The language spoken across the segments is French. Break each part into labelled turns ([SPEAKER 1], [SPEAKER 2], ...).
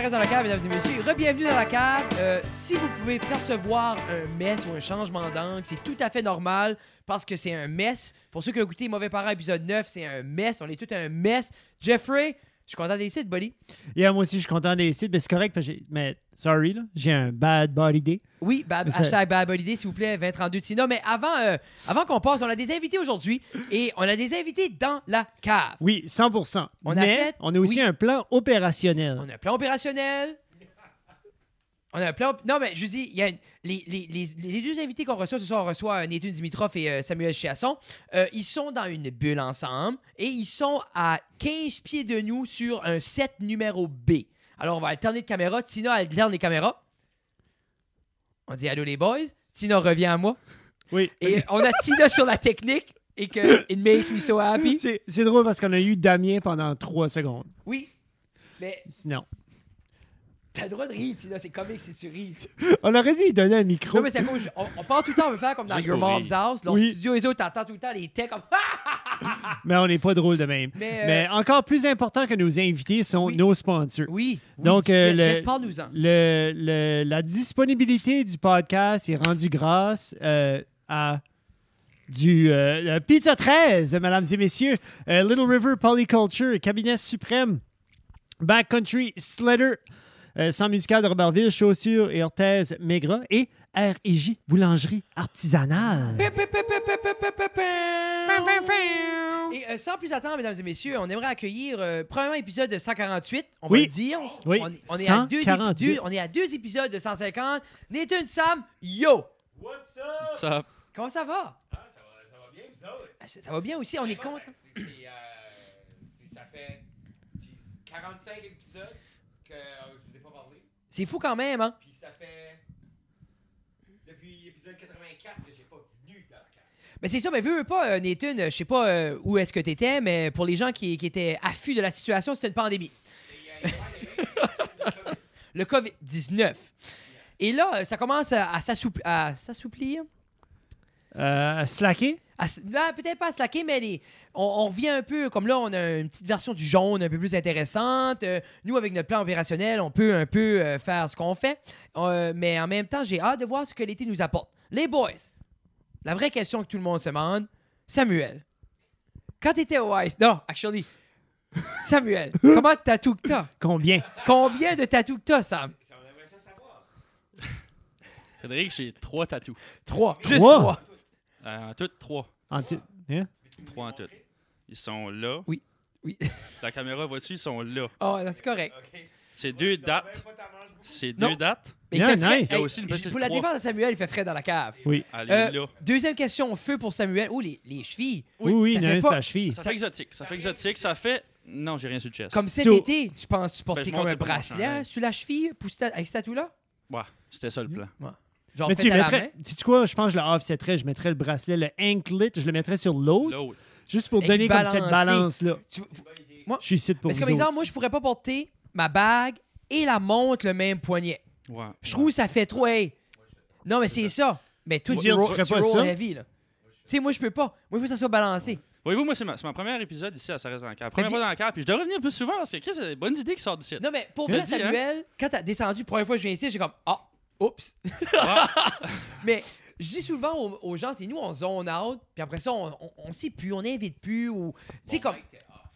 [SPEAKER 1] reste dans la cave, mesdames et messieurs. Rebienvenue dans la cave. Euh, si vous pouvez percevoir un mess ou un changement d'angle, c'est tout à fait normal parce que c'est un mess. Pour ceux qui ont écouté Mauvais Parents épisode 9, c'est un mess. On est tout un mess. Jeffrey, je suis content d'être ici, Bolly.
[SPEAKER 2] Yeah, moi aussi, je suis content des sites. Mais c'est correct, parce que j'ai- mais sorry, là, j'ai un bad body day.
[SPEAKER 1] Oui, bab,
[SPEAKER 2] Ça-
[SPEAKER 1] hashtag Babolidé, s'il vous plaît, 2032 de Sina. Mais avant, euh, avant qu'on passe, on a des invités aujourd'hui et on a des invités dans la cave.
[SPEAKER 2] Oui, 100
[SPEAKER 1] On a
[SPEAKER 2] mais
[SPEAKER 1] fait-
[SPEAKER 2] on a aussi
[SPEAKER 1] oui.
[SPEAKER 2] un plan opérationnel.
[SPEAKER 1] On a un plan opérationnel. On a un plan. Non, mais je vous dis, il y a une- les, les- les- les deux invités qu'on reçoit ce soir, on reçoit euh, Nathan Dimitrov et euh, Samuel Chiasson. Euh, ils sont dans une bulle ensemble et ils sont à 15 pieds de nous sur un set numéro B. Alors, on va alterner de caméra. Tina alterne les caméras. On dit allô les boys. Tina revient à moi.
[SPEAKER 2] Oui.
[SPEAKER 1] Et on a Tina sur la technique et que it makes me so happy.
[SPEAKER 2] C'est c'est drôle parce qu'on a eu Damien pendant trois secondes.
[SPEAKER 1] Oui. Mais
[SPEAKER 2] Sinon,
[SPEAKER 1] t'as le droit de rire, Tina. C'est comique si tu ris.
[SPEAKER 2] on aurait dû lui donner un micro.
[SPEAKER 1] Non, mais c'est à cause- On, on parle tout le temps, on veut faire comme dans
[SPEAKER 3] Juste
[SPEAKER 1] Your
[SPEAKER 3] pour
[SPEAKER 1] Mom's
[SPEAKER 3] rire.
[SPEAKER 1] House. Leur
[SPEAKER 2] Oui.
[SPEAKER 1] studio, les autres, t'entends tout le temps les techs comme. Ah!
[SPEAKER 2] Mais on n'est pas drôle de même.
[SPEAKER 1] Mais, euh,
[SPEAKER 2] Mais encore plus important que nos invités sont
[SPEAKER 1] Oui.
[SPEAKER 2] nos sponsors.
[SPEAKER 1] Oui.
[SPEAKER 2] Donc, euh,
[SPEAKER 1] Jeff,
[SPEAKER 2] le-
[SPEAKER 1] Jeff, parle-nous-en.
[SPEAKER 2] Le- le- la disponibilité du podcast est rendue grâce euh, à du euh, euh, Pizza 13, mesdames et messieurs, euh, Little River Polyculture, Cabinet Suprême, Backcountry, Sledder, euh, Centre musical de Robertville, Chaussures et Orthèse Maigrat et R&J Boulangerie Artisanale.
[SPEAKER 1] Et euh, sans plus attendre, mesdames et messieurs, on aimerait accueillir euh, premier épisode de 148. On va
[SPEAKER 2] Oui.
[SPEAKER 1] le dire. On,
[SPEAKER 2] Oui.
[SPEAKER 1] on est- on est à deux,
[SPEAKER 2] 148.
[SPEAKER 1] deux- on est à deux épisodes de 150. Nathan, Sam, yo!
[SPEAKER 3] What's up?
[SPEAKER 1] Comment ça va?
[SPEAKER 4] Ah, ça va, ça va bien, vous autres?
[SPEAKER 1] Ah, Ça, ça va bien aussi, on est
[SPEAKER 4] Moi,
[SPEAKER 1] content.
[SPEAKER 4] ben, c'est- c'est, euh, c'est- ça fait jeez, 45 épisodes que euh, je vous ai pas parlé.
[SPEAKER 1] C'est fou quand même, hein?
[SPEAKER 4] Puis ça fait. Depuis épisode 84 que j'ai pas venu dans la carte.
[SPEAKER 1] Mais c'est ça, mais veux, veux pas, euh, Nathan, euh, je sais pas euh, où est-ce que t'étais, mais pour les gens qui, qui étaient affus de la situation, c'était une pandémie.
[SPEAKER 4] Et, euh, ouais,
[SPEAKER 1] le COVID-19. Et là, euh, ça commence à, à s'assoupl- à s'assouplir.
[SPEAKER 2] Euh, slacker?
[SPEAKER 1] À s- là, Peut-être pas à slacker, mais les- on, on revient un peu. Comme là, on a une petite version du jaune un peu plus intéressante. Euh, nous, avec notre plan opérationnel, on peut un peu euh, faire ce qu'on fait. Euh, mais en même temps, j'ai hâte de voir ce que l'été nous apporte. Les boys, la vraie question que tout le monde se demande, Samuel, quand t'étais au Ice, non, actually, Samuel, comment t'as tout que t'as?
[SPEAKER 2] Combien?
[SPEAKER 1] Combien de tatous que t'as, Sam?
[SPEAKER 4] ça, on aimerait ça savoir.
[SPEAKER 3] Frédéric, j'ai trois tatous.
[SPEAKER 1] Trois, juste
[SPEAKER 2] Trois?
[SPEAKER 1] trois.
[SPEAKER 3] Euh, en tout, trois.
[SPEAKER 2] En tout- hein?
[SPEAKER 3] Trois en tout. Ils sont là.
[SPEAKER 1] Oui. Oui.
[SPEAKER 3] La caméra, vois-tu, ils sont là.
[SPEAKER 1] Oh, non, c'est correct.
[SPEAKER 4] Ok.
[SPEAKER 3] C'est deux
[SPEAKER 4] Donc,
[SPEAKER 3] dates.
[SPEAKER 4] ben, pas t'en manges beaucoup.
[SPEAKER 3] C'est
[SPEAKER 1] Non.
[SPEAKER 3] deux dates.
[SPEAKER 1] Mais
[SPEAKER 2] Bien,
[SPEAKER 1] il fait frais.
[SPEAKER 2] nice.
[SPEAKER 3] Il y a
[SPEAKER 1] Hey,
[SPEAKER 3] aussi une
[SPEAKER 1] j-
[SPEAKER 3] petite
[SPEAKER 1] pour la
[SPEAKER 3] croix.
[SPEAKER 1] défense de Samuel, il fait frais dans la cave.
[SPEAKER 2] Oui.
[SPEAKER 3] Elle
[SPEAKER 1] Euh,
[SPEAKER 3] est là.
[SPEAKER 1] deuxième question au feu pour Samuel. Oh, les, les chevilles.
[SPEAKER 2] Oui, oui,
[SPEAKER 1] ça
[SPEAKER 2] il y en a
[SPEAKER 1] fait
[SPEAKER 2] un
[SPEAKER 1] pas-
[SPEAKER 2] sur la cheville.
[SPEAKER 3] Ça fait exotique. Ça fait exotique. Ça fait. Non, j'ai rien sur le chest.
[SPEAKER 1] Comme cet
[SPEAKER 2] So-
[SPEAKER 1] été, tu penses tu portais
[SPEAKER 3] Ben, je
[SPEAKER 1] comme un
[SPEAKER 3] montre pas mon
[SPEAKER 1] bracelet hein,
[SPEAKER 3] chandail.
[SPEAKER 1] sur la cheville pour cette- avec cette tatou-là?
[SPEAKER 3] Ouais, c'était ça le plan.
[SPEAKER 1] Genre,
[SPEAKER 2] Mais
[SPEAKER 1] fait
[SPEAKER 2] tu
[SPEAKER 1] à la
[SPEAKER 2] mettrais,
[SPEAKER 1] main?
[SPEAKER 2] sais-tu quoi, je pense que je le offsetterais, je mettrais le bracelet, le anklet, je le mettrais sur l'autre,
[SPEAKER 3] L'autre.
[SPEAKER 2] juste pour
[SPEAKER 1] Et
[SPEAKER 2] donner comme
[SPEAKER 1] balancer.
[SPEAKER 2] cette balance-là.
[SPEAKER 1] Tu-
[SPEAKER 3] Ben,
[SPEAKER 2] Je suis ici pour
[SPEAKER 1] Parce que,
[SPEAKER 2] vous
[SPEAKER 1] par
[SPEAKER 2] autres.
[SPEAKER 1] exemple, moi, je pourrais pas porter ma bague et la montre le même poignet.
[SPEAKER 3] Ouais.
[SPEAKER 1] Je trouve que ça fait trop. hey. Non, mais c'est ça. Mais tout
[SPEAKER 2] Dire, tu ferais pas ça?
[SPEAKER 1] vie, là. Tu sais, moi, je peux pas. Moi, il faut que ça soit balancé.
[SPEAKER 3] Voyez-vous, moi, c'est ma, c'est mon premier épisode ici à Ça reste dans le cœur.
[SPEAKER 1] Mais
[SPEAKER 3] Première
[SPEAKER 1] dis-
[SPEAKER 3] fois dans le cœur. Puis je dois revenir plus souvent parce que Chris, c'est des bonnes idées qui sortent d'ici.
[SPEAKER 1] Non, mais pour
[SPEAKER 3] Je
[SPEAKER 1] vrai,
[SPEAKER 3] le dis, hein.
[SPEAKER 1] Samuel, quand t'as descendu, première fois que je viens ici, j'ai comme Ah, oups. mais je dis souvent aux, aux gens, c'est nous, on zone out, puis après ça, on, on, on sait plus, on invite plus, ou. C'est
[SPEAKER 4] Mon
[SPEAKER 1] comme.
[SPEAKER 4] mic, ben, t'es off.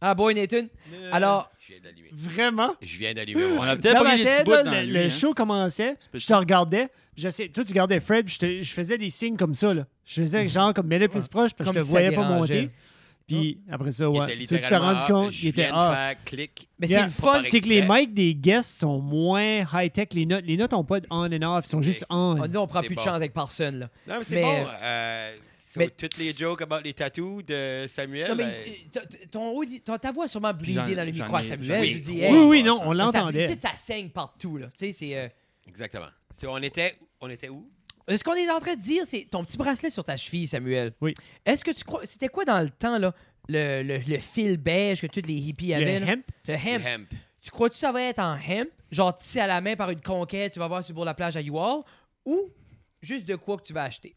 [SPEAKER 1] Ah, boy, Nathan.
[SPEAKER 4] Euh,
[SPEAKER 1] Alors,
[SPEAKER 4] Je viens d'allumer.
[SPEAKER 2] Vraiment?
[SPEAKER 4] Je viens d'allumer.
[SPEAKER 3] On a
[SPEAKER 4] ouais.
[SPEAKER 3] peut-être
[SPEAKER 2] Dans
[SPEAKER 3] pas
[SPEAKER 2] ma
[SPEAKER 3] mis les petits
[SPEAKER 2] tête,
[SPEAKER 3] bouts
[SPEAKER 2] là,
[SPEAKER 3] dans
[SPEAKER 2] le,
[SPEAKER 3] lui,
[SPEAKER 2] le
[SPEAKER 3] hein.
[SPEAKER 2] show commençait,
[SPEAKER 3] peux-
[SPEAKER 2] je te regardais, j'essayais- toi tu regardais Fred, puis je, te- je faisais des signes comme ça, là. Je faisais genre comme mets-le plus proche, parce
[SPEAKER 1] Comme
[SPEAKER 2] que je te
[SPEAKER 1] si ça
[SPEAKER 2] voyais pas
[SPEAKER 1] dérangeait. Oh.
[SPEAKER 2] monter. Puis après ça,
[SPEAKER 4] Il
[SPEAKER 2] ouais.
[SPEAKER 4] était
[SPEAKER 2] Tu sais, tu t'es rendu
[SPEAKER 4] littéralement off.
[SPEAKER 2] compte,
[SPEAKER 4] Je
[SPEAKER 2] il était
[SPEAKER 4] viens de
[SPEAKER 2] off.
[SPEAKER 4] faire clic.
[SPEAKER 1] mais
[SPEAKER 2] Yeah.
[SPEAKER 1] c'est le fun,
[SPEAKER 4] Pas
[SPEAKER 2] C'est que les
[SPEAKER 4] exprès.
[SPEAKER 2] mics des guests sont moins high-tech, les notes. Les notes n'ont pas de on and off, ils sont juste on.
[SPEAKER 1] on, Ah, nous, on prend
[SPEAKER 4] C'est
[SPEAKER 1] plus de
[SPEAKER 4] bon.
[SPEAKER 1] chance avec personne, là.
[SPEAKER 4] Non, mais c'est
[SPEAKER 1] Mais-
[SPEAKER 4] bon. euh, so,
[SPEAKER 1] mais-
[SPEAKER 4] Toutes les jokes about les tattoos de Samuel.
[SPEAKER 1] Non,
[SPEAKER 4] euh,
[SPEAKER 1] mais euh, t- t- ton, audi- ton- ta voix a sûrement
[SPEAKER 3] J'en-
[SPEAKER 1] bleedé dans le
[SPEAKER 3] j'en
[SPEAKER 1] micro à
[SPEAKER 3] ai-
[SPEAKER 1] Samuel.
[SPEAKER 3] j'en
[SPEAKER 4] ai
[SPEAKER 1] Je dis,
[SPEAKER 4] trois.
[SPEAKER 1] hey,
[SPEAKER 2] Oui, oui, non, on
[SPEAKER 1] ça-
[SPEAKER 2] l'entendait.
[SPEAKER 1] Ça, ça saigne partout, là. Tu sais, c'est. euh,
[SPEAKER 4] Exactement. Si on était, on était où?
[SPEAKER 1] Ce qu'on est en train de dire, c'est ton petit bracelet sur ta cheville, Samuel.
[SPEAKER 2] Oui.
[SPEAKER 1] Est-ce que tu crois. C'était quoi dans le temps, là? Le, le- le fil beige que tous les hippies avaient.
[SPEAKER 2] Le
[SPEAKER 1] là?
[SPEAKER 2] hemp,
[SPEAKER 1] Le hemp.
[SPEAKER 4] Le hemp.
[SPEAKER 1] Tu crois-tu que ça va être en hemp? Genre tissé à la main par une conquête, tu vas voir sur le bord de la plage à Youall? Ou juste de quoi que tu vas acheter?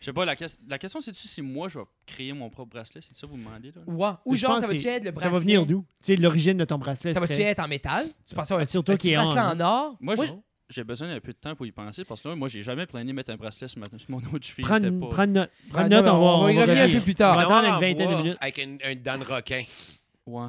[SPEAKER 3] Je sais pas, la, ques- la question c'est-tu si moi je vais créer mon propre bracelet? C'est ça que vous me demandez? Là?
[SPEAKER 1] Ouais. Ou
[SPEAKER 2] Je
[SPEAKER 1] genre,
[SPEAKER 2] pense
[SPEAKER 1] ça
[SPEAKER 2] que
[SPEAKER 1] va-tu
[SPEAKER 2] c'est-
[SPEAKER 1] être le bracelet?
[SPEAKER 2] Ça va venir d'où? Tu sais, l'origine de ton bracelet
[SPEAKER 1] Ça va-tu
[SPEAKER 2] serait-
[SPEAKER 1] être en métal? Tu penses à un,
[SPEAKER 2] Ah, surtout
[SPEAKER 1] un petit
[SPEAKER 2] qu'il est en,
[SPEAKER 1] bracelet en or?
[SPEAKER 3] Moi,
[SPEAKER 1] Moi,
[SPEAKER 3] j'ai- j'ai besoin d'un peu de temps pour y penser parce que là, moi, j'ai jamais plané mettre un bracelet sur, ma, sur mon autre cheville.
[SPEAKER 2] Prends,
[SPEAKER 3] C'était
[SPEAKER 2] une-
[SPEAKER 3] pas...
[SPEAKER 2] prends une note. Prends
[SPEAKER 1] Ah,
[SPEAKER 2] une
[SPEAKER 1] non,
[SPEAKER 2] note,
[SPEAKER 1] mais
[SPEAKER 2] on, va,
[SPEAKER 1] on va y
[SPEAKER 2] va
[SPEAKER 1] revenir un
[SPEAKER 2] revenir.
[SPEAKER 1] peu plus tard.
[SPEAKER 2] On va
[SPEAKER 1] Attends,
[SPEAKER 2] attendre
[SPEAKER 4] en
[SPEAKER 2] une vingtaine de
[SPEAKER 4] bois,
[SPEAKER 2] minutes.
[SPEAKER 4] Avec une, un dent de requin.
[SPEAKER 3] Ouais.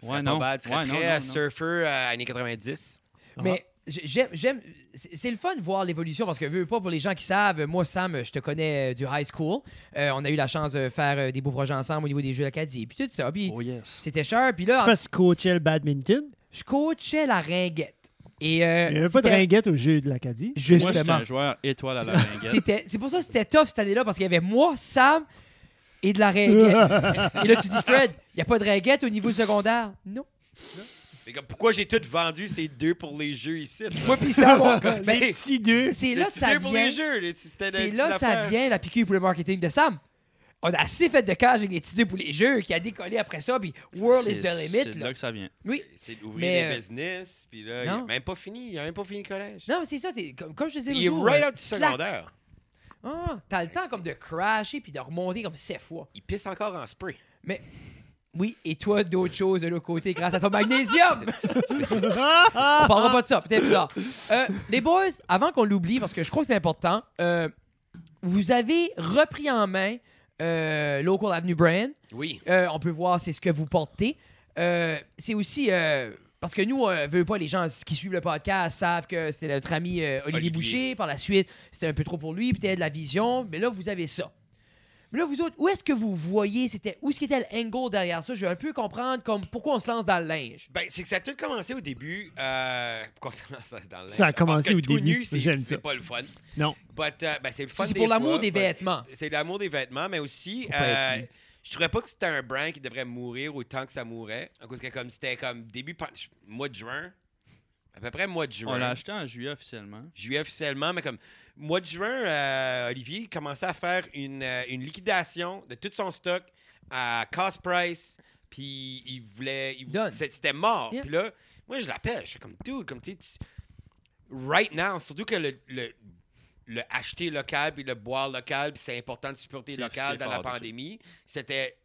[SPEAKER 4] Ce
[SPEAKER 3] Ouais,
[SPEAKER 4] serait
[SPEAKER 3] non.
[SPEAKER 4] Pas bad. Ce serait
[SPEAKER 3] Ouais, non,
[SPEAKER 4] très
[SPEAKER 3] non,
[SPEAKER 4] euh,
[SPEAKER 3] non.
[SPEAKER 4] surfer euh, années 90.
[SPEAKER 1] Mais j'ai- j'aime, j'aime, c'est c'est le fun de voir l'évolution parce que veux veux pas pour les gens qui savent, moi Sam, je te connais euh, du high school. Euh, on a eu la chance de faire euh, des beaux projets ensemble au niveau des jeux d'Acadie, puis tout ça. Puis
[SPEAKER 3] Oh yes.
[SPEAKER 1] c'était cher, puis
[SPEAKER 2] Tu
[SPEAKER 1] là,
[SPEAKER 2] passes coacher le badminton.
[SPEAKER 1] je coachais la ringuette. Et euh,
[SPEAKER 2] Il n'y avait pas de
[SPEAKER 1] c'était-
[SPEAKER 2] ringuette au jeu de l'Acadie.
[SPEAKER 3] Moi, j'étais
[SPEAKER 1] Justement.
[SPEAKER 3] un joueur étoile à la ringuette.
[SPEAKER 1] C'était- c'est pour ça que c'était tough cette année-là parce qu'il y avait moi, Sam et de la ringuette. et là, tu dis, Fred, il n'y a pas de ringuette au niveau du secondaire. Non.
[SPEAKER 4] Fait que Pourquoi j'ai tout vendu ces deux pour les jeux ici? là?
[SPEAKER 1] Moi, puis Sam, on-
[SPEAKER 4] C'est-
[SPEAKER 1] Ben,
[SPEAKER 2] Si deux.
[SPEAKER 1] c'est
[SPEAKER 4] Les
[SPEAKER 1] là que
[SPEAKER 4] petits
[SPEAKER 1] ça
[SPEAKER 4] deux pour
[SPEAKER 1] vient.
[SPEAKER 4] les jeux, les petits- c'était
[SPEAKER 1] C'est
[SPEAKER 4] la
[SPEAKER 1] là
[SPEAKER 4] petite
[SPEAKER 1] ça
[SPEAKER 4] affaire.
[SPEAKER 1] vient la piqûre pour le marketing de Sam. On a assez fait de cash avec les petits deux pour les jeux qui a décollé après ça, puis World is
[SPEAKER 3] C'est-
[SPEAKER 1] the
[SPEAKER 3] C'est
[SPEAKER 1] limit.
[SPEAKER 3] de
[SPEAKER 1] là.
[SPEAKER 3] là que ça vient.
[SPEAKER 1] Oui.
[SPEAKER 4] C'est
[SPEAKER 1] Mais,
[SPEAKER 4] d'ouvrir
[SPEAKER 1] euh,
[SPEAKER 4] des business, puis là, il a
[SPEAKER 1] non.
[SPEAKER 4] même pas fini. Il a même pas fini le collège.
[SPEAKER 1] Non, mais c'est ça, t'es- comme, comme je te disais,
[SPEAKER 4] il est
[SPEAKER 1] l'autre jour,
[SPEAKER 4] right
[SPEAKER 1] euh,
[SPEAKER 4] out du
[SPEAKER 1] slack.
[SPEAKER 4] secondaire.
[SPEAKER 1] Ah, T'as le temps comme de crasher puis de remonter comme sept fois.
[SPEAKER 4] Il pisse encore en spray.
[SPEAKER 1] Oui, et toi, d'autres choses de l'autre côté grâce à ton magnésium. On parlera pas de ça, peut-être plus tard. Euh, les boys, avant qu'on l'oublie, parce que je crois que c'est important, euh, vous avez repris en main euh, Local Avenue Brand.
[SPEAKER 4] Oui.
[SPEAKER 1] Euh, on peut voir c'est ce que vous portez. Euh, c'est aussi euh, parce que nous, euh, veut pas les gens qui suivent le podcast savent que c'est notre ami euh, Olivier,
[SPEAKER 4] Olivier.
[SPEAKER 1] Boucher. Par la suite, c'était un peu trop pour lui, puis peut-être de la vision, mais là vous avez ça. Mais là vous autres, où est-ce que vous voyez c'était où est-ce qu'était l'angle derrière ça Je veux un peu comprendre comme pourquoi on se lance dans le linge.
[SPEAKER 4] Ben, c'est que ça a tout commencé au début. Euh, pourquoi ça lance dans le linge?
[SPEAKER 2] Ça a
[SPEAKER 4] Parce
[SPEAKER 2] commencé
[SPEAKER 4] que
[SPEAKER 2] au
[SPEAKER 4] tout
[SPEAKER 2] début,
[SPEAKER 4] nu, c'est-
[SPEAKER 2] j'aime ça.
[SPEAKER 4] C'est pas le fun.
[SPEAKER 2] Non.
[SPEAKER 4] But, euh, ben, c'est le fun
[SPEAKER 1] C'est
[SPEAKER 4] des
[SPEAKER 1] pour l'amour
[SPEAKER 4] fois,
[SPEAKER 1] des
[SPEAKER 4] but
[SPEAKER 1] vêtements.
[SPEAKER 4] C'est l'amour des vêtements, mais aussi,
[SPEAKER 1] pas être
[SPEAKER 4] euh,
[SPEAKER 1] nu.
[SPEAKER 4] je trouvais pas que c'était un brand qui devrait mourir autant que ça mourait. En cause que comme c'était comme début pan- mois de juin, à peu près mois de
[SPEAKER 1] Oh
[SPEAKER 4] juin.
[SPEAKER 3] On l'a acheté en juillet
[SPEAKER 1] Hein?
[SPEAKER 3] officiellement.
[SPEAKER 4] juillet officiellement, mais comme mois de juin, euh, Olivier commençait à faire une, euh, une liquidation de tout son stock à cost price, puis il voulait, il-
[SPEAKER 1] Done.
[SPEAKER 4] c'est- c'était mort.
[SPEAKER 1] Yeah.
[SPEAKER 4] Puis là, moi je l'appelle, je suis comme dude, comme tu sais, tu- right now, surtout que le, le- le acheter local puis le boire local, puis c'est important de supporter
[SPEAKER 3] C'est-
[SPEAKER 4] local
[SPEAKER 3] c'est
[SPEAKER 4] dans la
[SPEAKER 3] fort dessus.
[SPEAKER 4] pandémie, c'était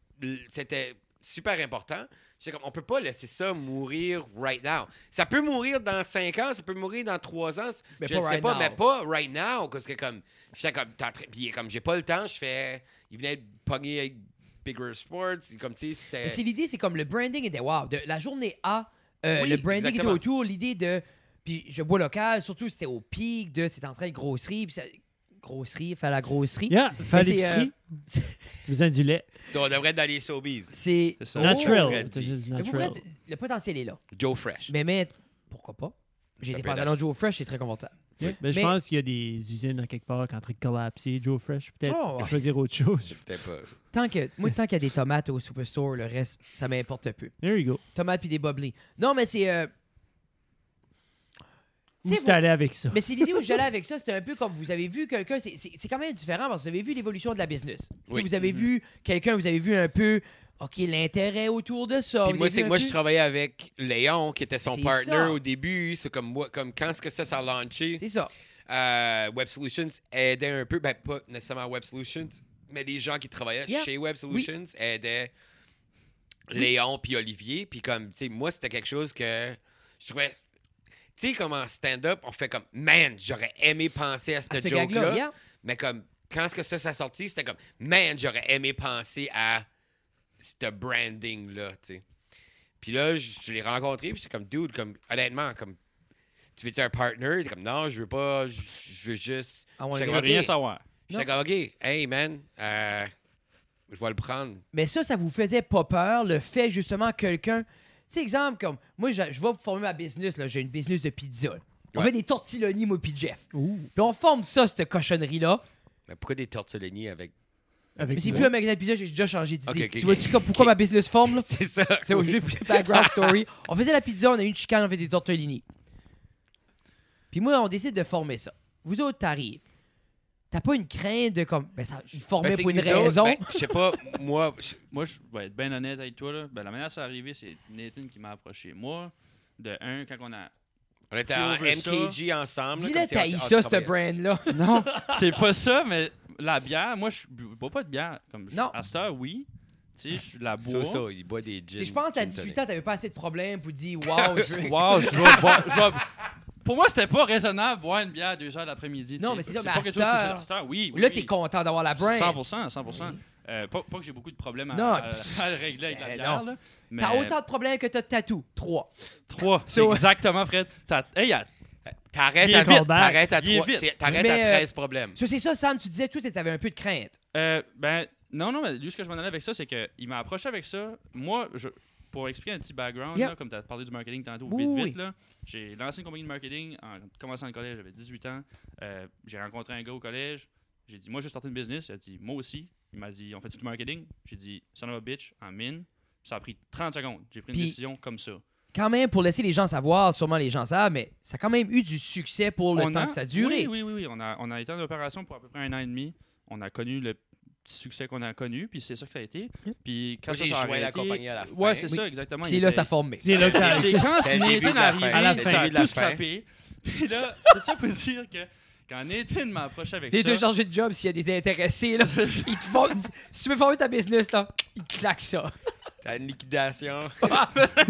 [SPEAKER 4] c'était super important. J'étais comme, on peut pas laisser ça mourir right now. Ça peut mourir dans 5 ans, ça peut mourir dans 3 ans.
[SPEAKER 1] Mais
[SPEAKER 4] je
[SPEAKER 1] pas
[SPEAKER 4] sais
[SPEAKER 1] right
[SPEAKER 4] pas,
[SPEAKER 1] now.
[SPEAKER 4] mais pas right now. Parce que comme, j'étais comme, t'es en train- puis il est comme, j'ai pas le temps, je fais. Il venait de pogner avec Bigger Sports. il- Comme, tu sais,
[SPEAKER 1] Mais
[SPEAKER 4] c'était.
[SPEAKER 1] C'est l'idée, c'est comme le branding était wow. De la journée A, euh,
[SPEAKER 4] Oui,
[SPEAKER 1] le branding
[SPEAKER 4] exactement.
[SPEAKER 1] était autour, l'idée de. Puis je bois local, surtout c'était au pic de c'est en train de grosserie, puis ça- grosserie, faire la grosserie.
[SPEAKER 2] Yeah, faire
[SPEAKER 1] c'est, euh,
[SPEAKER 2] l'épicerie. Besoin du lait.
[SPEAKER 4] Ça, on devrait être dans les Sobeys.
[SPEAKER 1] C'est.
[SPEAKER 3] C'est ça.
[SPEAKER 2] Natural.
[SPEAKER 4] Freddy.
[SPEAKER 2] C'est juste
[SPEAKER 1] Oh, Mais pour vrai,
[SPEAKER 2] Natural.
[SPEAKER 1] tu- le potentiel est là.
[SPEAKER 4] Joe Fresh.
[SPEAKER 1] Mais mais pourquoi pas? J'ai
[SPEAKER 4] Ça
[SPEAKER 1] des
[SPEAKER 4] peut
[SPEAKER 1] pantalons Joe Fresh, c'est très confortable.
[SPEAKER 2] Yeah. Ben, je
[SPEAKER 1] Mais-
[SPEAKER 2] pense qu'il y a des usines à quelque part qui sont en train de collapser. Joe Fresh, peut-être
[SPEAKER 1] Oh, ouais.
[SPEAKER 2] choisir autre chose.
[SPEAKER 4] Peut-être pas.
[SPEAKER 1] Tant que, moi, tant qu'il y a des tomates au Superstore, le reste, ça m'importe peu.
[SPEAKER 2] There you go.
[SPEAKER 1] Tomates puis des bubbly. Non, mais c'est. euh,
[SPEAKER 2] Où
[SPEAKER 1] c'est
[SPEAKER 2] c'est allé avec ça?
[SPEAKER 1] Mais c'est l'idée où j'allais avec ça, c'était un peu comme vous avez vu quelqu'un, c'est- c'est c'est quand même différent parce que vous avez vu l'évolution de la business. Si
[SPEAKER 4] Oui. Mm-hmm.
[SPEAKER 1] vous avez vu quelqu'un, vous avez vu un peu, OK, l'intérêt autour de ça.
[SPEAKER 4] Puis
[SPEAKER 1] vous
[SPEAKER 4] moi,
[SPEAKER 1] avez vu
[SPEAKER 4] c'est que
[SPEAKER 1] un
[SPEAKER 4] moi,
[SPEAKER 1] peu-
[SPEAKER 4] je travaillais avec Léon, qui était son
[SPEAKER 1] C'est
[SPEAKER 4] partner
[SPEAKER 1] ça.
[SPEAKER 4] au début. C'est comme moi, comme quand est-ce que ça s'est lancé.
[SPEAKER 1] C'est ça.
[SPEAKER 4] euh, Web Solutions aidait un peu, ben pas nécessairement Web Solutions, mais les gens qui travaillaient
[SPEAKER 1] Yeah.
[SPEAKER 4] chez Web Solutions aidaient Léon puis Olivier. Puis comme, tu sais, moi, c'était quelque chose que je trouvais... Tu sais, comme en stand-up, on fait comme « Man, j'aurais aimé penser à cette
[SPEAKER 1] À ce
[SPEAKER 4] joke-là.
[SPEAKER 1] gag-là, yeah.
[SPEAKER 4] Mais comme, quand est-ce que ça s'est sorti, c'était comme « Man, j'aurais aimé penser à ce branding-là, tu sais. » Puis là, je, je l'ai rencontré, puis c'est comme « Dude, comme, honnêtement, comme, tu veux-tu un partner? » Il était comme « Non, je veux pas, je, je veux juste... »
[SPEAKER 1] Ah, on
[SPEAKER 4] J'étais
[SPEAKER 1] est
[SPEAKER 3] Je
[SPEAKER 4] comme,
[SPEAKER 3] veux
[SPEAKER 1] Ok.
[SPEAKER 3] rien
[SPEAKER 4] OK.
[SPEAKER 3] savoir.
[SPEAKER 4] J'étais comme « OK, hey man, euh, je vais le prendre.
[SPEAKER 1] Mais ça, ça vous faisait pas peur, le fait justement que quelqu'un. Tu sais, exemple, comme moi, je, je vais former ma business, là, j'ai une business de pizza. là. On
[SPEAKER 4] Ouais.
[SPEAKER 1] fait des tortilloni, moi, puis Jeff.
[SPEAKER 2] Ouh,
[SPEAKER 1] Puis on forme ça, cette cochonnerie-là.
[SPEAKER 4] Mais pourquoi des tortellini avec...
[SPEAKER 2] avec
[SPEAKER 1] Mais c'est
[SPEAKER 2] le-
[SPEAKER 1] plus un magasin de pizza, j'ai déjà changé d'idée.
[SPEAKER 4] Ok, ok,
[SPEAKER 1] tu
[SPEAKER 4] ok.
[SPEAKER 1] vois-tu comme- pourquoi ma business forme, là? »
[SPEAKER 4] C'est ça. Ben,
[SPEAKER 1] C'est au jeu background story. On faisait la pizza, on a eu une chicane, on fait des tortellini. Puis moi, on décide de former ça. Vous autres, t'arrives. T'as pas une crainte de comme. Ben, ça, ils formaient
[SPEAKER 4] Ben, c'est
[SPEAKER 1] pour une
[SPEAKER 4] que nous autres,
[SPEAKER 1] raison.
[SPEAKER 4] ben, je sais pas, moi, je-
[SPEAKER 3] Moi, je vais être bien honnête avec toi. Là. Ben, la manière dont c'est arrivé, c'est Nathan qui m'a approché. Moi, de un, quand on a.
[SPEAKER 4] on était en
[SPEAKER 3] Over ça.
[SPEAKER 4] MKG ensemble. là,
[SPEAKER 1] Dis-le,
[SPEAKER 4] comme ah, si on-
[SPEAKER 1] t'haïs
[SPEAKER 4] on
[SPEAKER 1] ça, ce
[SPEAKER 4] travaillait.
[SPEAKER 1] brand-là.
[SPEAKER 3] Non, c'est pas ça, mais la bière, moi, je bu- bois pas de bière. Comme je-
[SPEAKER 1] Non.
[SPEAKER 3] À cette heure, oui. Tu sais, je la bois.
[SPEAKER 4] Ça, ça, il boit des
[SPEAKER 1] Tu
[SPEAKER 4] gins.
[SPEAKER 1] sais, Je pense à
[SPEAKER 4] gin tonic.
[SPEAKER 1] 18 ans, t'avais pas assez de problèmes pour dire Wow, je veux-
[SPEAKER 3] Wow, je vais boire- je vais- Pour moi, c'était pas raisonnable boire une bière à 2 heures l'après-midi. tu
[SPEAKER 1] Non,
[SPEAKER 3] sais.
[SPEAKER 1] mais c'est ça, mais
[SPEAKER 3] pas
[SPEAKER 1] à
[SPEAKER 3] quelque chose que
[SPEAKER 1] cette
[SPEAKER 3] je-
[SPEAKER 1] heure-
[SPEAKER 3] à cette heure, oui. oui,
[SPEAKER 1] Là,
[SPEAKER 3] oui.
[SPEAKER 1] t'es content d'avoir la brand.
[SPEAKER 3] 100%, 100%. Euh, pas, pas que j'ai beaucoup de problèmes à,
[SPEAKER 1] Non.
[SPEAKER 3] à- à régler avec la
[SPEAKER 1] Ben
[SPEAKER 3] bière.
[SPEAKER 1] non.
[SPEAKER 3] là, mais
[SPEAKER 1] T'as autant de problèmes que t'as de tatou. Trois.
[SPEAKER 3] 3, c'est
[SPEAKER 1] So-
[SPEAKER 3] exactement, Fred. T'as- Hey, à-
[SPEAKER 4] T'arrêtes
[SPEAKER 3] Il est
[SPEAKER 4] à,
[SPEAKER 2] vite.
[SPEAKER 4] t'arrêtes à,
[SPEAKER 3] Il est
[SPEAKER 4] trois-
[SPEAKER 3] vite.
[SPEAKER 4] t'arrêtes
[SPEAKER 1] Mais,
[SPEAKER 4] à
[SPEAKER 1] euh,
[SPEAKER 4] 13 problèmes.
[SPEAKER 1] Ça, c'est ça, Sam, tu disais tout et t'avais un peu de crainte.
[SPEAKER 3] Euh, ben, non, non, mais lui, ce que je m'en allais avec ça, c'est qu'il m'a approché avec ça. Moi, je, pour expliquer un petit background,
[SPEAKER 1] Yeah.
[SPEAKER 3] là, comme tu as parlé du marketing tantôt,
[SPEAKER 1] Oui,
[SPEAKER 3] vite,
[SPEAKER 1] oui,
[SPEAKER 3] vite, là, j'ai lancé une compagnie de marketing en commençant le collège, j'avais 18 ans. Euh, j'ai rencontré un gars au collège. J'ai dit, moi, je vais starter une business. Il a dit, moi aussi. Il m'a dit, on fait tout du marketing. J'ai dit, son of a bitch, en mine. Ça a pris 30 secondes. J'ai pris une
[SPEAKER 1] Puis-
[SPEAKER 3] décision comme ça.
[SPEAKER 1] Quand même, pour laisser les gens savoir, sûrement les gens savent, mais ça a quand même eu du succès pour le
[SPEAKER 3] On
[SPEAKER 1] temps
[SPEAKER 3] a-
[SPEAKER 1] que ça a duré.
[SPEAKER 3] Oui, oui, oui. oui. On, a, on a été en opération pour à peu près un an et demi. On a connu le petit succès qu'on a connu, puis c'est ça que ça a été. Puis quand
[SPEAKER 4] Moi,
[SPEAKER 3] ça
[SPEAKER 4] j'ai
[SPEAKER 3] s'est
[SPEAKER 4] joint la
[SPEAKER 3] arrêté-
[SPEAKER 4] compagnie à la
[SPEAKER 3] Ouais,
[SPEAKER 4] fin.
[SPEAKER 3] c'est
[SPEAKER 1] Oui.
[SPEAKER 3] ça, exactement.
[SPEAKER 1] Puis
[SPEAKER 3] Il
[SPEAKER 1] là,
[SPEAKER 3] était-
[SPEAKER 1] ça formait.
[SPEAKER 2] C'est là que ça
[SPEAKER 3] C'est quand
[SPEAKER 4] C'était le
[SPEAKER 3] Nathan
[SPEAKER 4] début de
[SPEAKER 3] est
[SPEAKER 4] la
[SPEAKER 2] À
[SPEAKER 4] fin.
[SPEAKER 2] la
[SPEAKER 3] arrivé,
[SPEAKER 2] fin.
[SPEAKER 3] ça
[SPEAKER 4] Début
[SPEAKER 3] a
[SPEAKER 4] de la
[SPEAKER 3] tout
[SPEAKER 4] fin.
[SPEAKER 3] scrappé. Puis là, tout ça pour dire que quand Nathan m'a approché avec
[SPEAKER 1] Les
[SPEAKER 3] ça...
[SPEAKER 1] deux changer de job s'il y a des intéressés. Là.
[SPEAKER 3] C'est ça.
[SPEAKER 1] Ils te font- si tu veux former ta business, là, ils te claquent ça.
[SPEAKER 4] T'as une liquidation.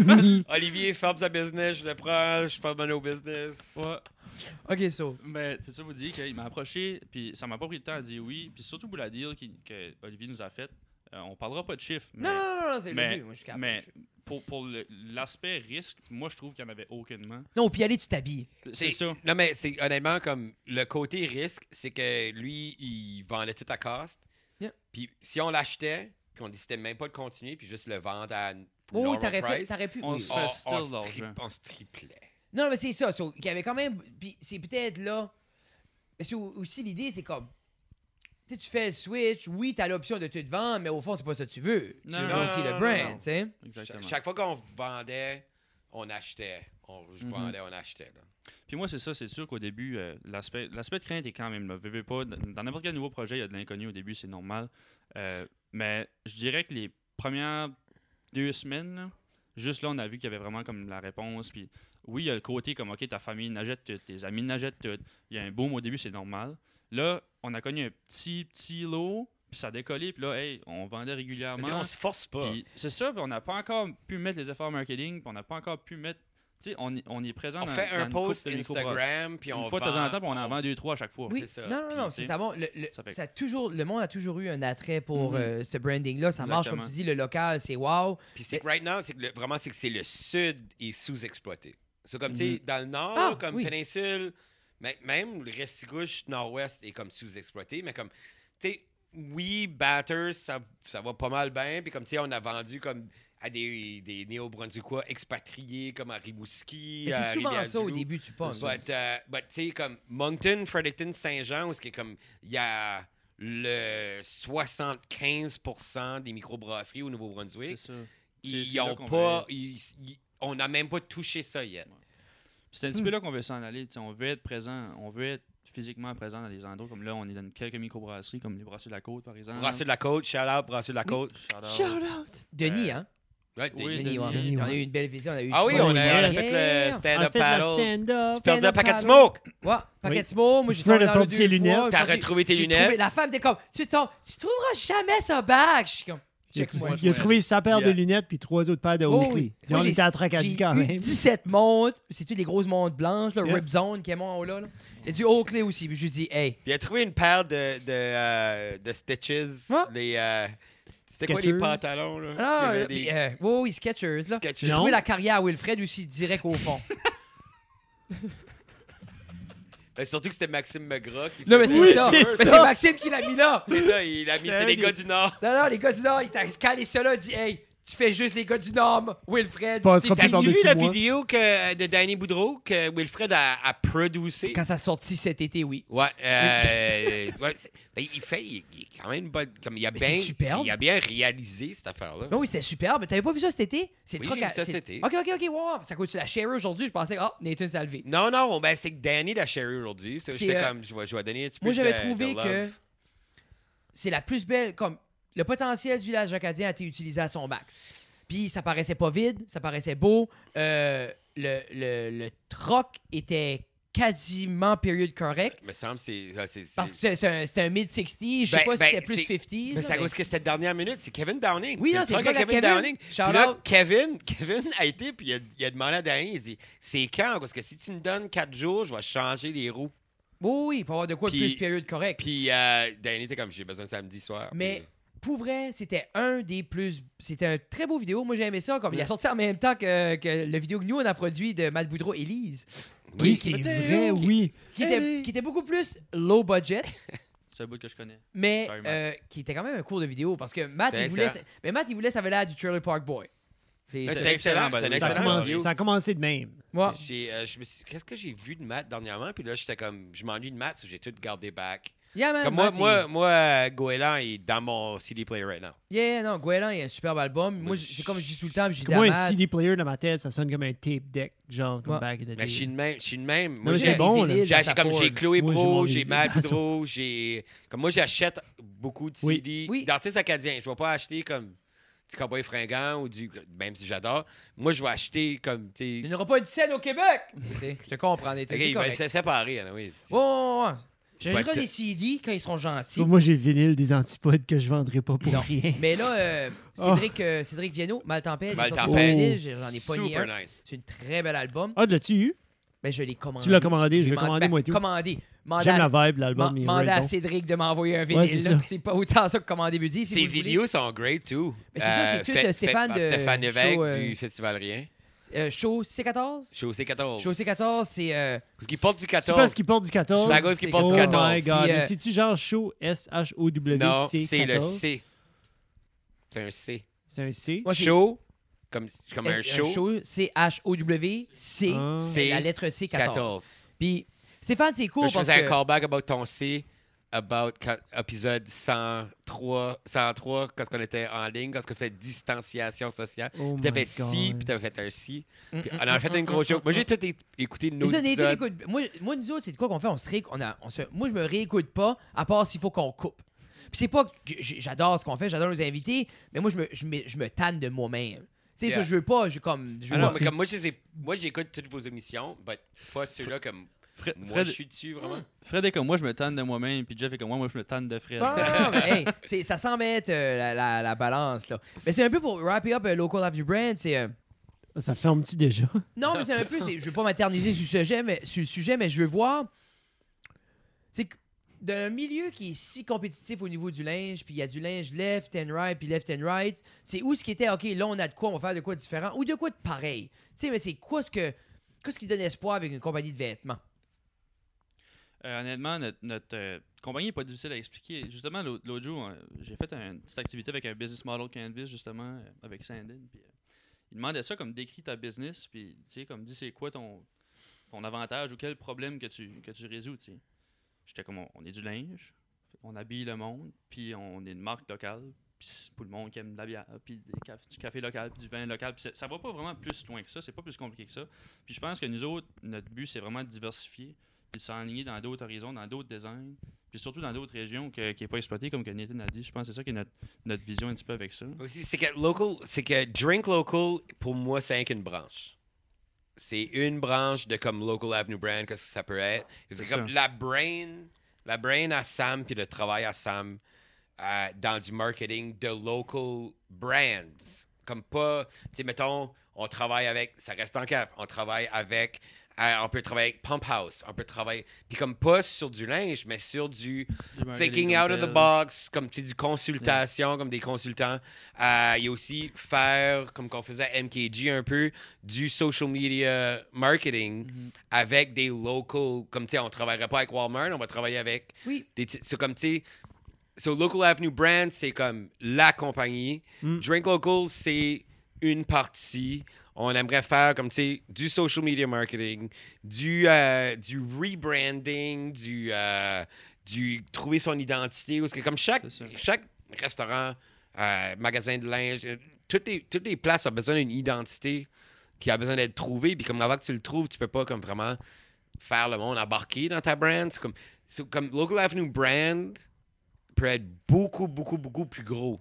[SPEAKER 4] Olivier, ferme sa business, je le prends, je ferme nos business.
[SPEAKER 3] Ouais.
[SPEAKER 1] OK, so.
[SPEAKER 3] Mais tout ça vous dit qu'il m'a approché, puis ça m'a pas pris le temps à dire oui. Puis surtout pour la deal qui- que Olivier nous a faite, euh, on parlera pas de chiffres. mais-
[SPEAKER 1] Non, non, non, non, c'est le
[SPEAKER 3] mais-
[SPEAKER 1] but. Moi, je suis capable.
[SPEAKER 3] Mais pour, pour le- l'aspect risque, moi, je trouve qu'il n'y en avait aucunement.
[SPEAKER 1] Non, puis allez, tu t'habilles.
[SPEAKER 3] C'est ça.
[SPEAKER 4] Non, mais c'est honnêtement comme le côté risque, c'est que lui, il vendait tout à cost.
[SPEAKER 1] Yeah.
[SPEAKER 4] Puis si on l'achetait, puis on décidait même pas de continuer, puis juste le vendre à pour
[SPEAKER 1] Oh,
[SPEAKER 4] normal
[SPEAKER 1] oui, t'aurais fait-
[SPEAKER 4] price,
[SPEAKER 1] t'aurais pu.
[SPEAKER 3] On
[SPEAKER 1] oui.
[SPEAKER 3] se-
[SPEAKER 4] on,
[SPEAKER 3] Fais
[SPEAKER 4] on
[SPEAKER 3] still
[SPEAKER 4] se
[SPEAKER 3] l'argent.
[SPEAKER 4] tri- on se triplait.
[SPEAKER 1] Non, mais c'est ça. so, qu'il y avait quand même. Puis c'est peut-être là. Mais c'est au- aussi l'idée, c'est comme. Tu sais, tu fais le switch. Oui, t'as l'option de te vendre, mais au fond, c'est pas ça que tu veux.
[SPEAKER 3] Non,
[SPEAKER 1] tu veux
[SPEAKER 3] non,
[SPEAKER 1] aussi
[SPEAKER 3] non,
[SPEAKER 1] le
[SPEAKER 3] non,
[SPEAKER 1] brand,
[SPEAKER 3] non.
[SPEAKER 1] tu sais.
[SPEAKER 3] Exactement.
[SPEAKER 4] Cha- Chaque fois qu'on vendait, on achetait. On je
[SPEAKER 3] Mhm.
[SPEAKER 4] vendais, on achetait. là.
[SPEAKER 3] Puis moi, c'est ça, c'est sûr qu'au début, euh, l'aspect l'aspect de crainte est quand même là. Veux, veux pas, dans dans n'importe quel nouveau projet, il y a de l'inconnu au début, c'est normal. Euh, mais je dirais que les premières deux semaines, là, juste là, on a vu qu'il y avait vraiment comme la réponse. Puis oui, il y a le côté comme, OK, ta famille n'achète tout, tes amis n'achètent tout. Il y a un boom au début, c'est normal. Là, on a connu un petit, petit lot, puis ça a décollé, puis là, hey, on vendait
[SPEAKER 4] Mais
[SPEAKER 3] régulièrement.
[SPEAKER 4] on se force pas.
[SPEAKER 3] Puis c'est ça, puis on n'a pas encore pu mettre les efforts marketing, puis on n'a pas encore pu mettre. Tu sais, on, y- on y est présent
[SPEAKER 4] on
[SPEAKER 3] dans,
[SPEAKER 4] fait
[SPEAKER 3] dans
[SPEAKER 4] un
[SPEAKER 3] une couple
[SPEAKER 4] post
[SPEAKER 3] de microbrasses.
[SPEAKER 4] Instagram, puis on
[SPEAKER 3] Une fois de
[SPEAKER 4] vend-
[SPEAKER 3] temps en temps, puis on en vend deux, trois à chaque fois.
[SPEAKER 1] Oui,
[SPEAKER 4] C'est ça.
[SPEAKER 1] non, non, non,
[SPEAKER 3] Puis,
[SPEAKER 1] c'est
[SPEAKER 3] tu sais,
[SPEAKER 1] ça. bon, Le, le-
[SPEAKER 3] ça fait-
[SPEAKER 1] ça a toujours, le monde a toujours eu un attrait pour
[SPEAKER 3] Mhm.
[SPEAKER 1] euh, ce branding-là. Ça marche, comme
[SPEAKER 3] Exactement.
[SPEAKER 1] tu dis, le local, c'est wow.
[SPEAKER 4] Puis c'est que right now, c'est que le- vraiment, c'est que c'est le sud est sous-exploité. C'est comme, tu sais, dans le nord,
[SPEAKER 1] Ah,
[SPEAKER 4] comme
[SPEAKER 1] oui.
[SPEAKER 4] péninsule, mè- même le Restigouche nord-ouest est comme sous-exploité, mais comme, tu sais, oui, Batters, ça, ça va pas mal bien. Puis comme, tu sais, on a vendu comme à des, des néo-brunswickois expatriés, comme à Rimouski.
[SPEAKER 1] Mais
[SPEAKER 4] à
[SPEAKER 1] c'est souvent ça au
[SPEAKER 4] Rivière-du-Loup.
[SPEAKER 1] début, tu penses.
[SPEAKER 4] But, euh, but, tu sais, comme Moncton, Fredericton, Saint-Jean, où ce qui est comme, il y a le 75 des microbrasseries au Nouveau-Brunswick.
[SPEAKER 3] C'est ça. C'est- c'est
[SPEAKER 4] Ils
[SPEAKER 3] là
[SPEAKER 4] ont
[SPEAKER 3] qu'on
[SPEAKER 4] pas.
[SPEAKER 3] veut-
[SPEAKER 4] ils- ils- on n'a même pas touché ça yet.
[SPEAKER 3] C'est un petit peu là qu'on veut s'en aller. tu sais, On veut être présent. On veut être physiquement présent dans les endroits. Comme là, on est dans quelques microbrasseries, comme les Brasseries de la Côte, par exemple.
[SPEAKER 4] Brasser de la côte, shout out, brasser de la côte.
[SPEAKER 3] Shout out.
[SPEAKER 1] hein. Denis,
[SPEAKER 3] Euh,
[SPEAKER 1] hein?
[SPEAKER 4] Ouais,
[SPEAKER 3] oui.
[SPEAKER 4] des-
[SPEAKER 1] Denis, ouais.
[SPEAKER 3] Denis,
[SPEAKER 1] On a
[SPEAKER 2] ouais.
[SPEAKER 1] eu une belle visite, on a eu.
[SPEAKER 4] Ah
[SPEAKER 1] du
[SPEAKER 4] oui,
[SPEAKER 1] fun.
[SPEAKER 4] on a, on a
[SPEAKER 1] Yeah.
[SPEAKER 4] fait
[SPEAKER 2] On
[SPEAKER 4] le
[SPEAKER 2] a
[SPEAKER 4] stand-up
[SPEAKER 2] fait le
[SPEAKER 4] paddle.
[SPEAKER 2] stand-up.
[SPEAKER 4] Tu perdu un
[SPEAKER 1] stand-up
[SPEAKER 4] paquet de
[SPEAKER 1] paddle.
[SPEAKER 4] smoke.
[SPEAKER 1] Ouais, paquet
[SPEAKER 2] Oui.
[SPEAKER 1] de smoke. Moi,
[SPEAKER 2] Tu
[SPEAKER 1] j'ai
[SPEAKER 2] peux
[SPEAKER 1] tombé dans le
[SPEAKER 2] répondre tes
[SPEAKER 1] deux
[SPEAKER 2] lunettes.
[SPEAKER 1] fois,
[SPEAKER 4] T'as
[SPEAKER 1] j'ai-
[SPEAKER 4] retrouvé tes
[SPEAKER 1] j'ai
[SPEAKER 4] lunettes?
[SPEAKER 1] trouvé- la femme était comme, tu, tombes, tu trouveras jamais ce bag. Je suis comme,
[SPEAKER 2] Il a,
[SPEAKER 1] check-moi.
[SPEAKER 2] il a trouvé sa paire de
[SPEAKER 4] Yeah.
[SPEAKER 2] lunettes puis trois autres paires de
[SPEAKER 1] Oh
[SPEAKER 2] Oakley.
[SPEAKER 1] oui.
[SPEAKER 2] Dis, On
[SPEAKER 1] Moi, j'ai-
[SPEAKER 2] était à
[SPEAKER 1] J'ai
[SPEAKER 2] Tracadie quand
[SPEAKER 1] eu
[SPEAKER 2] même.
[SPEAKER 1] 17 montres. C'est toutes les grosses montres blanches, le
[SPEAKER 2] hein. Yeah.
[SPEAKER 1] Rip Zone qui est mon haut là. là. J'ai dit Oakley aussi. Puis je lui ai dit, hey,
[SPEAKER 4] Puis il a trouvé une paire de, de, euh, de stitches.
[SPEAKER 1] Ouais.
[SPEAKER 4] Les, euh, c'est quoi les
[SPEAKER 2] Skechers.
[SPEAKER 4] pantalons, là?
[SPEAKER 1] ah,
[SPEAKER 4] Il y avait
[SPEAKER 1] puis,
[SPEAKER 4] des
[SPEAKER 1] euh, oui, oui, Skechers. là.
[SPEAKER 4] Skechers.
[SPEAKER 1] J'ai
[SPEAKER 2] Non.
[SPEAKER 1] trouvé la carrière à Wilfred aussi direct au fond.
[SPEAKER 4] Ben, surtout que c'était Maxime Megras qui
[SPEAKER 1] Là, mais c'est
[SPEAKER 4] faisait-
[SPEAKER 2] Oui,
[SPEAKER 1] ça. Ben
[SPEAKER 2] c'est
[SPEAKER 1] Mais
[SPEAKER 2] ça.
[SPEAKER 1] c'est Maxime qui l'a mis là.
[SPEAKER 4] C'est ça, il a mis, c'est les gars du Nord.
[SPEAKER 1] Non, non, les gars du Nord, il t'a calé ça là. Il dit, hey, tu fais juste les gars du Nord, Wilfred.
[SPEAKER 2] Tu passeras
[SPEAKER 1] T'es-
[SPEAKER 2] plus
[SPEAKER 4] T'as-tu vu
[SPEAKER 2] par-dessus
[SPEAKER 4] la
[SPEAKER 2] moi.
[SPEAKER 4] vidéo que, euh, de Danny Boudreau que Wilfred a, a producée?
[SPEAKER 1] Quand ça sortit cet été, oui.
[SPEAKER 4] Ouais, euh, ouais, c'est- ben, il fait, il, il est quand même bonne. Comme il a
[SPEAKER 1] Mais
[SPEAKER 4] bien,
[SPEAKER 1] c'est superbe.
[SPEAKER 4] il a bien réalisé cette affaire-là.
[SPEAKER 1] Non, oui, c'était superbe. T'avais pas vu ça cet été? C'est le
[SPEAKER 4] Oui,
[SPEAKER 1] truc
[SPEAKER 4] j'ai
[SPEAKER 1] à-
[SPEAKER 4] vu ça
[SPEAKER 1] c'est-
[SPEAKER 4] cet été.
[SPEAKER 1] Ok, ok, ok, wow. Ça coûte la share aujourd'hui. Je pensais, ah, Nathan s'est levé.
[SPEAKER 4] Non, non, ben c'est que Danny l'a chérie aujourd'hui. C'est-
[SPEAKER 1] C'est,
[SPEAKER 4] J'étais
[SPEAKER 1] euh,
[SPEAKER 4] comme, je vais, je vais donner un petit peu
[SPEAKER 1] Moi, j'avais
[SPEAKER 4] de- de
[SPEAKER 1] trouvé
[SPEAKER 4] love.
[SPEAKER 1] que c'est la plus belle. Comme le potentiel du village acadien a été utilisé à son max. Puis ça paraissait pas vide, ça paraissait beau. Euh, le, le, le troc était quasiment période correcte.
[SPEAKER 4] me semble que c'est. ah, c'est- c'est-
[SPEAKER 1] Parce que c'est- c'est un- c'était un, mid-60s, je sais
[SPEAKER 4] Ben-
[SPEAKER 1] pas si
[SPEAKER 4] ben,
[SPEAKER 1] c'était plus
[SPEAKER 4] c'est-
[SPEAKER 1] 50s.
[SPEAKER 4] Mais
[SPEAKER 1] là,
[SPEAKER 4] c'est à cause que c'était la dernière minute, c'est Kevin Downing.
[SPEAKER 1] Oui, non,
[SPEAKER 4] le
[SPEAKER 1] c'est le
[SPEAKER 4] truc à
[SPEAKER 1] gars
[SPEAKER 4] Kevin,
[SPEAKER 1] Kevin.
[SPEAKER 4] Downing. Puis
[SPEAKER 1] Shout
[SPEAKER 4] là,
[SPEAKER 1] out.
[SPEAKER 4] Kevin, Kevin a été, puis il a, il a demandé à Downing, il dit C'est quand Parce que si tu me donnes quatre jours, je vais changer les roues.
[SPEAKER 1] Oui, oui, pour avoir de quoi
[SPEAKER 4] Puis-
[SPEAKER 1] plus période correcte.
[SPEAKER 4] Puis ah, euh, Downing était comme J'ai besoin de samedi soir.
[SPEAKER 1] Mais
[SPEAKER 4] Puis,
[SPEAKER 1] pour vrai, c'était un des plus. C'était un très beau vidéo. Moi, j'ai aimé ça. Comme il a sorti en même temps que, que le vidéo que nous, on a produit de Matt Boudreau, Elise,
[SPEAKER 2] Oui, c'est vrai, oui.
[SPEAKER 1] qui, était, qui était beaucoup plus low budget,
[SPEAKER 3] C'est le bout que je connais.
[SPEAKER 1] mais
[SPEAKER 3] Sorry, Matt.
[SPEAKER 1] euh, qui était quand même un cours de vidéo parce que Matt,
[SPEAKER 4] C'est
[SPEAKER 1] il voulait,
[SPEAKER 4] excellent.
[SPEAKER 1] mais Matt, il voulait, ça avait l'air du Trailer Park Boy. C'est-
[SPEAKER 4] Mais
[SPEAKER 1] c'est-
[SPEAKER 4] c'est euh, excellent,
[SPEAKER 3] excellent,
[SPEAKER 4] c'est un
[SPEAKER 3] ben,
[SPEAKER 2] Ça a,
[SPEAKER 3] Excellent
[SPEAKER 2] commencé,
[SPEAKER 4] vidéo.
[SPEAKER 2] ça a commencé de même.
[SPEAKER 1] moi,
[SPEAKER 4] J'ai, euh, je me suis- Qu'est-ce que j'ai vu de Matt dernièrement? Puis là, j'étais comme, je m'ennuie de Matt, so j'ai tout gardé back.
[SPEAKER 1] yeah, man,
[SPEAKER 4] Comme moi,
[SPEAKER 1] Matt, il-
[SPEAKER 4] moi, moi, euh, Goéland est dans mon CD player right now.
[SPEAKER 1] Yeah, non, Goéland, il a un superbe album. Moi, j- c'est comme je dis tout le temps, puis je dis à
[SPEAKER 2] Moi, un
[SPEAKER 1] Matt,
[SPEAKER 2] CD player dans ma tête, ça sonne comme un tape deck, genre, comme
[SPEAKER 1] Ouais.
[SPEAKER 2] back in the
[SPEAKER 4] Mais
[SPEAKER 2] day.
[SPEAKER 4] je suis de même. Je suis de même. Moi,
[SPEAKER 2] mais
[SPEAKER 4] j'ai-
[SPEAKER 2] c'est bon, là.
[SPEAKER 1] vinyle,
[SPEAKER 4] J'ai acheté
[SPEAKER 1] ça
[SPEAKER 4] comme j'ai
[SPEAKER 1] fold.
[SPEAKER 4] Chloé
[SPEAKER 2] Moi, j'ai
[SPEAKER 4] Pro,
[SPEAKER 2] mon
[SPEAKER 4] j'ai
[SPEAKER 2] vinyle.
[SPEAKER 4] Matt Boudreau, j'ai. Comme moi, j'achète beaucoup de
[SPEAKER 2] Oui.
[SPEAKER 4] CD
[SPEAKER 1] Oui.
[SPEAKER 4] d'artistes acadiens. Je ne vais pas acheter comme du Cowboy Fringant ou du. Même si j'adore. Moi, je vais acheter comme. tu
[SPEAKER 1] Il
[SPEAKER 4] sais,
[SPEAKER 1] n'y aura pas une scène au Québec. Tu sais, je te comprends, les
[SPEAKER 4] Ok,
[SPEAKER 1] c'est
[SPEAKER 4] ils veulent
[SPEAKER 1] correct.
[SPEAKER 4] se séparer. là, oui, c'est-
[SPEAKER 1] Ouais, ouais, ouais. J'achèterai
[SPEAKER 4] Ouais,
[SPEAKER 1] des CD quand ils seront gentils.
[SPEAKER 2] Moi, j'ai le vinyle des antipodes que je vendrai pas pour
[SPEAKER 1] Non.
[SPEAKER 2] rien.
[SPEAKER 1] Mais là, euh,
[SPEAKER 2] Ah.
[SPEAKER 1] Cédric, euh, Cédric Viano, Maltempête,
[SPEAKER 4] Mal
[SPEAKER 1] ils sont sur
[SPEAKER 4] Tempête.
[SPEAKER 1] vinyle, j'ai- j'en ai pas ni un.
[SPEAKER 4] Super nice.
[SPEAKER 1] C'est un très bel album.
[SPEAKER 2] Ah, l'as-tu eu?
[SPEAKER 1] Mais je l'ai commandé.
[SPEAKER 2] Tu l'as commandé, je
[SPEAKER 1] J'ai
[SPEAKER 2] l'ai
[SPEAKER 1] man-
[SPEAKER 2] commandé,
[SPEAKER 1] ben,
[SPEAKER 2] moi et tout.
[SPEAKER 1] Commandé. Mandé
[SPEAKER 2] J'aime
[SPEAKER 1] à-
[SPEAKER 2] la vibe,
[SPEAKER 1] man-
[SPEAKER 2] de l'album. il est
[SPEAKER 1] mandé
[SPEAKER 2] right
[SPEAKER 1] à
[SPEAKER 2] bon.
[SPEAKER 1] Cédric de m'envoyer un
[SPEAKER 2] Ouais,
[SPEAKER 1] vinyle.
[SPEAKER 2] c'est
[SPEAKER 1] là.
[SPEAKER 2] ça.
[SPEAKER 1] c'est pas autant ça que commander Buddy. Si
[SPEAKER 4] Ces
[SPEAKER 1] vous voulez.
[SPEAKER 4] vidéos sont great, too.
[SPEAKER 1] Mais c'est ça, c'est tout,
[SPEAKER 4] fait-
[SPEAKER 1] euh, Stéphane
[SPEAKER 4] fait par
[SPEAKER 1] de-
[SPEAKER 4] Stéphane Lévesque
[SPEAKER 1] show, euh,
[SPEAKER 4] du Festival Rien.
[SPEAKER 1] Euh, show C14.
[SPEAKER 4] Show C14.
[SPEAKER 1] Show C14, c'est. euh,
[SPEAKER 4] Parce qu'il porte du
[SPEAKER 2] C'est
[SPEAKER 4] 14.
[SPEAKER 2] parce qu'il porte du 14.
[SPEAKER 4] C'est à cause qu'il porte
[SPEAKER 2] oh
[SPEAKER 4] du 14.
[SPEAKER 2] my god.
[SPEAKER 1] Si, euh,
[SPEAKER 2] Mais C'est-tu genre show S-H-O-W?
[SPEAKER 4] Non,
[SPEAKER 2] C
[SPEAKER 4] c'est le
[SPEAKER 2] 14?
[SPEAKER 4] C. C'est un C.
[SPEAKER 2] C'est un C.
[SPEAKER 1] Moi, j'ai-
[SPEAKER 4] show, comme, comme
[SPEAKER 1] euh,
[SPEAKER 4] un show,
[SPEAKER 1] C-H-O-W, C,
[SPEAKER 2] Ah.
[SPEAKER 1] c'est la lettre C14.
[SPEAKER 4] 14.
[SPEAKER 1] Puis Stéphane, c'est cool
[SPEAKER 4] Là, je
[SPEAKER 1] parce
[SPEAKER 4] faisais
[SPEAKER 1] que.
[SPEAKER 4] un callback about ton C, about ca- épisode 103, 103 quand on était en ligne, quand on fait distanciation sociale.
[SPEAKER 2] Oh
[SPEAKER 4] Puis t'avais
[SPEAKER 2] my
[SPEAKER 4] si,
[SPEAKER 2] God.
[SPEAKER 4] puis t'avais fait un si.
[SPEAKER 1] Mm,
[SPEAKER 4] Puis
[SPEAKER 1] mm,
[SPEAKER 4] on a fait une grosse joke. Moi, j'ai tout é- écouté nos
[SPEAKER 1] Mais ça, Nathan,
[SPEAKER 4] épisodes.
[SPEAKER 1] écoute, moi, moi, nous autres, c'est de quoi qu'on fait? On se rééc- on a- on se- Moi, je me réécoute pas, à part s'il faut qu'on coupe. Puis c'est pas que j- j'adore ce qu'on fait, j'adore nos invités, mais moi, je me, je me, je me tanne de moi-même. Tu sais,
[SPEAKER 4] Yeah.
[SPEAKER 1] ça, je veux pas, je comme. Je
[SPEAKER 4] Ah
[SPEAKER 1] veux
[SPEAKER 4] non,
[SPEAKER 1] pas-
[SPEAKER 4] mais comme moi, je les ai- moi, j'écoute toutes vos émissions, mais pas ceux-là comme
[SPEAKER 3] Fred,
[SPEAKER 4] moi,
[SPEAKER 3] Fred,
[SPEAKER 4] je suis dessus, vraiment.
[SPEAKER 3] Fred est comme moi, je me tanne de moi-même, puis Jeff est comme moi, moi je me tanne de Fred.
[SPEAKER 1] Non, Ah, non, non, mais, hey, c'est- ça semble être euh, la, la- la balance, là. Mais c'est un peu pour wrap it up euh, Local Have Your Brand, c'est. euh,
[SPEAKER 2] Ça ferme-tu déjà?
[SPEAKER 1] Non, mais c'est un peu. c'est- Je veux pas m'éterniser sur, le sujet, mais- sur le sujet, mais je veux voir. C'est que d'un milieu qui est si compétitif au niveau du linge, puis il y a du linge left and right, puis left and right, c'est où ce qui était, OK, là, on a de quoi, on va faire de quoi de différent, ou de quoi de pareil. Tu sais, mais c'est quoi ce que. Qu'est-ce qui donne espoir avec une compagnie de vêtements?
[SPEAKER 3] Euh, honnêtement, notre, notre, euh, compagnie n'est pas difficile à expliquer. Justement, l'au- l'autre jour, euh, j'ai fait un- une petite activité avec un business model canvas, justement, euh, avec Sandin. Puis, euh, il demandait ça, comme décris ta business, puis tu sais, comme dis c'est quoi ton, ton avantage ou quel problème que tu, que tu résous. tu sais. J'étais comme, on, on est du linge, on habille le monde, puis on est une marque locale, puis c'est pour le monde qui aime de la bière, puis des caf- du café local, puis du vin local. Puis c'est- ça va pas vraiment plus loin que ça, c'est pas plus compliqué que ça. Puis je pense que nous autres, notre but, c'est vraiment de diversifier puis s'enligner dans d'autres horizons, dans d'autres designs, puis surtout dans d'autres régions que- qui n'est pas exploitée, comme que Nathan a dit. Je pense que c'est ça qui est notre, notre vision un petit peu avec ça.
[SPEAKER 4] Aussi, c'est que local, c'est que drink local, pour moi, c'est rien qu'une branche. C'est une branche de comme local avenue brand, qu'est-ce que ça peut être. C'est
[SPEAKER 3] C'est
[SPEAKER 4] comme
[SPEAKER 3] ça.
[SPEAKER 4] la brain, la brain à Sam puis le travail à Sam euh, dans du marketing de local brands. Comme pas, tu sais, mettons, on travaille avec, ça reste en cave, on travaille avec, euh, on peut travailler avec Pump House, on peut travailler, puis comme pas sur du linge, mais sur du,
[SPEAKER 3] Du marketing
[SPEAKER 4] Thinking
[SPEAKER 3] comme
[SPEAKER 4] out of the
[SPEAKER 3] tel.
[SPEAKER 4] box, comme tu sais, du consultation, comme des consultants. Euh, Il y a aussi faire, comme qu'on faisait à MKG un peu, du social media marketing avec des locaux. Comme tu sais, on ne travaillerait pas avec Walmart, on va travailler avec
[SPEAKER 1] Oui.
[SPEAKER 4] des. t- C'est comme tu sais. So, Local Avenue Brand, c'est comme la compagnie.
[SPEAKER 3] Mm.
[SPEAKER 4] Drink Local, c'est une partie. On aimerait faire comme, tu sais, du social media marketing, du, euh, du rebranding, du, euh, du trouver son identité. Parce que comme chaque,
[SPEAKER 3] C'est ça.
[SPEAKER 4] chaque restaurant, euh, magasin de linge, euh, toutes les, toutes les places ont besoin d'une identité qui a besoin d'être trouvée. Puis comme avant que tu le trouves, tu peux pas comme vraiment faire le monde embarquer dans ta brand. C'est comme, c'est comme Local Avenue Brand peut être beaucoup, beaucoup, beaucoup plus gros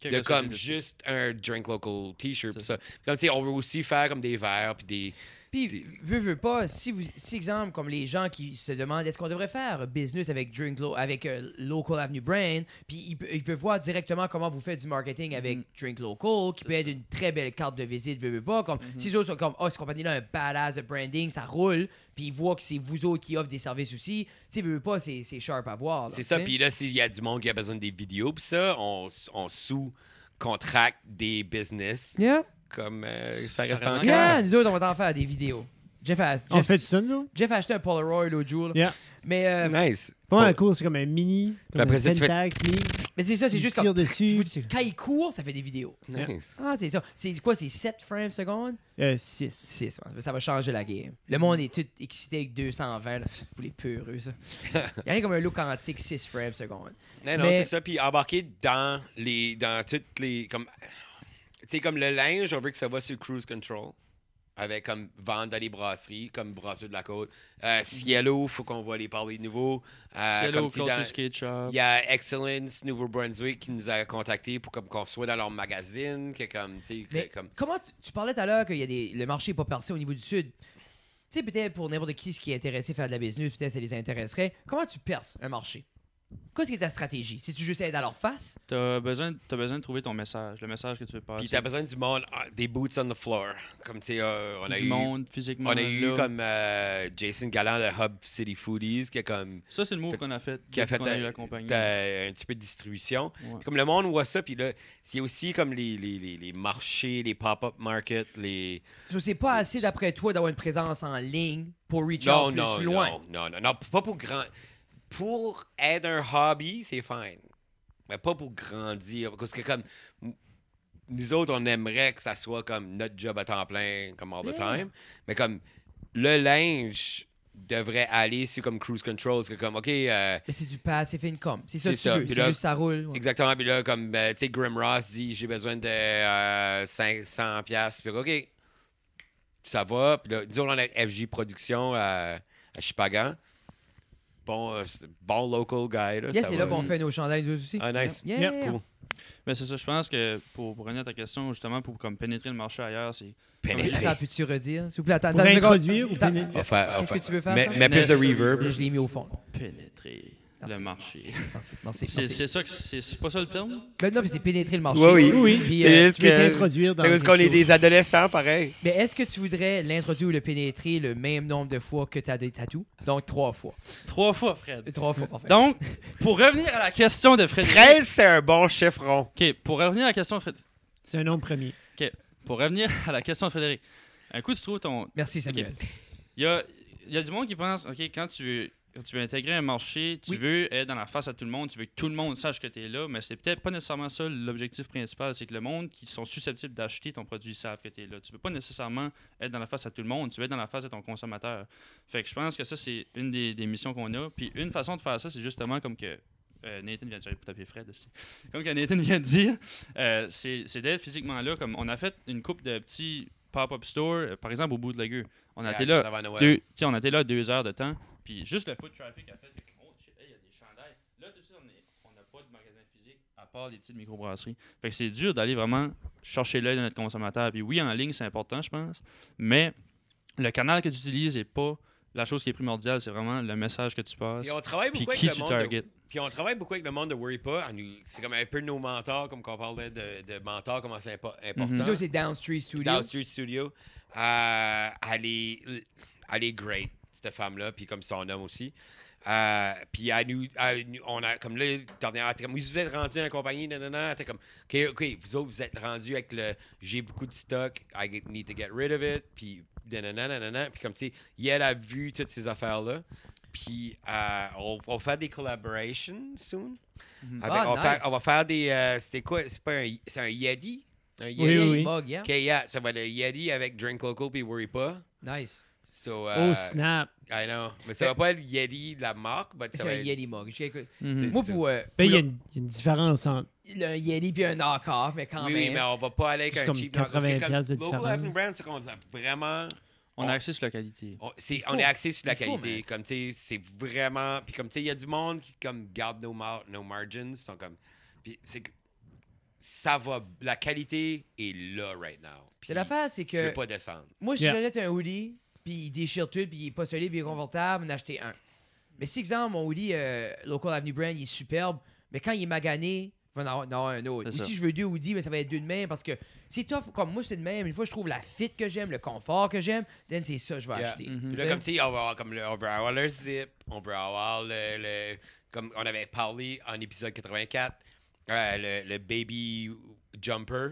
[SPEAKER 3] Quelque
[SPEAKER 4] de
[SPEAKER 3] chose
[SPEAKER 4] comme
[SPEAKER 3] de-
[SPEAKER 4] juste un drink local t-shirt
[SPEAKER 3] C'est
[SPEAKER 4] pis ça. Comme tu sais, on veut aussi faire comme des verres puis des
[SPEAKER 1] Puis, veux, veux pas, si, vous, si exemple, comme les gens qui se demandent est-ce qu'on devrait faire business avec Drink Lo- avec euh, Local Avenue Brand, puis ils, pe- ils peuvent voir directement comment vous faites du marketing avec
[SPEAKER 3] Mhm.
[SPEAKER 1] Drink Local, qui peut
[SPEAKER 3] C'est
[SPEAKER 1] être une très belle carte de visite, veux, veux pas. Comme, Si les autres sont comme, oh, cette compagnie-là a un badass de branding, ça roule, puis ils voient que c'est vous autres qui offrent des services aussi, si veux, veux pas, c'est c'est sharp à voir. là,
[SPEAKER 4] C'est ça.
[SPEAKER 1] tu sais.
[SPEAKER 4] Puis là, s'il y a du monde qui a besoin des vidéos, puis ça, on, s- on sous-contracte des business
[SPEAKER 1] Yeah. comme.
[SPEAKER 4] comme euh,
[SPEAKER 3] Ça
[SPEAKER 4] ça reste
[SPEAKER 3] reste
[SPEAKER 4] en
[SPEAKER 3] en
[SPEAKER 4] cœur.
[SPEAKER 1] Yeah, nous autres, on va en faire des vidéos. Jeff a, Jeff,
[SPEAKER 2] On fait ça, nous?
[SPEAKER 1] Jeff a acheté un Polaroid l'autre jour. là.
[SPEAKER 2] Yeah.
[SPEAKER 1] Mais, euh,
[SPEAKER 4] Nice.
[SPEAKER 2] Pas mal cool, c'est comme un mini. Comme
[SPEAKER 4] après
[SPEAKER 2] un
[SPEAKER 4] ça, tu fais-
[SPEAKER 2] Pentax mini.
[SPEAKER 1] mais c'est ça, c'est
[SPEAKER 2] Tu
[SPEAKER 1] juste
[SPEAKER 2] tires
[SPEAKER 1] comme.
[SPEAKER 2] dessus.
[SPEAKER 1] vous-
[SPEAKER 2] c'est-
[SPEAKER 1] quand il court, ça fait des vidéos.
[SPEAKER 4] Nice.
[SPEAKER 1] Ah, c'est ça. C'est quoi, c'est 7 frames seconde?
[SPEAKER 2] Euh, six.
[SPEAKER 1] 6. Ça va changer la game. Le monde est tout excité avec 220. Là. Vous les peureux, ça. Il y a rien comme un look antique 6 frames seconde.
[SPEAKER 4] Non, non,
[SPEAKER 1] Mais-
[SPEAKER 4] c'est ça. Puis embarquer dans les. dans toutes les. comme. Tu sais, comme le linge, on veut que ça va sur cruise control. Avec comme vendre dans les brasseries, comme Brasseux de la Côte. Euh, Cielo, faut qu'on va les parler de nouveau. Euh,
[SPEAKER 3] Mhm. Cielo,
[SPEAKER 4] comme tu sais,
[SPEAKER 3] Culture
[SPEAKER 4] dans-
[SPEAKER 3] Skate Shop.
[SPEAKER 4] Il y a Excellence Nouveau Brunswick qui nous a contactés pour comme qu'on soit dans leur magazine, que comme tu sais, que
[SPEAKER 1] Mais
[SPEAKER 4] comme
[SPEAKER 1] comment tu, tu parlais tout à l'heure que y a des, le marché n'est pas percé au niveau du Sud? Tu sais, peut-être pour n'importe qui ce qui est intéressé à faire de la business, peut-être ça les intéresserait. Comment tu perces un marché? Qu'est-ce qui est ta stratégie? Si tu juste être à leur face?
[SPEAKER 3] T'as besoin, t'as besoin de trouver ton message, le message que tu veux passer.
[SPEAKER 4] puis t'as besoin du monde, ah, des boots on the floor, comme tu sais, euh, on a
[SPEAKER 3] du
[SPEAKER 4] eu,
[SPEAKER 3] monde physiquement.
[SPEAKER 4] on a eu
[SPEAKER 3] là.
[SPEAKER 4] comme euh, Jason Gallant de Hub City Foodies qui a comme
[SPEAKER 3] Ça, c'est le move qu'on a fait.
[SPEAKER 4] qui a
[SPEAKER 3] depuis
[SPEAKER 4] fait
[SPEAKER 3] qu'on a eu
[SPEAKER 4] euh,
[SPEAKER 3] la compagnie.
[SPEAKER 1] Mm.
[SPEAKER 4] t'as un petit peu de distribution.
[SPEAKER 3] Ouais.
[SPEAKER 4] Comme le monde voit ça, puis là, c'est aussi comme les, les, les, les marchés, les pop-up markets, les
[SPEAKER 1] Je sais pas assez d'après toi d'avoir une présence en ligne pour reach out
[SPEAKER 4] non
[SPEAKER 1] plus
[SPEAKER 4] non,
[SPEAKER 1] loin.
[SPEAKER 4] non non non non, pas pour grand, pour être un hobby, c'est fine. mais pas pour grandir. Parce que comme m- nous autres, on aimerait que ça soit comme notre job à temps plein, comme all the
[SPEAKER 1] Yeah.
[SPEAKER 4] time. Mais comme le linge devrait aller sur comme cruise control, c'est comme OK, euh,
[SPEAKER 1] Mais c'est du passive income. C'est ça que
[SPEAKER 4] C'est
[SPEAKER 1] tu
[SPEAKER 4] ça.
[SPEAKER 1] veux.
[SPEAKER 4] Puis
[SPEAKER 1] C'est
[SPEAKER 4] là-
[SPEAKER 1] juste ça roule. ouais.
[SPEAKER 4] exactement. Puis là, comme euh, tu sais, Grim Ross dit, j'ai besoin de euh, 500 pièces. Puis OK, ça va. Puis là, disons on a FJ Production à, à Chipagan. Bon, euh, c'est- bon local guy. Là,
[SPEAKER 1] Yeah,
[SPEAKER 4] ça
[SPEAKER 1] c'est
[SPEAKER 4] va.
[SPEAKER 1] là qu'on fait nos chandails nous aussi.
[SPEAKER 4] Ah, nice.
[SPEAKER 1] Yeah.
[SPEAKER 2] Yep.
[SPEAKER 4] Cool.
[SPEAKER 3] Mais c'est ça, je pense que pour, pour revenir à ta question, justement, pour comme pénétrer le marché ailleurs, c'est.
[SPEAKER 4] Pénétrer.
[SPEAKER 1] Attends, Peux-tu redire, s'il vous plaît? Attends,
[SPEAKER 2] Pour
[SPEAKER 1] attends une seconde.
[SPEAKER 2] introduire ou
[SPEAKER 1] Attends.
[SPEAKER 2] pénétrer?
[SPEAKER 4] On va faire- on va
[SPEAKER 1] Qu'est-ce que
[SPEAKER 4] faire-
[SPEAKER 1] tu veux faire,
[SPEAKER 4] Mets,
[SPEAKER 1] ça?
[SPEAKER 4] mets plus de reverb.
[SPEAKER 1] Je l'ai mis au fond.
[SPEAKER 3] Pénétrer
[SPEAKER 1] Merci.
[SPEAKER 3] le marché.
[SPEAKER 1] Merci, merci,
[SPEAKER 3] C'est
[SPEAKER 1] merci.
[SPEAKER 3] c'est ça, que- c'est c'est pas ça le terme?
[SPEAKER 1] Ben non, mais c'est pénétrer le marché.
[SPEAKER 4] Oui, oui.
[SPEAKER 2] Oui,
[SPEAKER 1] Puis,
[SPEAKER 4] C'est
[SPEAKER 1] euh,
[SPEAKER 4] juste
[SPEAKER 2] tu veux
[SPEAKER 4] que-
[SPEAKER 2] t'introduire dans
[SPEAKER 4] C'est parce
[SPEAKER 2] quelque
[SPEAKER 4] qu'on est
[SPEAKER 2] chose.
[SPEAKER 4] des adolescents, pareil.
[SPEAKER 1] mais est-ce que tu voudrais l'introduire ou le pénétrer le même nombre de fois que tu as des tatous? Donc, trois fois.
[SPEAKER 3] Trois fois, Fred.
[SPEAKER 1] Trois fois, parfait.
[SPEAKER 3] Donc, pour revenir à la question de Fred.
[SPEAKER 4] 13, c'est un bon chiffre rond.
[SPEAKER 3] OK, pour revenir à la question de Fred.
[SPEAKER 2] C'est un nom premier.
[SPEAKER 3] Pour revenir à la question de Frédéric. Un coup, tu trouves ton.
[SPEAKER 1] Merci, Samuel.
[SPEAKER 3] Il y a, il y a du monde qui pense, OK, quand tu veux, quand tu veux intégrer un marché, tu
[SPEAKER 1] Oui.
[SPEAKER 3] veux être dans la face à tout le monde, tu veux que tout le monde sache que tu es là, mais c'est peut-être pas nécessairement ça l'objectif principal. C'est que le monde qui sont susceptibles d'acheter ton produit savent que tu es là. Tu veux pas nécessairement être dans la face à tout le monde, tu veux être dans la face de ton consommateur. Fait que je pense que ça, c'est une des, des missions qu'on a. Puis une façon de faire ça, c'est justement comme que. euh, Nathan vient de dire, taper Fred aussi. Comme que Nathan vient de dire, euh, c'est c'est d'être physiquement là. Comme on a fait une coupe de petits pop-up store, euh, par exemple au bout de la gueule. On a été là
[SPEAKER 4] Avant Noël.
[SPEAKER 3] deux- tu sais, on était là deux heures de temps, puis juste le foot traffic a fait que, oh shit, hey, il y a des chandails. Là, tout de suite, on est- on n'a pas de magasin physique à part les petites microbrasseries. Fait que c'est dur d'aller vraiment chercher l'œil de notre consommateur. Puis oui, en ligne, c'est important, je pense, mais le canal que tu utilises n'est pas la chose qui est primordiale, c'est vraiment le message que tu passes,
[SPEAKER 4] Puis on travaille
[SPEAKER 3] puis
[SPEAKER 4] beaucoup
[SPEAKER 3] qui
[SPEAKER 4] avec
[SPEAKER 3] tu
[SPEAKER 4] le monde. de-
[SPEAKER 3] target.
[SPEAKER 4] Puis on travaille beaucoup avec le monde de Worry Pas. On nous- C'est comme un peu nos mentors, comme qu'on parlait de, de mentors, comment c'est impo- important.
[SPEAKER 1] Puis ça, c'est Downstreet Studio.
[SPEAKER 4] Dans Street Studio. Euh, elle, est, elle est great, cette femme-là, puis comme son homme aussi. Euh, puis elle nous, elle nous- on a comme là, dernière, elle était comme, Oui, vous êtes rendu en compagnie, nanana, elle était comme, ok, ok, vous autres, vous êtes rendu avec le, j'ai beaucoup de stock, I get- need to get rid of it, puis nanana, nanana, puis comme tu sais, elle a vu toutes ces affaires-là, puis euh, on, on fait des collaborations soon.
[SPEAKER 3] Mhm.
[SPEAKER 4] Avec-
[SPEAKER 1] Ah,
[SPEAKER 4] on, va
[SPEAKER 1] nice.
[SPEAKER 4] faire- on va faire des, euh, c'était quoi, c'est pas un, c'est un yadi, un
[SPEAKER 1] Yeah,
[SPEAKER 4] yadi?
[SPEAKER 2] Oui,
[SPEAKER 1] yeah,
[SPEAKER 2] oui.
[SPEAKER 1] il bug, yeah.
[SPEAKER 4] Ok, yeah, ça va le Yeti avec Drink Local puis Worry Pas.
[SPEAKER 1] Nice.
[SPEAKER 4] So,
[SPEAKER 2] Oh,
[SPEAKER 4] euh,
[SPEAKER 2] snap.
[SPEAKER 4] I know. Mais ça va pas être Yeti de la marque, mais
[SPEAKER 1] C'est
[SPEAKER 4] ça va
[SPEAKER 1] un
[SPEAKER 4] être...
[SPEAKER 1] Yeti mug. J'ai-
[SPEAKER 3] Mhm.
[SPEAKER 1] Moi,
[SPEAKER 4] ça.
[SPEAKER 1] pour, euh,
[SPEAKER 2] Ben, il y, a
[SPEAKER 1] pour
[SPEAKER 2] une il y a une différence entre.
[SPEAKER 1] le- un Yeti puis un knock-off, mais quand
[SPEAKER 4] Oui, oui,
[SPEAKER 1] même.
[SPEAKER 4] mais on va pas aller avec
[SPEAKER 2] Juste
[SPEAKER 4] un
[SPEAKER 2] comme
[SPEAKER 4] cheap knock, parce que
[SPEAKER 2] 80 piastres de
[SPEAKER 4] comme
[SPEAKER 2] différence.
[SPEAKER 4] Local Avenue Brand, c'est qu'on a vraiment...
[SPEAKER 3] On a accès sur la qualité.
[SPEAKER 4] On c'est-
[SPEAKER 1] Il
[SPEAKER 4] on est,
[SPEAKER 1] faut.
[SPEAKER 4] axé sur la
[SPEAKER 1] Il faut,
[SPEAKER 4] qualité.
[SPEAKER 1] man.
[SPEAKER 4] Comme, tu sais, c'est vraiment... Puis comme, tu sais, il y a du monde qui, comme, garde nos, mar- nos margins. sont comme... Puis c'est que... Ça va... La qualité est là right now. Puis
[SPEAKER 1] C'est l'affaire, c'est
[SPEAKER 4] Je
[SPEAKER 1] que
[SPEAKER 4] veux pas descendre.
[SPEAKER 1] moi, si
[SPEAKER 2] Yeah.
[SPEAKER 1] j'achète un hoodie puis il déchire tout, puis il est pas solide, puis il est confortable, en acheter un. Mais si, exemple, mon Woody euh, Local Avenue Brand, il est superbe, mais quand il est magané, il va en avoir- en avoir un autre.
[SPEAKER 3] C'est
[SPEAKER 1] Ou
[SPEAKER 3] ça.
[SPEAKER 1] si je veux deux Woody, mais ça va être deux de même, parce que c'est tough. Comme moi, c'est de même. Une fois, je trouve la fit que j'aime, le confort que j'aime, then c'est ça que je vais
[SPEAKER 4] Yeah. Mm-hmm.
[SPEAKER 1] acheter.
[SPEAKER 3] Mhm.
[SPEAKER 4] Puis là, comme tu sais, on veut avoir, comme le, on veut avoir leur zip, on veut avoir le, le- Comme on avait parlé en épisode 84, euh, le, le baby jumper.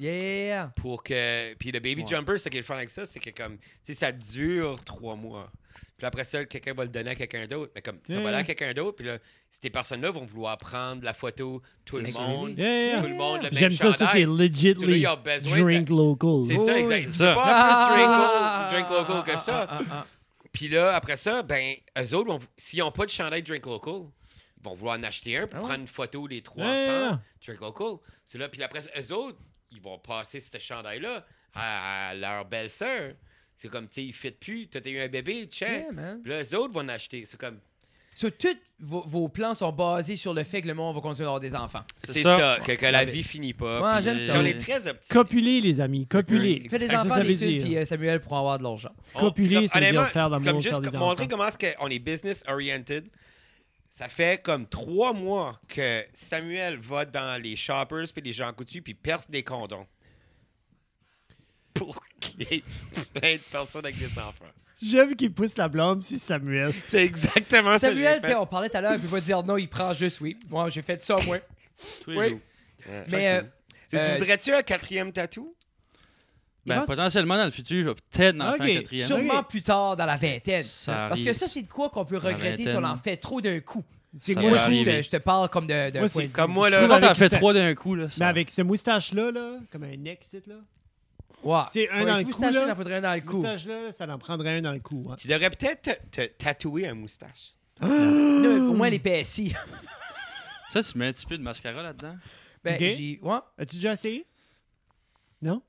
[SPEAKER 1] Yeah!
[SPEAKER 4] Pour que. Puis le baby
[SPEAKER 3] Ouais.
[SPEAKER 4] jumper, ce qui est le fun avec ça, c'est que comme. Tu sais, ça dure trois mois. Puis après ça, quelqu'un va le donner à quelqu'un d'autre. Mais comme, ça va
[SPEAKER 2] Yeah.
[SPEAKER 4] aller à quelqu'un d'autre. Puis là, ces personnes-là vont vouloir prendre la photo, tout le
[SPEAKER 1] C'est
[SPEAKER 4] monde.
[SPEAKER 1] sûr.
[SPEAKER 2] Yeah, yeah.
[SPEAKER 4] Tout le monde, le même
[SPEAKER 2] J'aime ça, ça c'est
[SPEAKER 4] chandaise. So là,
[SPEAKER 2] legitly
[SPEAKER 4] ils ont besoin de-
[SPEAKER 2] drink local.
[SPEAKER 4] C'est
[SPEAKER 1] Oui.
[SPEAKER 4] ça, exact. Tu
[SPEAKER 3] Ça.
[SPEAKER 2] Ah!
[SPEAKER 4] peux pas plus drink, lo- drink local que ça.
[SPEAKER 1] Ah, ah,
[SPEAKER 4] Puis là, après ça, ben, eux autres, vont vou- s'ils n'ont pas de chandail Drink Local, ils vont vouloir en acheter un pour
[SPEAKER 1] Ah ouais.
[SPEAKER 4] prendre une photo des trois
[SPEAKER 2] Ouais, ouais, ouais.
[SPEAKER 4] ensemble. Drink Local. C'est là, puis après ça, eux autres, ils vont passer ce chandail-là à, à leur belle-sœur. C'est comme, tu sais, ils fit plus. Toi, t'as eu un bébé,
[SPEAKER 1] ah.
[SPEAKER 4] tiens.
[SPEAKER 1] Yeah, man.
[SPEAKER 4] Puis là, eux autres vont en acheter. C'est comme,
[SPEAKER 1] So, tous vos, vos plans sont basés sur le fait que le monde va continuer à avoir des enfants.
[SPEAKER 3] C'est
[SPEAKER 4] c'est
[SPEAKER 3] ça.
[SPEAKER 4] ça, que, que la
[SPEAKER 1] Ouais.
[SPEAKER 4] vie finit pas.
[SPEAKER 1] Moi,
[SPEAKER 4] Ah, Puis
[SPEAKER 1] j'aime
[SPEAKER 4] si
[SPEAKER 1] ça.
[SPEAKER 4] on est très optimiste.
[SPEAKER 2] Copuler, les amis, copuler.
[SPEAKER 1] Fais des
[SPEAKER 2] Ça, ça
[SPEAKER 1] enfants,
[SPEAKER 2] veut
[SPEAKER 1] des trucs,
[SPEAKER 2] dire.
[SPEAKER 1] puis euh, Samuel pourra avoir de l'argent.
[SPEAKER 4] On-
[SPEAKER 2] Copuler,
[SPEAKER 4] c'est comme-
[SPEAKER 2] ça veut dire
[SPEAKER 4] honnêtement,
[SPEAKER 2] faire l'amour,
[SPEAKER 4] comme
[SPEAKER 2] faire
[SPEAKER 4] juste
[SPEAKER 2] des
[SPEAKER 4] comme montrer
[SPEAKER 2] enfants.
[SPEAKER 4] comment est-ce qu'on est business oriented. Ça fait comme trois mois que Samuel va dans les shoppers puis les gens coutus puis perce des condoms pour qu'il y ait plein de personnes avec des enfants.
[SPEAKER 2] J'aime qu'il pousse la blâme si Samuel.
[SPEAKER 4] C'est exactement ça. que j'ai
[SPEAKER 1] Samuel, tu
[SPEAKER 4] fait.
[SPEAKER 1] sais, on parlait tout à l'heure, il peut pas dire non, il prend juste oui. Moi, j'ai fait ça, moi.
[SPEAKER 3] Tous les
[SPEAKER 1] Oui.
[SPEAKER 3] jours.
[SPEAKER 1] Mais euh,
[SPEAKER 4] Ok. Tu- tu
[SPEAKER 1] euh,
[SPEAKER 4] voudrais-tu un quatrième tatou?
[SPEAKER 3] Ben,
[SPEAKER 1] Éventu-
[SPEAKER 3] potentiellement, dans le futur, je vais peut-être en
[SPEAKER 2] Ok,
[SPEAKER 3] faire un quatrième.
[SPEAKER 2] sur-
[SPEAKER 1] sûrement plus tard dans la vingtaine.
[SPEAKER 3] Ça
[SPEAKER 1] Parce que
[SPEAKER 3] arrive.
[SPEAKER 1] ça, c'est de quoi qu'on peut regretter si on
[SPEAKER 3] vingtaine.
[SPEAKER 1] en fait trop d'un coup.
[SPEAKER 2] C'est
[SPEAKER 3] Ça
[SPEAKER 2] moi
[SPEAKER 3] va
[SPEAKER 1] Moi,
[SPEAKER 2] aussi.
[SPEAKER 1] je
[SPEAKER 3] arriver.
[SPEAKER 1] te, je te parle comme de- d'un
[SPEAKER 2] Moi,
[SPEAKER 1] point
[SPEAKER 2] c'est
[SPEAKER 1] de
[SPEAKER 4] Comme moi,
[SPEAKER 2] Je
[SPEAKER 4] là.
[SPEAKER 2] trouve
[SPEAKER 3] Quand t'en
[SPEAKER 2] avec
[SPEAKER 3] fais
[SPEAKER 2] ça-
[SPEAKER 3] trois d'un coup, là.
[SPEAKER 2] Mais
[SPEAKER 3] ça-
[SPEAKER 2] avec ce moustache-là, là, comme un exit, là.
[SPEAKER 1] Ouais.
[SPEAKER 2] Tu sais, un
[SPEAKER 1] Ouais,
[SPEAKER 2] dans
[SPEAKER 1] si
[SPEAKER 2] le
[SPEAKER 1] vous
[SPEAKER 2] cou,
[SPEAKER 1] sachez,
[SPEAKER 2] là.
[SPEAKER 1] il en faudrait un dans le cou.
[SPEAKER 2] moustache-là, là, ça en prendrait un dans le cou. hein.
[SPEAKER 4] Tu devrais peut-être te, te tatouer un moustache.
[SPEAKER 1] Non, Au moins les PSI.
[SPEAKER 3] Ça, tu mets un petit peu de mascara là-dedans.
[SPEAKER 1] Ben,
[SPEAKER 2] Ok.
[SPEAKER 1] j'ai. Ouais.
[SPEAKER 2] As-tu déjà essayé? Non?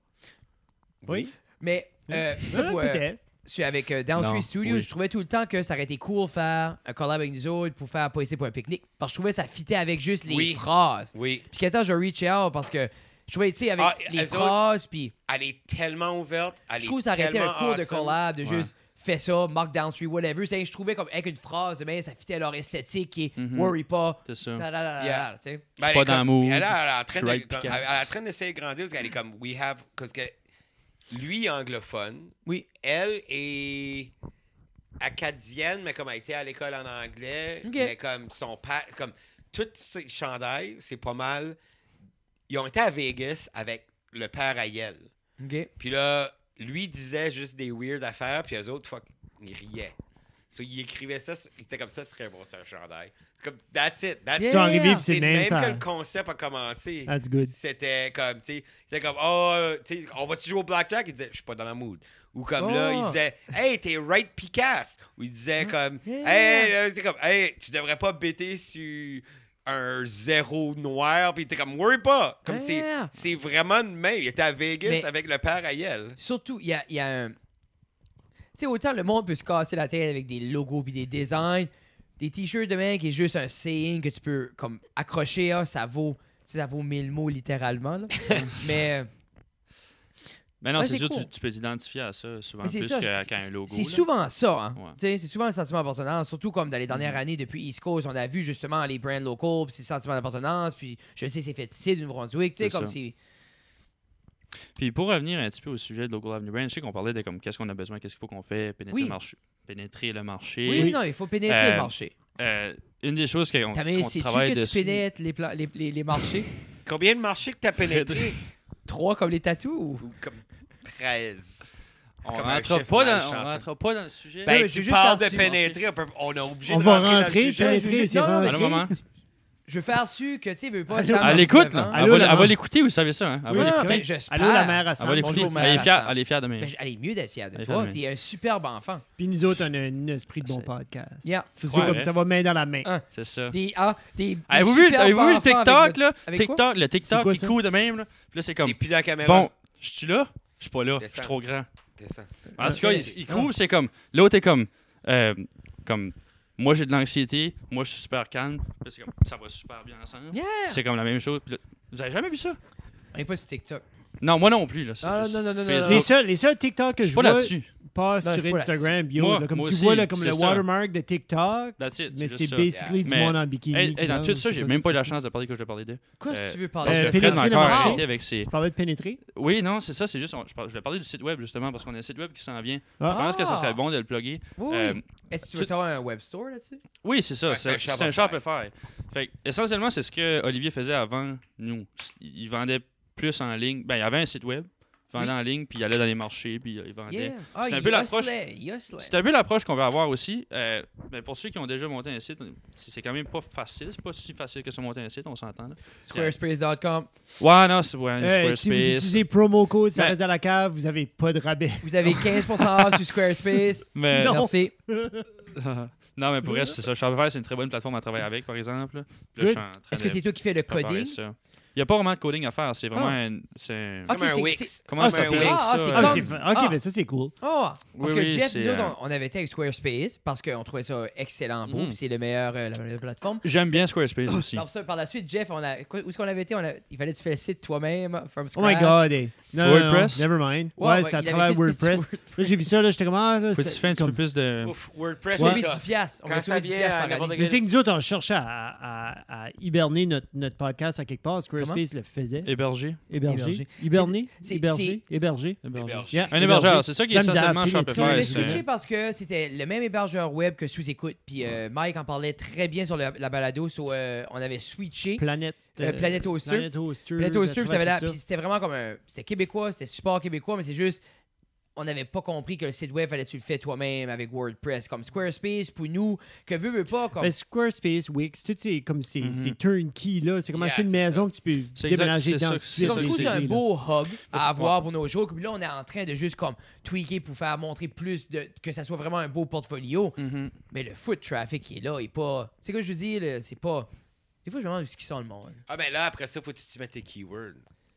[SPEAKER 2] Oui?
[SPEAKER 1] Mais, euh, ça,
[SPEAKER 2] Ah,
[SPEAKER 1] pour, euh,
[SPEAKER 2] Peut-être.
[SPEAKER 1] Je suis avec euh, Down
[SPEAKER 3] Non,
[SPEAKER 1] Street Studio,
[SPEAKER 3] oui.
[SPEAKER 1] je trouvais tout le temps que ça aurait été cool de faire un collab avec nous autres pour faire Pas ici pour un pique-nique. Parce que je trouvais ça fitait avec juste les
[SPEAKER 4] Oui.
[SPEAKER 1] phrases.
[SPEAKER 4] Oui.
[SPEAKER 1] Puis qu'attends, je reach out parce que je trouvais, tu sais, avec
[SPEAKER 4] Ah,
[SPEAKER 1] les
[SPEAKER 4] eux autres-
[SPEAKER 1] phrases, puis
[SPEAKER 4] Elle est tellement ouverte. Elle
[SPEAKER 1] je
[SPEAKER 4] est
[SPEAKER 1] trouve que ça aurait été un
[SPEAKER 4] tellement
[SPEAKER 1] cours de
[SPEAKER 4] awesome.
[SPEAKER 1] collab de
[SPEAKER 3] Ouais.
[SPEAKER 1] juste fais ça, mock Down Street, whatever. C'est- Je trouvais comme avec une phrase de même, ça fitait à leur esthétique et
[SPEAKER 3] Mhm.
[SPEAKER 1] worry pas.
[SPEAKER 3] C'est ça.
[SPEAKER 1] ta la la la
[SPEAKER 4] Yeah.
[SPEAKER 1] la, tu sais.
[SPEAKER 4] Ben, elle
[SPEAKER 3] Pas
[SPEAKER 4] est
[SPEAKER 3] dans
[SPEAKER 4] comme-
[SPEAKER 3] le mood.
[SPEAKER 4] Elle, elle, elle est en train de-
[SPEAKER 3] Shrek
[SPEAKER 4] comme- elle-
[SPEAKER 3] Picasso.
[SPEAKER 4] elle est en train d'essayer de grandir parce qu'elle est comme we have parce que lui est anglophone,
[SPEAKER 1] Oui.
[SPEAKER 4] elle est acadienne mais comme elle était à l'école en anglais,
[SPEAKER 1] Ok.
[SPEAKER 4] mais comme son père comme toutes ses chandails, c'est pas mal. Ils ont été à Vegas avec le père à Yale.
[SPEAKER 1] OK.
[SPEAKER 4] Puis là, lui disait juste des weird affaires, puis les autres, fuck, ils riaient. So, il écrivait ça, il était comme ça, ce serait bon, c'est un chandail. C'est Comme, that's it,
[SPEAKER 1] Yeah.
[SPEAKER 4] that's
[SPEAKER 2] Ils
[SPEAKER 4] it.
[SPEAKER 2] sont arrivés, puis
[SPEAKER 4] C'est
[SPEAKER 2] c'est
[SPEAKER 4] de
[SPEAKER 2] le même
[SPEAKER 4] même que
[SPEAKER 2] ça. Ah,
[SPEAKER 4] le concept a commencé.
[SPEAKER 2] That's good.
[SPEAKER 4] C'était comme, tu sais, c'était comme, oh, euh, tu sais, on va-tu jouer au blackjack? Il disait, je suis pas dans la mood. Ou comme là, il
[SPEAKER 1] Oh. Hein?
[SPEAKER 4] disait, hey, t'es right Picasso. Ou il disait comme,
[SPEAKER 1] Yeah.
[SPEAKER 4] hey, là, c'est comme, hey, tu devrais pas bêter sur un zéro noir. Puis t'es comme, worry pas. Comme c'est-
[SPEAKER 1] Yeah.
[SPEAKER 4] c'est vraiment de même. Il était à Vegas
[SPEAKER 1] Mais-
[SPEAKER 4] avec le père à Yale.
[SPEAKER 1] Surtout, il y a, il y a un. Tu sais, autant le monde peut se casser la tête avec des logos puis des designs, des t-shirts de mec qui est juste un saying que tu peux comme accrocher, ah, ça vaut. tu sais, ça vaut mille mots littéralement. là. mais euh,
[SPEAKER 3] Mais Ben non,
[SPEAKER 1] Ouais,
[SPEAKER 3] c'est
[SPEAKER 1] c'est
[SPEAKER 3] sûr,
[SPEAKER 1] cool.
[SPEAKER 3] tu, tu peux t'identifier à ça souvent
[SPEAKER 1] mais c'est
[SPEAKER 3] plus
[SPEAKER 1] ça.
[SPEAKER 3] qu'à
[SPEAKER 1] c'est-
[SPEAKER 3] qu'à un logo.
[SPEAKER 1] c'est
[SPEAKER 3] là.
[SPEAKER 1] souvent ça. Hein.
[SPEAKER 3] Ouais. Mm-hmm.
[SPEAKER 1] Tu sais, C'est souvent un sentiment d'appartenance. Surtout comme dans les dernières années, depuis East Coast, on a vu justement les brands locaux, puis c'est le sentiment d'appartenance. Puis je sais, c'est fait ici, du Brunswick. Tu sais,
[SPEAKER 3] C'est
[SPEAKER 1] comme
[SPEAKER 3] ça.
[SPEAKER 1] si.
[SPEAKER 3] Puis pour revenir un petit peu au sujet de Local Avenue Brand, je sais qu'on parlait de comme qu'est-ce qu'on a besoin, qu'est-ce qu'il faut qu'on fait, pénétrer,
[SPEAKER 1] Oui.
[SPEAKER 3] le marché, pénétrer le marché.
[SPEAKER 1] Oui, non, il faut pénétrer
[SPEAKER 3] Euh,
[SPEAKER 1] le marché.
[SPEAKER 3] Euh, une des choses qu'on
[SPEAKER 1] T'as mais
[SPEAKER 3] qu'on
[SPEAKER 1] sais-tu
[SPEAKER 3] travaille
[SPEAKER 1] que tu
[SPEAKER 3] dessus.
[SPEAKER 1] pénètres les, pla- les, les, les marchés?
[SPEAKER 4] Combien de marchés que t'as pénétré?
[SPEAKER 1] Trois comme les tatous? ou-
[SPEAKER 4] Ou comme 13.
[SPEAKER 3] on
[SPEAKER 4] comme un
[SPEAKER 3] rentre
[SPEAKER 4] chiffre
[SPEAKER 3] pas
[SPEAKER 4] mal
[SPEAKER 3] dans, on
[SPEAKER 4] chanceux.
[SPEAKER 3] rentre pas dans le sujet.
[SPEAKER 1] Non,
[SPEAKER 4] Ben,
[SPEAKER 1] mais
[SPEAKER 4] tu
[SPEAKER 1] j'ai juste
[SPEAKER 4] parles de
[SPEAKER 1] reçu-
[SPEAKER 4] pénétrer. On, peut- on est obligé
[SPEAKER 2] On
[SPEAKER 4] de
[SPEAKER 2] va
[SPEAKER 4] rentrer, dans
[SPEAKER 2] rentrer,
[SPEAKER 4] le sujet.
[SPEAKER 1] je-
[SPEAKER 2] pénétrer, c'est
[SPEAKER 1] non, non,
[SPEAKER 2] vrai.
[SPEAKER 1] mais
[SPEAKER 3] Allô, maman.
[SPEAKER 1] Je veux faire su que, tu sais, veux Ah, pas
[SPEAKER 2] Allô?
[SPEAKER 1] Sam
[SPEAKER 3] Elle l'écoute, là. Elle
[SPEAKER 2] Allô,
[SPEAKER 3] va-
[SPEAKER 2] la
[SPEAKER 3] Elle va
[SPEAKER 2] maman.
[SPEAKER 3] l'écouter, vous savez ça. Hein? Elle
[SPEAKER 1] Oui,
[SPEAKER 3] va l'écouter.
[SPEAKER 1] non, ben, j'espère.
[SPEAKER 2] Allô, la mère à
[SPEAKER 3] Elle va
[SPEAKER 2] Sam.
[SPEAKER 3] l'écouter.
[SPEAKER 1] bonjour,
[SPEAKER 3] Elle est
[SPEAKER 1] mère,
[SPEAKER 3] fière,
[SPEAKER 1] Sam.
[SPEAKER 3] elle est fière de mes-
[SPEAKER 1] Ben, j- elle est mieux d'être fière de
[SPEAKER 3] Elle est
[SPEAKER 1] toi.
[SPEAKER 3] fière de
[SPEAKER 1] T'es un superbe enfant.
[SPEAKER 2] Puis nous autres, on a un esprit de bon
[SPEAKER 3] C'est-
[SPEAKER 2] podcast.
[SPEAKER 1] Yeah.
[SPEAKER 2] Ça, c'est
[SPEAKER 3] Ouais,
[SPEAKER 2] comme
[SPEAKER 3] ouais.
[SPEAKER 2] ça va main dans la main.
[SPEAKER 1] Ah.
[SPEAKER 3] C'est ça.
[SPEAKER 1] Des, ah, des, des
[SPEAKER 3] Avez-vous vu,
[SPEAKER 1] superbes
[SPEAKER 3] avez-vous vu le
[SPEAKER 1] enfants avec
[SPEAKER 3] TikTok,
[SPEAKER 1] notre-
[SPEAKER 3] là?
[SPEAKER 1] avec quoi?
[SPEAKER 3] TikTok, le TikTok
[SPEAKER 2] quoi,
[SPEAKER 3] qui
[SPEAKER 2] ça?
[SPEAKER 3] court de même, là. Puis là, c'est comme,
[SPEAKER 4] T'es plus dans la caméra.
[SPEAKER 3] bon, je suis là? Je suis pas là, je suis
[SPEAKER 4] Descends.
[SPEAKER 3] trop grand.
[SPEAKER 4] Descends.
[SPEAKER 3] En tout cas, il, il
[SPEAKER 1] Ah.
[SPEAKER 3] court, c'est comme. L'autre est comme. euh, comme. Moi, j'ai de l'anxiété. Moi, je suis super calme. Puis c'est comme. Ça va super bien ensemble.
[SPEAKER 1] Yeah!
[SPEAKER 3] C'est comme la même chose. Puis là, vous avez jamais vu ça?
[SPEAKER 1] On est pas sur TikTok.
[SPEAKER 3] Non, moi non plus. Là, C'est
[SPEAKER 1] Ah,
[SPEAKER 3] juste
[SPEAKER 1] non, non, non, non,
[SPEAKER 3] Facebook.
[SPEAKER 1] non.
[SPEAKER 2] Les seuls, les seuls TikTok que
[SPEAKER 3] Je
[SPEAKER 2] je,
[SPEAKER 3] suis pas
[SPEAKER 2] vois
[SPEAKER 3] là-dessus.
[SPEAKER 2] pas
[SPEAKER 1] Non, je
[SPEAKER 2] sur
[SPEAKER 1] suis pas
[SPEAKER 2] Instagram, bio.
[SPEAKER 3] Moi-
[SPEAKER 2] là, comme
[SPEAKER 3] moi
[SPEAKER 2] tu
[SPEAKER 3] aussi,
[SPEAKER 2] vois, là, comme le
[SPEAKER 3] c'est ça.
[SPEAKER 2] watermark de TikTok.
[SPEAKER 3] That's it.
[SPEAKER 2] Mais
[SPEAKER 3] juste
[SPEAKER 2] c'est
[SPEAKER 3] ça.
[SPEAKER 2] basically du
[SPEAKER 3] Mais-
[SPEAKER 2] monde en bikini.
[SPEAKER 3] Hey,
[SPEAKER 2] qui
[SPEAKER 3] hey, dans
[SPEAKER 2] danse,
[SPEAKER 3] tout
[SPEAKER 2] je
[SPEAKER 3] ça,
[SPEAKER 2] sais
[SPEAKER 3] j'ai
[SPEAKER 2] pas
[SPEAKER 3] même
[SPEAKER 2] si
[SPEAKER 3] pas eu
[SPEAKER 2] c'est
[SPEAKER 3] la
[SPEAKER 2] ça.
[SPEAKER 3] chance de parler que je l'ai parlé d'eux.
[SPEAKER 1] Quoi
[SPEAKER 3] Euh,
[SPEAKER 1] que tu veux
[SPEAKER 3] Parce
[SPEAKER 1] parler?
[SPEAKER 2] Euh,
[SPEAKER 3] que
[SPEAKER 2] pénétrer
[SPEAKER 3] Fred a
[SPEAKER 2] le
[SPEAKER 3] encore
[SPEAKER 1] marché.
[SPEAKER 3] arrêté avec ses.
[SPEAKER 2] Tu parlais de pénétrer?
[SPEAKER 3] Oui, non, c'est ça, c'est juste. on- je, par- je vais parler du site web justement parce qu'on a un site web qui s'en vient. Je
[SPEAKER 2] Ah.
[SPEAKER 3] pense que ce serait
[SPEAKER 1] Ah.
[SPEAKER 3] bon de le plugger.
[SPEAKER 1] Oui, oui.
[SPEAKER 3] Euh,
[SPEAKER 1] Est-ce que tu
[SPEAKER 3] tu-
[SPEAKER 1] veux savoir un web store là-dessus?
[SPEAKER 3] Oui, c'est ça.
[SPEAKER 4] Ouais,
[SPEAKER 3] c'est c'est un shop à faire. Fait que, essentiellement, c'est ce que Olivier faisait avant nous. Il vendait plus en ligne. Ben, il avait un site web, il vendait en ligne, puis il allait dans les marchés, puis il vendait.
[SPEAKER 1] Yeah. Ah,
[SPEAKER 3] C'est un
[SPEAKER 1] il
[SPEAKER 3] peu l'approche-
[SPEAKER 1] hustlait, il hustlait.
[SPEAKER 3] C'est un peu l'approche qu'on veut avoir aussi. Euh, ben, pour ceux qui ont déjà monté un site, c'est c'est quand même pas facile. C'est pas si facile que se monter un site, on s'entend. là.
[SPEAKER 1] Squarespace.com.
[SPEAKER 3] Ouais, non, c'est ouais,
[SPEAKER 2] Euh, Si vous
[SPEAKER 3] Squarespace.
[SPEAKER 2] utilisez promo code, ça
[SPEAKER 3] Ben-
[SPEAKER 2] reste à la cave, vous avez pas de rabais.
[SPEAKER 1] Vous avez 15% off sur Squarespace.
[SPEAKER 3] mais
[SPEAKER 2] Non.
[SPEAKER 1] Merci.
[SPEAKER 3] non, mais pour elle, c'est ça. Shopify, c'est une très bonne plateforme à travailler avec, par exemple. là. Puis là, je suis en train
[SPEAKER 1] Est-ce que
[SPEAKER 3] de
[SPEAKER 1] c'est toi qui fais le
[SPEAKER 3] préparer
[SPEAKER 1] coding?
[SPEAKER 3] ça. Il n'y a pas vraiment de coding à faire. C'est vraiment
[SPEAKER 1] Ah.
[SPEAKER 3] un. c'est un-
[SPEAKER 1] Ok,
[SPEAKER 4] Comme un
[SPEAKER 1] c'est-
[SPEAKER 4] Wix.
[SPEAKER 1] c'est-
[SPEAKER 3] Comment ça
[SPEAKER 4] Comme un
[SPEAKER 3] s'appelle
[SPEAKER 4] Wix.
[SPEAKER 1] Ah,
[SPEAKER 3] ça,
[SPEAKER 1] c'est
[SPEAKER 3] euh,
[SPEAKER 2] Ah, mais
[SPEAKER 1] comme-
[SPEAKER 2] c'est- ok,
[SPEAKER 1] Ah.
[SPEAKER 2] mais ça, c'est cool.
[SPEAKER 1] Oh! Parce
[SPEAKER 3] Oui,
[SPEAKER 1] que
[SPEAKER 3] oui,
[SPEAKER 1] Jeff,
[SPEAKER 3] c'est,
[SPEAKER 1] nous autres,
[SPEAKER 3] euh,
[SPEAKER 1] on on avait été avec Squarespace parce qu'on trouvait ça excellent beau,
[SPEAKER 3] Mhm.
[SPEAKER 1] puis c'est le meilleur, euh, la meilleure plateforme.
[SPEAKER 3] J'aime bien Squarespace aussi.
[SPEAKER 1] Par, ça, par la suite, Jeff, on a, quoi- où est-ce qu'on avait été? On a- il fallait que tu fais le site toi-même, from
[SPEAKER 2] Oh
[SPEAKER 1] scratch.
[SPEAKER 2] my god, hey. Non, non,
[SPEAKER 3] WordPress?
[SPEAKER 2] Non, never mind.
[SPEAKER 1] Ouais,
[SPEAKER 2] Ouais,
[SPEAKER 1] ouais,
[SPEAKER 2] c'était à
[SPEAKER 1] il avait
[SPEAKER 2] travers
[SPEAKER 1] tout fait sur
[SPEAKER 2] WordPress. Là, j'ai vu ça, là, j'étais comme, ah, là,
[SPEAKER 3] Peux-tu
[SPEAKER 2] c'est
[SPEAKER 3] faire un petit peu
[SPEAKER 2] comme-
[SPEAKER 3] plus de.
[SPEAKER 4] Ouf, WordPress,
[SPEAKER 1] On a
[SPEAKER 4] c'est
[SPEAKER 1] sauvé 10
[SPEAKER 4] tough.
[SPEAKER 1] piastres. On a
[SPEAKER 4] Quand ça
[SPEAKER 1] sauvé 10
[SPEAKER 4] vient
[SPEAKER 1] piastres
[SPEAKER 4] à
[SPEAKER 1] par
[SPEAKER 4] n'importe
[SPEAKER 1] année.
[SPEAKER 2] Mais c'est que nous autres, on cherchait à, à- à hiberner notre, notre podcast à quelque part. Squarespace le faisait.
[SPEAKER 3] Héberger.
[SPEAKER 2] Héberger.
[SPEAKER 1] Héberger.
[SPEAKER 2] Hiberner.
[SPEAKER 1] C'est-
[SPEAKER 2] Héberger. Héberger.
[SPEAKER 4] Héberger.
[SPEAKER 2] Yeah,
[SPEAKER 3] Un hébergeur,
[SPEAKER 2] héberger.
[SPEAKER 3] c'est ça qui est
[SPEAKER 2] La misère,
[SPEAKER 3] essentiellement
[SPEAKER 2] puis les
[SPEAKER 1] Puis on avait
[SPEAKER 3] Shopify. c'est-
[SPEAKER 1] switché parce que c'était le même hébergeur web que Sous-Écoute. Puis euh, Mike en parlait très bien sur la, la balado. so, euh, on avait switché.
[SPEAKER 2] Planète.
[SPEAKER 1] Euh, Planète Hoster.
[SPEAKER 2] Planète Hoster.
[SPEAKER 1] Puis là, Toaster, puis ça avait
[SPEAKER 2] tout
[SPEAKER 1] l'air- puis c'était vraiment comme un. C'était québécois, c'était support québécois, mais c'est juste. On n'avait pas compris que le site web fallait que tu le fais toi-même avec WordPress, comme Squarespace, pour nous, que veut, veut pas. Comme...
[SPEAKER 2] Ben, Squarespace, Wix, tout ces, comme ces,
[SPEAKER 3] Mhm.
[SPEAKER 2] ces turnkey là, c'est comme
[SPEAKER 4] Yeah,
[SPEAKER 2] acheter une
[SPEAKER 4] c'est
[SPEAKER 2] maison que tu peux
[SPEAKER 3] C'est exact-
[SPEAKER 2] déménager
[SPEAKER 3] c'est
[SPEAKER 2] dedans.
[SPEAKER 3] ça
[SPEAKER 2] tout
[SPEAKER 3] que-
[SPEAKER 2] de
[SPEAKER 3] c'est
[SPEAKER 1] C'est
[SPEAKER 2] suite,
[SPEAKER 3] ça
[SPEAKER 1] comme je
[SPEAKER 3] que
[SPEAKER 2] là.
[SPEAKER 1] trouve que c'est un
[SPEAKER 2] là.
[SPEAKER 1] beau hub
[SPEAKER 3] Parce-
[SPEAKER 1] à avoir pour nos jours. Puis là, on est en train de juste comme tweaker pour faire montrer plus de que ça soit vraiment un beau portfolio.
[SPEAKER 3] Mhm.
[SPEAKER 1] Mais le foot traffic qui est là est pas. C'est que je veux dire, là, c'est pas. Des fois, je me demande où ce qui sort le monde.
[SPEAKER 4] Ah, ben là, après ça, faut que tu mettes tes keywords.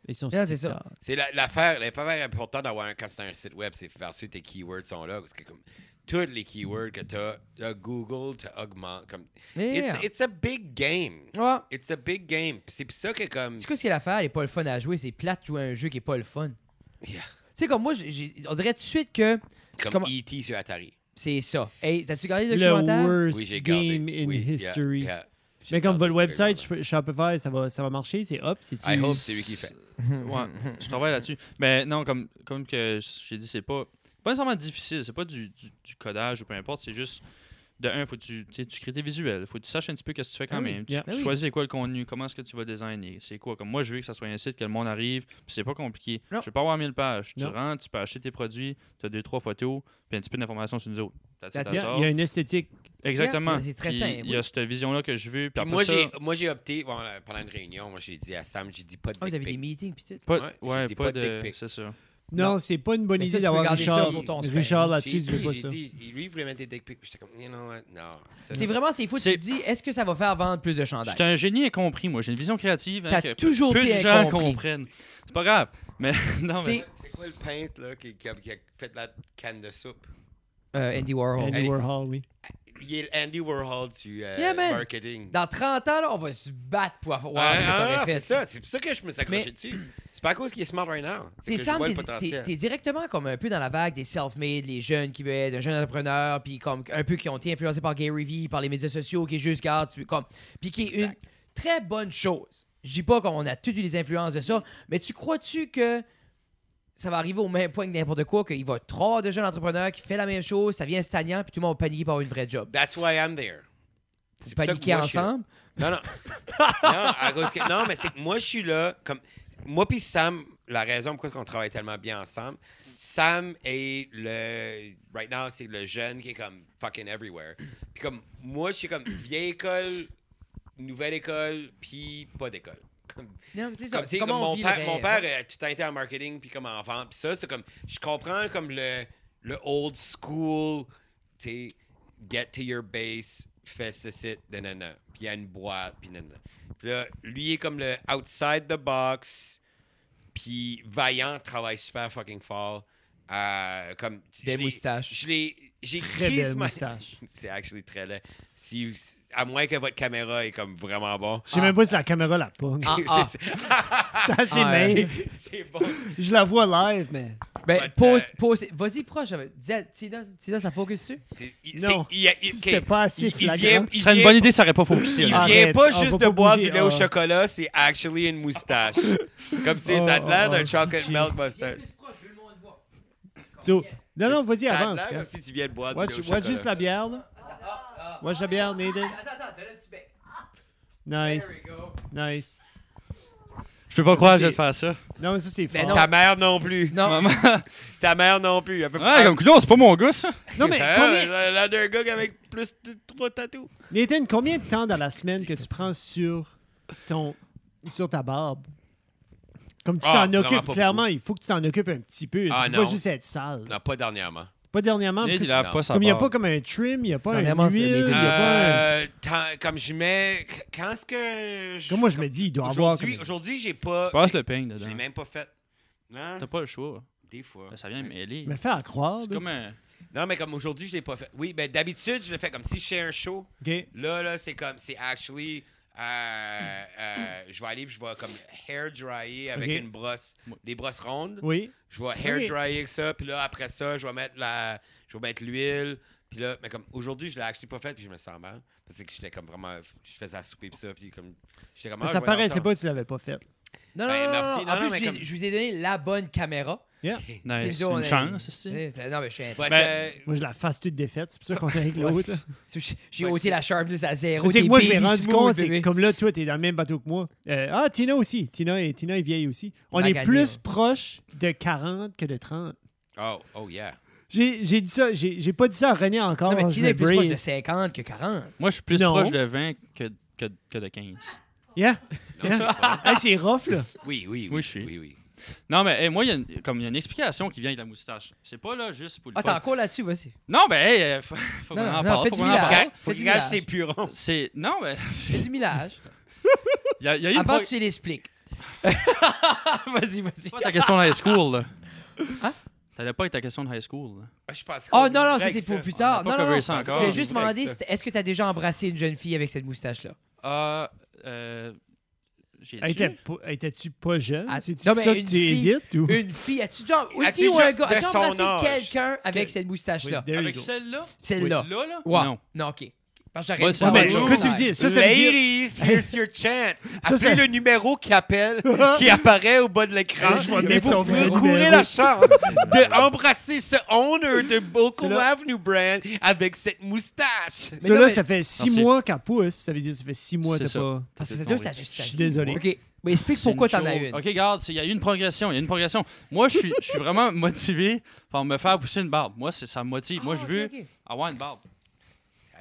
[SPEAKER 2] Et son
[SPEAKER 1] Non, c'est
[SPEAKER 2] site
[SPEAKER 1] ça.
[SPEAKER 2] tard.
[SPEAKER 4] C'est la- l'affaire, l'affaire importante d'avoir un, quand c'est un site web, c'est faire sûr que tes keywords sont là. Parce que comme toutes les keywords que tu as, Google te augmente. Comme,
[SPEAKER 1] Yeah.
[SPEAKER 4] it's, it's a big game.
[SPEAKER 1] Ouais.
[SPEAKER 4] It's a big game. Puis C'est pis ça que comme.
[SPEAKER 1] C'est quoi ce qu'il a l'affaire? Elle est pas le fun à jouer. C'est plate de jouer à un jeu qui est pas le fun.
[SPEAKER 4] Yeah.
[SPEAKER 1] C'est comme moi, j'ai- j'ai- on dirait tout de suite que
[SPEAKER 4] Comme,
[SPEAKER 1] comme-
[SPEAKER 4] E.T. sur Atari.
[SPEAKER 1] c'est ça. Hey, t'as-tu regardé le documentaire?
[SPEAKER 2] Le worst
[SPEAKER 4] Oui, j'ai gardé.
[SPEAKER 2] game in
[SPEAKER 4] Oui, yeah,
[SPEAKER 2] history.
[SPEAKER 4] yeah. J'ai
[SPEAKER 2] Mais comme
[SPEAKER 4] gardé
[SPEAKER 2] votre
[SPEAKER 4] ce
[SPEAKER 2] website,
[SPEAKER 4] document.
[SPEAKER 2] Shop- Shopify, ça va, ça va marcher, c'est hop, c'est
[SPEAKER 4] I hope c'est lui qui fait.
[SPEAKER 3] Ouais, je travaille là-dessus. Mais non, comme, comme que j'ai dit, c'est pas, pas nécessairement difficile. C'est pas du, du, du codage ou peu importe. C'est juste, de un, faut que tu, tu sais, tu crées tes visuels. faut que tu saches un petit peu ce que tu fais quand
[SPEAKER 2] Ah oui,
[SPEAKER 3] même.
[SPEAKER 2] yeah.
[SPEAKER 3] Tu,
[SPEAKER 1] Ah
[SPEAKER 3] tu
[SPEAKER 1] oui.
[SPEAKER 3] choisis quoi le contenu, comment est-ce que tu vas designer. C'est quoi. Comme moi, je veux que ça soit un site, que le monde arrive. puis c'est pas compliqué.
[SPEAKER 1] Non.
[SPEAKER 3] Je vais pas avoir 1000 pages.
[SPEAKER 2] Non.
[SPEAKER 3] Tu rentres, tu peux acheter tes produits, tu as deux, trois photos, puis un petit peu d'informations sur nous autres. That's it,
[SPEAKER 1] That's
[SPEAKER 3] that's
[SPEAKER 1] it.
[SPEAKER 3] all.
[SPEAKER 2] Il y a une esthétique.
[SPEAKER 3] Exactement.
[SPEAKER 1] Yeah, mais c'est très
[SPEAKER 3] Puis
[SPEAKER 1] simple,
[SPEAKER 3] Il y a
[SPEAKER 1] oui.
[SPEAKER 3] cette vision-là que je veux. Puis
[SPEAKER 4] Puis
[SPEAKER 3] après
[SPEAKER 4] moi,
[SPEAKER 3] ça,
[SPEAKER 4] j'ai- moi, j'ai opté, bon, là, pendant une réunion, moi, j'ai dit à Sam, j'ai dit pas de
[SPEAKER 1] Ah, vous
[SPEAKER 4] dick
[SPEAKER 1] avez des
[SPEAKER 4] pic.
[SPEAKER 1] meetings pis tout.
[SPEAKER 3] pas,
[SPEAKER 4] Ouais, j'ai
[SPEAKER 3] ouais,
[SPEAKER 4] dit
[SPEAKER 3] pas
[SPEAKER 4] pas de
[SPEAKER 3] de.
[SPEAKER 4] dick pic.
[SPEAKER 3] C'est ça.
[SPEAKER 2] Non,
[SPEAKER 1] Non.
[SPEAKER 2] c'est pas une bonne
[SPEAKER 1] Mais ça,
[SPEAKER 2] idée
[SPEAKER 1] tu peux
[SPEAKER 2] d'avoir
[SPEAKER 1] garder ça
[SPEAKER 2] Richard,
[SPEAKER 4] pour
[SPEAKER 1] ton
[SPEAKER 2] Richard
[SPEAKER 1] spam.
[SPEAKER 4] J'ai
[SPEAKER 2] là-dessus,
[SPEAKER 4] dit,
[SPEAKER 2] tu veux pas
[SPEAKER 4] j'ai
[SPEAKER 2] ça.
[SPEAKER 4] dit, lui, il voulait mettre des dick pics. J'étais comme, you know what, non. ça,
[SPEAKER 1] C'est vraiment, c'est fou. Tu
[SPEAKER 3] C'est-
[SPEAKER 1] te dis, est-ce que ça va faire vendre plus de chandails?
[SPEAKER 3] J'étais un génie incompris, moi. J'ai une vision créative. hein,
[SPEAKER 1] Ah, ben. T'as
[SPEAKER 3] que
[SPEAKER 1] toujours
[SPEAKER 3] peu
[SPEAKER 1] été
[SPEAKER 3] de gens
[SPEAKER 1] incompris.
[SPEAKER 3] comprennent. C'est pas grave. Mais non, mais.
[SPEAKER 1] C'est
[SPEAKER 4] C'est quoi le peintre là, qui, qui a, qui a fait la canne de soupe?
[SPEAKER 1] euh, Andy Warhol.
[SPEAKER 2] Andy
[SPEAKER 4] Allez.
[SPEAKER 2] Warhol, oui.
[SPEAKER 4] Il est Andy Warhol du euh,
[SPEAKER 1] Yeah, man.
[SPEAKER 4] marketing.
[SPEAKER 1] Dans 30 ans, là, on va se battre pour avoir
[SPEAKER 4] Ah,
[SPEAKER 1] ce que
[SPEAKER 4] ah,
[SPEAKER 1] t'aurais
[SPEAKER 4] ah,
[SPEAKER 1] fait.
[SPEAKER 4] c'est ça, c'est pour ça que je me suis accroché
[SPEAKER 1] Mais-
[SPEAKER 4] dessus. C'est pas à cause qu'il est smart right now.
[SPEAKER 1] C'est
[SPEAKER 4] que je
[SPEAKER 1] Sam,
[SPEAKER 4] vois le
[SPEAKER 1] t'es- t'es
[SPEAKER 4] potentiel.
[SPEAKER 1] t'es directement comme un peu dans la vague des self-made, les jeunes qui veulent être un jeune entrepreneur, puis comme un peu qui ont été influencés par Gary Vee, par les médias sociaux, qui est juste, garde, tu- comme, puis qui est une
[SPEAKER 4] Exact.
[SPEAKER 1] très bonne chose. Je dis pas qu'on a toutes eu les influences de ça, mais tu crois-tu que ça va arriver au même point que n'importe quoi, qu'il va y avoir trop avoir de jeunes entrepreneurs qui font la même chose, ça vient stagnant, puis tout le monde va paniquer pour avoir une vraie job.
[SPEAKER 4] That's why I'm there.
[SPEAKER 1] Vous
[SPEAKER 4] C'est pour ça que
[SPEAKER 1] paniquez
[SPEAKER 4] moi, je suis là.
[SPEAKER 1] ensemble.
[SPEAKER 4] Non, non. non, à cause que- non, mais c'est que moi, je suis là. Comme, moi puis Sam, la raison pourquoi on travaille tellement bien ensemble, Sam est le. Right now, c'est le jeune qui est comme fucking everywhere. Puis comme, moi, je suis comme vieille école, nouvelle école, puis pas d'école. Comme,
[SPEAKER 1] Non, mais c'est ça,
[SPEAKER 4] comme, tu sais,
[SPEAKER 1] c'est comment
[SPEAKER 4] comme
[SPEAKER 1] on
[SPEAKER 4] mon,
[SPEAKER 1] vit le
[SPEAKER 4] père, mon
[SPEAKER 1] rêve.
[SPEAKER 4] père euh, tout le temps était en marketing puis comme enfant puis ça c'est comme je comprends comme le le old school tu sais get to your base fais ce site nanana puis il y a une boîte puis nanana puis là lui est comme le outside the box puis vaillant travaille super fucking fort Euh, comme tu-
[SPEAKER 1] Belle
[SPEAKER 4] je l'ai-
[SPEAKER 1] moustache.
[SPEAKER 4] je l'ai j'ai
[SPEAKER 2] Très
[SPEAKER 4] grise
[SPEAKER 2] belle
[SPEAKER 4] ma-
[SPEAKER 2] moustache.
[SPEAKER 4] c'est actually très laid si à moins que votre caméra est comme vraiment bon
[SPEAKER 2] Je sais
[SPEAKER 1] Ah.
[SPEAKER 2] même pas si la caméra la pogne.
[SPEAKER 1] Ah, ah.
[SPEAKER 4] C'est-
[SPEAKER 2] Ça, c'est
[SPEAKER 1] Ah, ouais.
[SPEAKER 2] nice.
[SPEAKER 4] c'est c'est bon
[SPEAKER 2] Je la vois live, mais.
[SPEAKER 1] Ben,
[SPEAKER 4] But,
[SPEAKER 1] pose,
[SPEAKER 4] euh,
[SPEAKER 1] pose. Vas-y, proche. euh, Dis, Tina, Tina, ça focus dessus.
[SPEAKER 4] C'est- il-
[SPEAKER 2] Non,
[SPEAKER 4] c'est- il- il-
[SPEAKER 2] si
[SPEAKER 4] ok.
[SPEAKER 2] c'était pas assez
[SPEAKER 4] Il- il
[SPEAKER 2] flagrant.
[SPEAKER 4] vient-
[SPEAKER 3] Ce
[SPEAKER 4] il
[SPEAKER 3] serait une
[SPEAKER 4] vient-
[SPEAKER 3] bonne idée, ça aurait pas focusé.
[SPEAKER 4] Il
[SPEAKER 3] là.
[SPEAKER 2] Arrête,
[SPEAKER 4] vient pas
[SPEAKER 2] on va
[SPEAKER 4] juste de
[SPEAKER 2] pas
[SPEAKER 4] boire
[SPEAKER 2] bouger,
[SPEAKER 4] du lait au
[SPEAKER 2] ah.
[SPEAKER 4] chocolat, c'est actually une moustache. Comme tu sais, ça a
[SPEAKER 2] Oh,
[SPEAKER 4] l'air
[SPEAKER 2] oh,
[SPEAKER 4] d'un
[SPEAKER 2] oh,
[SPEAKER 4] chocolate
[SPEAKER 2] chill.
[SPEAKER 4] milk moustache.
[SPEAKER 1] proche, je veux le monde voir.
[SPEAKER 2] So- non, non, vas-y,
[SPEAKER 4] Ça a
[SPEAKER 2] avance. hein.
[SPEAKER 4] l'air comme
[SPEAKER 2] gars.
[SPEAKER 4] si tu viens de boire du lait
[SPEAKER 2] Watch,
[SPEAKER 4] au
[SPEAKER 2] watch juste
[SPEAKER 4] chocolat.
[SPEAKER 2] la bière, là. Watch la bière, Nathan.
[SPEAKER 1] Ah, Attends, attends, donne un petit bec.
[SPEAKER 2] Nice,
[SPEAKER 1] go.
[SPEAKER 2] nice.
[SPEAKER 3] Je peux pas croire que je vais
[SPEAKER 2] C'est-
[SPEAKER 3] te faire ça.
[SPEAKER 2] Non, mais ça, c'est fort.
[SPEAKER 1] Ben non.
[SPEAKER 4] Ta mère non plus.
[SPEAKER 1] Non,
[SPEAKER 3] Maman.
[SPEAKER 4] Ta mère non plus. Elle peut
[SPEAKER 3] Ouais,
[SPEAKER 4] pas-
[SPEAKER 3] comme coudonc, c'est pas mon gars, ça.
[SPEAKER 2] Non, mais
[SPEAKER 4] Ah,
[SPEAKER 2] combien,
[SPEAKER 4] Elle a l'air d'un gars avec plus de trois tatous.
[SPEAKER 2] Nathan, combien de temps dans la semaine que tu prends sur ton sur ta barbe? Comme tu
[SPEAKER 4] Ah,
[SPEAKER 2] t'en
[SPEAKER 4] vraiment
[SPEAKER 2] occupes,
[SPEAKER 4] pas
[SPEAKER 2] clairement, il faut que tu t'en occupes un petit peu.
[SPEAKER 4] Ah,
[SPEAKER 2] Ça peut
[SPEAKER 4] non.
[SPEAKER 2] pas juste être sale.
[SPEAKER 4] Non, pas dernièrement.
[SPEAKER 2] Pas dernièrement,
[SPEAKER 3] Nate,
[SPEAKER 2] parce
[SPEAKER 3] il
[SPEAKER 2] que-
[SPEAKER 3] lave pas sa
[SPEAKER 2] comme il n'y a
[SPEAKER 3] barbe.
[SPEAKER 2] pas comme un trim, il n'y a pas
[SPEAKER 1] Dernièrement,
[SPEAKER 2] un
[SPEAKER 1] c'est
[SPEAKER 2] huile, il
[SPEAKER 1] Nathan,
[SPEAKER 2] n'y a
[SPEAKER 1] il a
[SPEAKER 2] pas un...
[SPEAKER 4] Euh, tant- comme je mets. Quand est-ce que. je-
[SPEAKER 2] Comme moi, je me dis, il doit avoir...
[SPEAKER 4] Aujourd'hui,
[SPEAKER 2] comme-
[SPEAKER 4] aujourd'hui, j'ai pas.
[SPEAKER 3] Passe le peigne
[SPEAKER 4] Je l'ai
[SPEAKER 3] dedans.
[SPEAKER 4] même pas fait. Non,
[SPEAKER 3] T'as pas le choix.
[SPEAKER 4] des fois.
[SPEAKER 3] Ça vient mêler.
[SPEAKER 2] Me faire croire.
[SPEAKER 3] C'est
[SPEAKER 2] là.
[SPEAKER 3] comme un.
[SPEAKER 4] Non, mais comme aujourd'hui, je l'ai pas fait. Oui, ben d'habitude, je le fais comme si je fais un show.
[SPEAKER 2] OK.
[SPEAKER 4] Là, là, c'est comme, c'est actually, euh, euh, je vais aller puis je vais comme hair dryer avec
[SPEAKER 2] Ok.
[SPEAKER 4] une brosse,
[SPEAKER 3] Ouais.
[SPEAKER 4] des brosses rondes.
[SPEAKER 2] Oui.
[SPEAKER 4] Je vais hair
[SPEAKER 2] Ok.
[SPEAKER 4] dryer avec ça, puis là, après ça, je vais mettre la, je vais mettre l'huile. Puis là, mais comme aujourd'hui, je l'ai actually pas fait, puis je me sens mal. Parce que j'étais comme vraiment, je faisais la souper puis ça, puis comme, j'étais comme,
[SPEAKER 2] Mais
[SPEAKER 4] ah, je
[SPEAKER 2] ça
[SPEAKER 4] vais
[SPEAKER 2] paraissait
[SPEAKER 4] dans le
[SPEAKER 2] pas que tu l'avais pas fait.
[SPEAKER 1] non, non,
[SPEAKER 4] Ben,
[SPEAKER 1] non, non,
[SPEAKER 4] merci.
[SPEAKER 1] non. En
[SPEAKER 4] Non,
[SPEAKER 1] plus,
[SPEAKER 4] non, mais
[SPEAKER 1] je, vous ai-
[SPEAKER 4] comme-
[SPEAKER 1] je vous ai donné la bonne caméra.
[SPEAKER 3] Nice.
[SPEAKER 1] C'est
[SPEAKER 3] C'est une
[SPEAKER 1] on a-
[SPEAKER 3] chance, c'est
[SPEAKER 1] Eh, c'est- Non, mais je suis un-
[SPEAKER 4] temps. But,
[SPEAKER 3] Ben,
[SPEAKER 4] euh,
[SPEAKER 2] Moi, je la fasse toute défaite. C'est pour ça qu'on est avec l'autre. là.
[SPEAKER 1] J'ai- J'ai ôté la sharpness à zéro.
[SPEAKER 2] C'est que
[SPEAKER 1] t'es
[SPEAKER 2] moi, je m'ai
[SPEAKER 1] baby
[SPEAKER 2] rendu
[SPEAKER 1] smooth,
[SPEAKER 2] compte, c'est
[SPEAKER 1] bébé.
[SPEAKER 2] que comme là, toi, t'es dans le même bateau que moi. Euh, ah, Tina aussi. Tina est, Tina est vieille aussi. On
[SPEAKER 1] m'a
[SPEAKER 2] est
[SPEAKER 1] gagné,
[SPEAKER 2] plus
[SPEAKER 1] ouais.
[SPEAKER 2] proche de 40 que de 30.
[SPEAKER 4] oh, oh yeah.
[SPEAKER 2] J'ai j'ai dit ça, j'ai j'ai pas dit ça à René encore.
[SPEAKER 1] Non, mais
[SPEAKER 2] je
[SPEAKER 1] Tina
[SPEAKER 2] me
[SPEAKER 1] est plus proche de
[SPEAKER 2] braise.
[SPEAKER 1] 50 que 40.
[SPEAKER 3] Moi, je suis plus
[SPEAKER 2] Non.
[SPEAKER 3] proche de 20 que, que, que de 15.
[SPEAKER 2] Yeah.
[SPEAKER 4] Non, c'est pas-
[SPEAKER 2] Hey, c'est rough, là.
[SPEAKER 4] oui, oui, oui,
[SPEAKER 3] Oui, je suis.
[SPEAKER 4] oui, oui.
[SPEAKER 3] Non, mais hey, moi, il y, a une- comme il y a une explication qui vient avec la moustache. C'est pas là juste pour le
[SPEAKER 1] Attends,
[SPEAKER 3] fun.
[SPEAKER 1] encore là-dessus, vas-y.
[SPEAKER 3] Non, mais hey, euh, faut, faut
[SPEAKER 1] Non, non,
[SPEAKER 3] qu'on en
[SPEAKER 1] non,
[SPEAKER 3] parle.
[SPEAKER 1] fais
[SPEAKER 3] Faut
[SPEAKER 1] du
[SPEAKER 3] qu'on en
[SPEAKER 1] millage.
[SPEAKER 3] parle.
[SPEAKER 4] Quand-
[SPEAKER 1] Fais
[SPEAKER 4] Faut
[SPEAKER 1] du
[SPEAKER 4] qu'il gâche
[SPEAKER 1] village.
[SPEAKER 4] ses purons.
[SPEAKER 3] C'est. Non, mais. c'est-
[SPEAKER 1] Fais du millage.
[SPEAKER 3] Il y a, il y a eu une
[SPEAKER 1] Avant
[SPEAKER 3] fois-
[SPEAKER 1] que tu l'expliques. vas-y, vas-y.
[SPEAKER 3] C'est pas ta question de high school, là.
[SPEAKER 1] Hein?
[SPEAKER 3] T'allais pas avec ta question de high school, là.
[SPEAKER 4] Ah, je pense
[SPEAKER 1] Oh
[SPEAKER 4] qu'on
[SPEAKER 1] non, non, ça
[SPEAKER 4] règle
[SPEAKER 1] c'est pour plus
[SPEAKER 3] euh, On
[SPEAKER 1] tard.
[SPEAKER 3] a pas
[SPEAKER 1] Non, non,
[SPEAKER 3] cover
[SPEAKER 1] non.
[SPEAKER 3] ça
[SPEAKER 1] Je
[SPEAKER 3] encore.
[SPEAKER 1] voulais juste
[SPEAKER 4] C'est vrai
[SPEAKER 1] me
[SPEAKER 4] que
[SPEAKER 1] demander,
[SPEAKER 4] ça.
[SPEAKER 1] c'était- est-ce que t'as déjà embrassé une jeune fille avec cette moustache-là?
[SPEAKER 3] Ah, euh. J'ai
[SPEAKER 2] Hey,
[SPEAKER 3] dit.
[SPEAKER 2] t'es pas- hey, T'es-tu pas jeune?
[SPEAKER 1] Ah,
[SPEAKER 2] C'est-tu
[SPEAKER 1] non,
[SPEAKER 2] pour
[SPEAKER 1] mais
[SPEAKER 2] ça que
[SPEAKER 1] une
[SPEAKER 2] tu
[SPEAKER 1] fille-
[SPEAKER 2] hésites? Ou...
[SPEAKER 1] Une fille, as-tu genre, une
[SPEAKER 4] As-tu
[SPEAKER 1] fille ou un
[SPEAKER 4] genre
[SPEAKER 1] gars?
[SPEAKER 4] de
[SPEAKER 1] As-tu
[SPEAKER 4] son
[SPEAKER 1] embrassé
[SPEAKER 4] âge?
[SPEAKER 1] quelqu'un avec
[SPEAKER 2] Que-
[SPEAKER 1] cette
[SPEAKER 2] Oui,
[SPEAKER 1] moustache-là?
[SPEAKER 2] there you
[SPEAKER 3] Avec
[SPEAKER 2] go.
[SPEAKER 3] celle-là?
[SPEAKER 1] Celle-là.
[SPEAKER 3] Là, là?
[SPEAKER 1] Ouais.
[SPEAKER 3] Non.
[SPEAKER 1] Non, ok. Parce que
[SPEAKER 3] Ouais,
[SPEAKER 1] j'aurais dû
[SPEAKER 3] c'est
[SPEAKER 2] Non,
[SPEAKER 1] savoir
[SPEAKER 2] mais
[SPEAKER 1] le jour.
[SPEAKER 2] qu'est-ce que tu me dis? Ça, ça veut dire...
[SPEAKER 4] Ladies, here's your chance.
[SPEAKER 2] Ça,
[SPEAKER 4] Appelez
[SPEAKER 2] ça-
[SPEAKER 4] le numéro qui appelle, qui apparaît au bas de l'écran.
[SPEAKER 2] Je vais
[SPEAKER 4] Et
[SPEAKER 2] mettre son
[SPEAKER 4] vous
[SPEAKER 2] vrai
[SPEAKER 4] pouvez courir
[SPEAKER 2] numéro.
[SPEAKER 4] la chance d'embrasser ce honneur de Boko
[SPEAKER 2] C'est là.
[SPEAKER 4] Avenue Brand avec cette moustache.
[SPEAKER 1] Mais
[SPEAKER 2] Ça,
[SPEAKER 1] non,
[SPEAKER 2] là,
[SPEAKER 1] mais-
[SPEAKER 2] ça fait six
[SPEAKER 3] Merci.
[SPEAKER 2] mois qu'elle pousse. Ça veut dire que ça fait six mois que
[SPEAKER 3] C'est
[SPEAKER 2] t'as
[SPEAKER 3] ça.
[SPEAKER 2] pas...
[SPEAKER 1] Parce que
[SPEAKER 3] C'est
[SPEAKER 1] c'est
[SPEAKER 3] tombé.
[SPEAKER 1] deux, ça juste
[SPEAKER 2] Je
[SPEAKER 1] ça.
[SPEAKER 2] suis désolé.
[SPEAKER 1] Ok, mais explique
[SPEAKER 3] C'est
[SPEAKER 1] pourquoi
[SPEAKER 3] une
[SPEAKER 1] t'en as
[SPEAKER 3] chose.
[SPEAKER 1] une.
[SPEAKER 3] Ok, regarde, c'est- il y a eu une progression, il y a une progression. Moi, je suis, je suis vraiment motivé par me faire pousser une barbe. Moi, c'est- ça me motive. Moi, je
[SPEAKER 1] Ah, ok,
[SPEAKER 3] veux
[SPEAKER 1] ok.
[SPEAKER 3] avoir une barbe.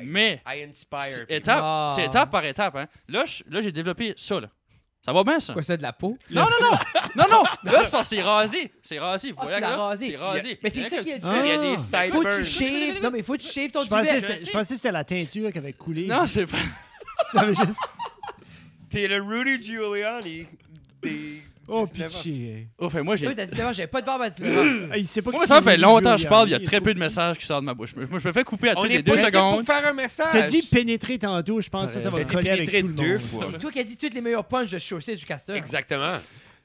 [SPEAKER 3] Mais,
[SPEAKER 4] I inspire.
[SPEAKER 3] c'est étape,
[SPEAKER 1] Ah.
[SPEAKER 3] c'est étape par étape. Hein. Là, je- là, j'ai développé ça. Là. Ça va bien, ça?
[SPEAKER 1] Quoi, ça, de la peau?
[SPEAKER 3] Non, non, non! Non, non! Là, c'est parce que c'est rasé. C'est rasé. Vous
[SPEAKER 1] Ah,
[SPEAKER 3] voyez,
[SPEAKER 1] tu l'as
[SPEAKER 3] là?
[SPEAKER 1] rasé.
[SPEAKER 3] C'est rasé.
[SPEAKER 1] Mais c'est
[SPEAKER 3] Rien
[SPEAKER 1] ça
[SPEAKER 3] que
[SPEAKER 1] qui
[SPEAKER 3] tu
[SPEAKER 1] est
[SPEAKER 3] fais-
[SPEAKER 1] dur.
[SPEAKER 4] Il y a des
[SPEAKER 2] Ah!
[SPEAKER 1] Faut que tu
[SPEAKER 4] sideburns.
[SPEAKER 1] shaves. Non, mais faut que tu shaves ton
[SPEAKER 2] Je pensais, que
[SPEAKER 1] duvet.
[SPEAKER 2] c'était- je pensais que c'était la teinture qui avait coulé.
[SPEAKER 3] Non, c'est pas.
[SPEAKER 2] ça veut juste...
[SPEAKER 4] T'es le Rudy Giuliani des
[SPEAKER 2] Oh,
[SPEAKER 4] 19 ans.
[SPEAKER 2] pitché.
[SPEAKER 3] Oh, fait, moi, j'ai.
[SPEAKER 1] Oui, t'as dit d'abord, j'avais pas de barbe à 19
[SPEAKER 2] Ah, il sait pas
[SPEAKER 3] Moi,
[SPEAKER 2] que
[SPEAKER 3] ça
[SPEAKER 2] c'est
[SPEAKER 3] fait
[SPEAKER 2] lui,
[SPEAKER 3] longtemps que je
[SPEAKER 2] Giuliani,
[SPEAKER 3] parle, il y a
[SPEAKER 2] est
[SPEAKER 3] très peu de
[SPEAKER 2] pas-
[SPEAKER 3] messages qui sortent de ma bouche. Moi, je me fais couper à
[SPEAKER 4] On
[SPEAKER 3] toutes les
[SPEAKER 4] est
[SPEAKER 3] deux
[SPEAKER 4] pas ici
[SPEAKER 3] secondes.
[SPEAKER 4] pour faire un message.
[SPEAKER 2] T'as dit pénétrer tantôt, je pense que ça, ça va
[SPEAKER 4] T'as été
[SPEAKER 2] coller avec
[SPEAKER 4] pénétré
[SPEAKER 2] tout le monde.
[SPEAKER 4] deux fois.
[SPEAKER 1] C'est toi qui as dit toutes les meilleures punches de chaussée du castor.
[SPEAKER 4] Exactement.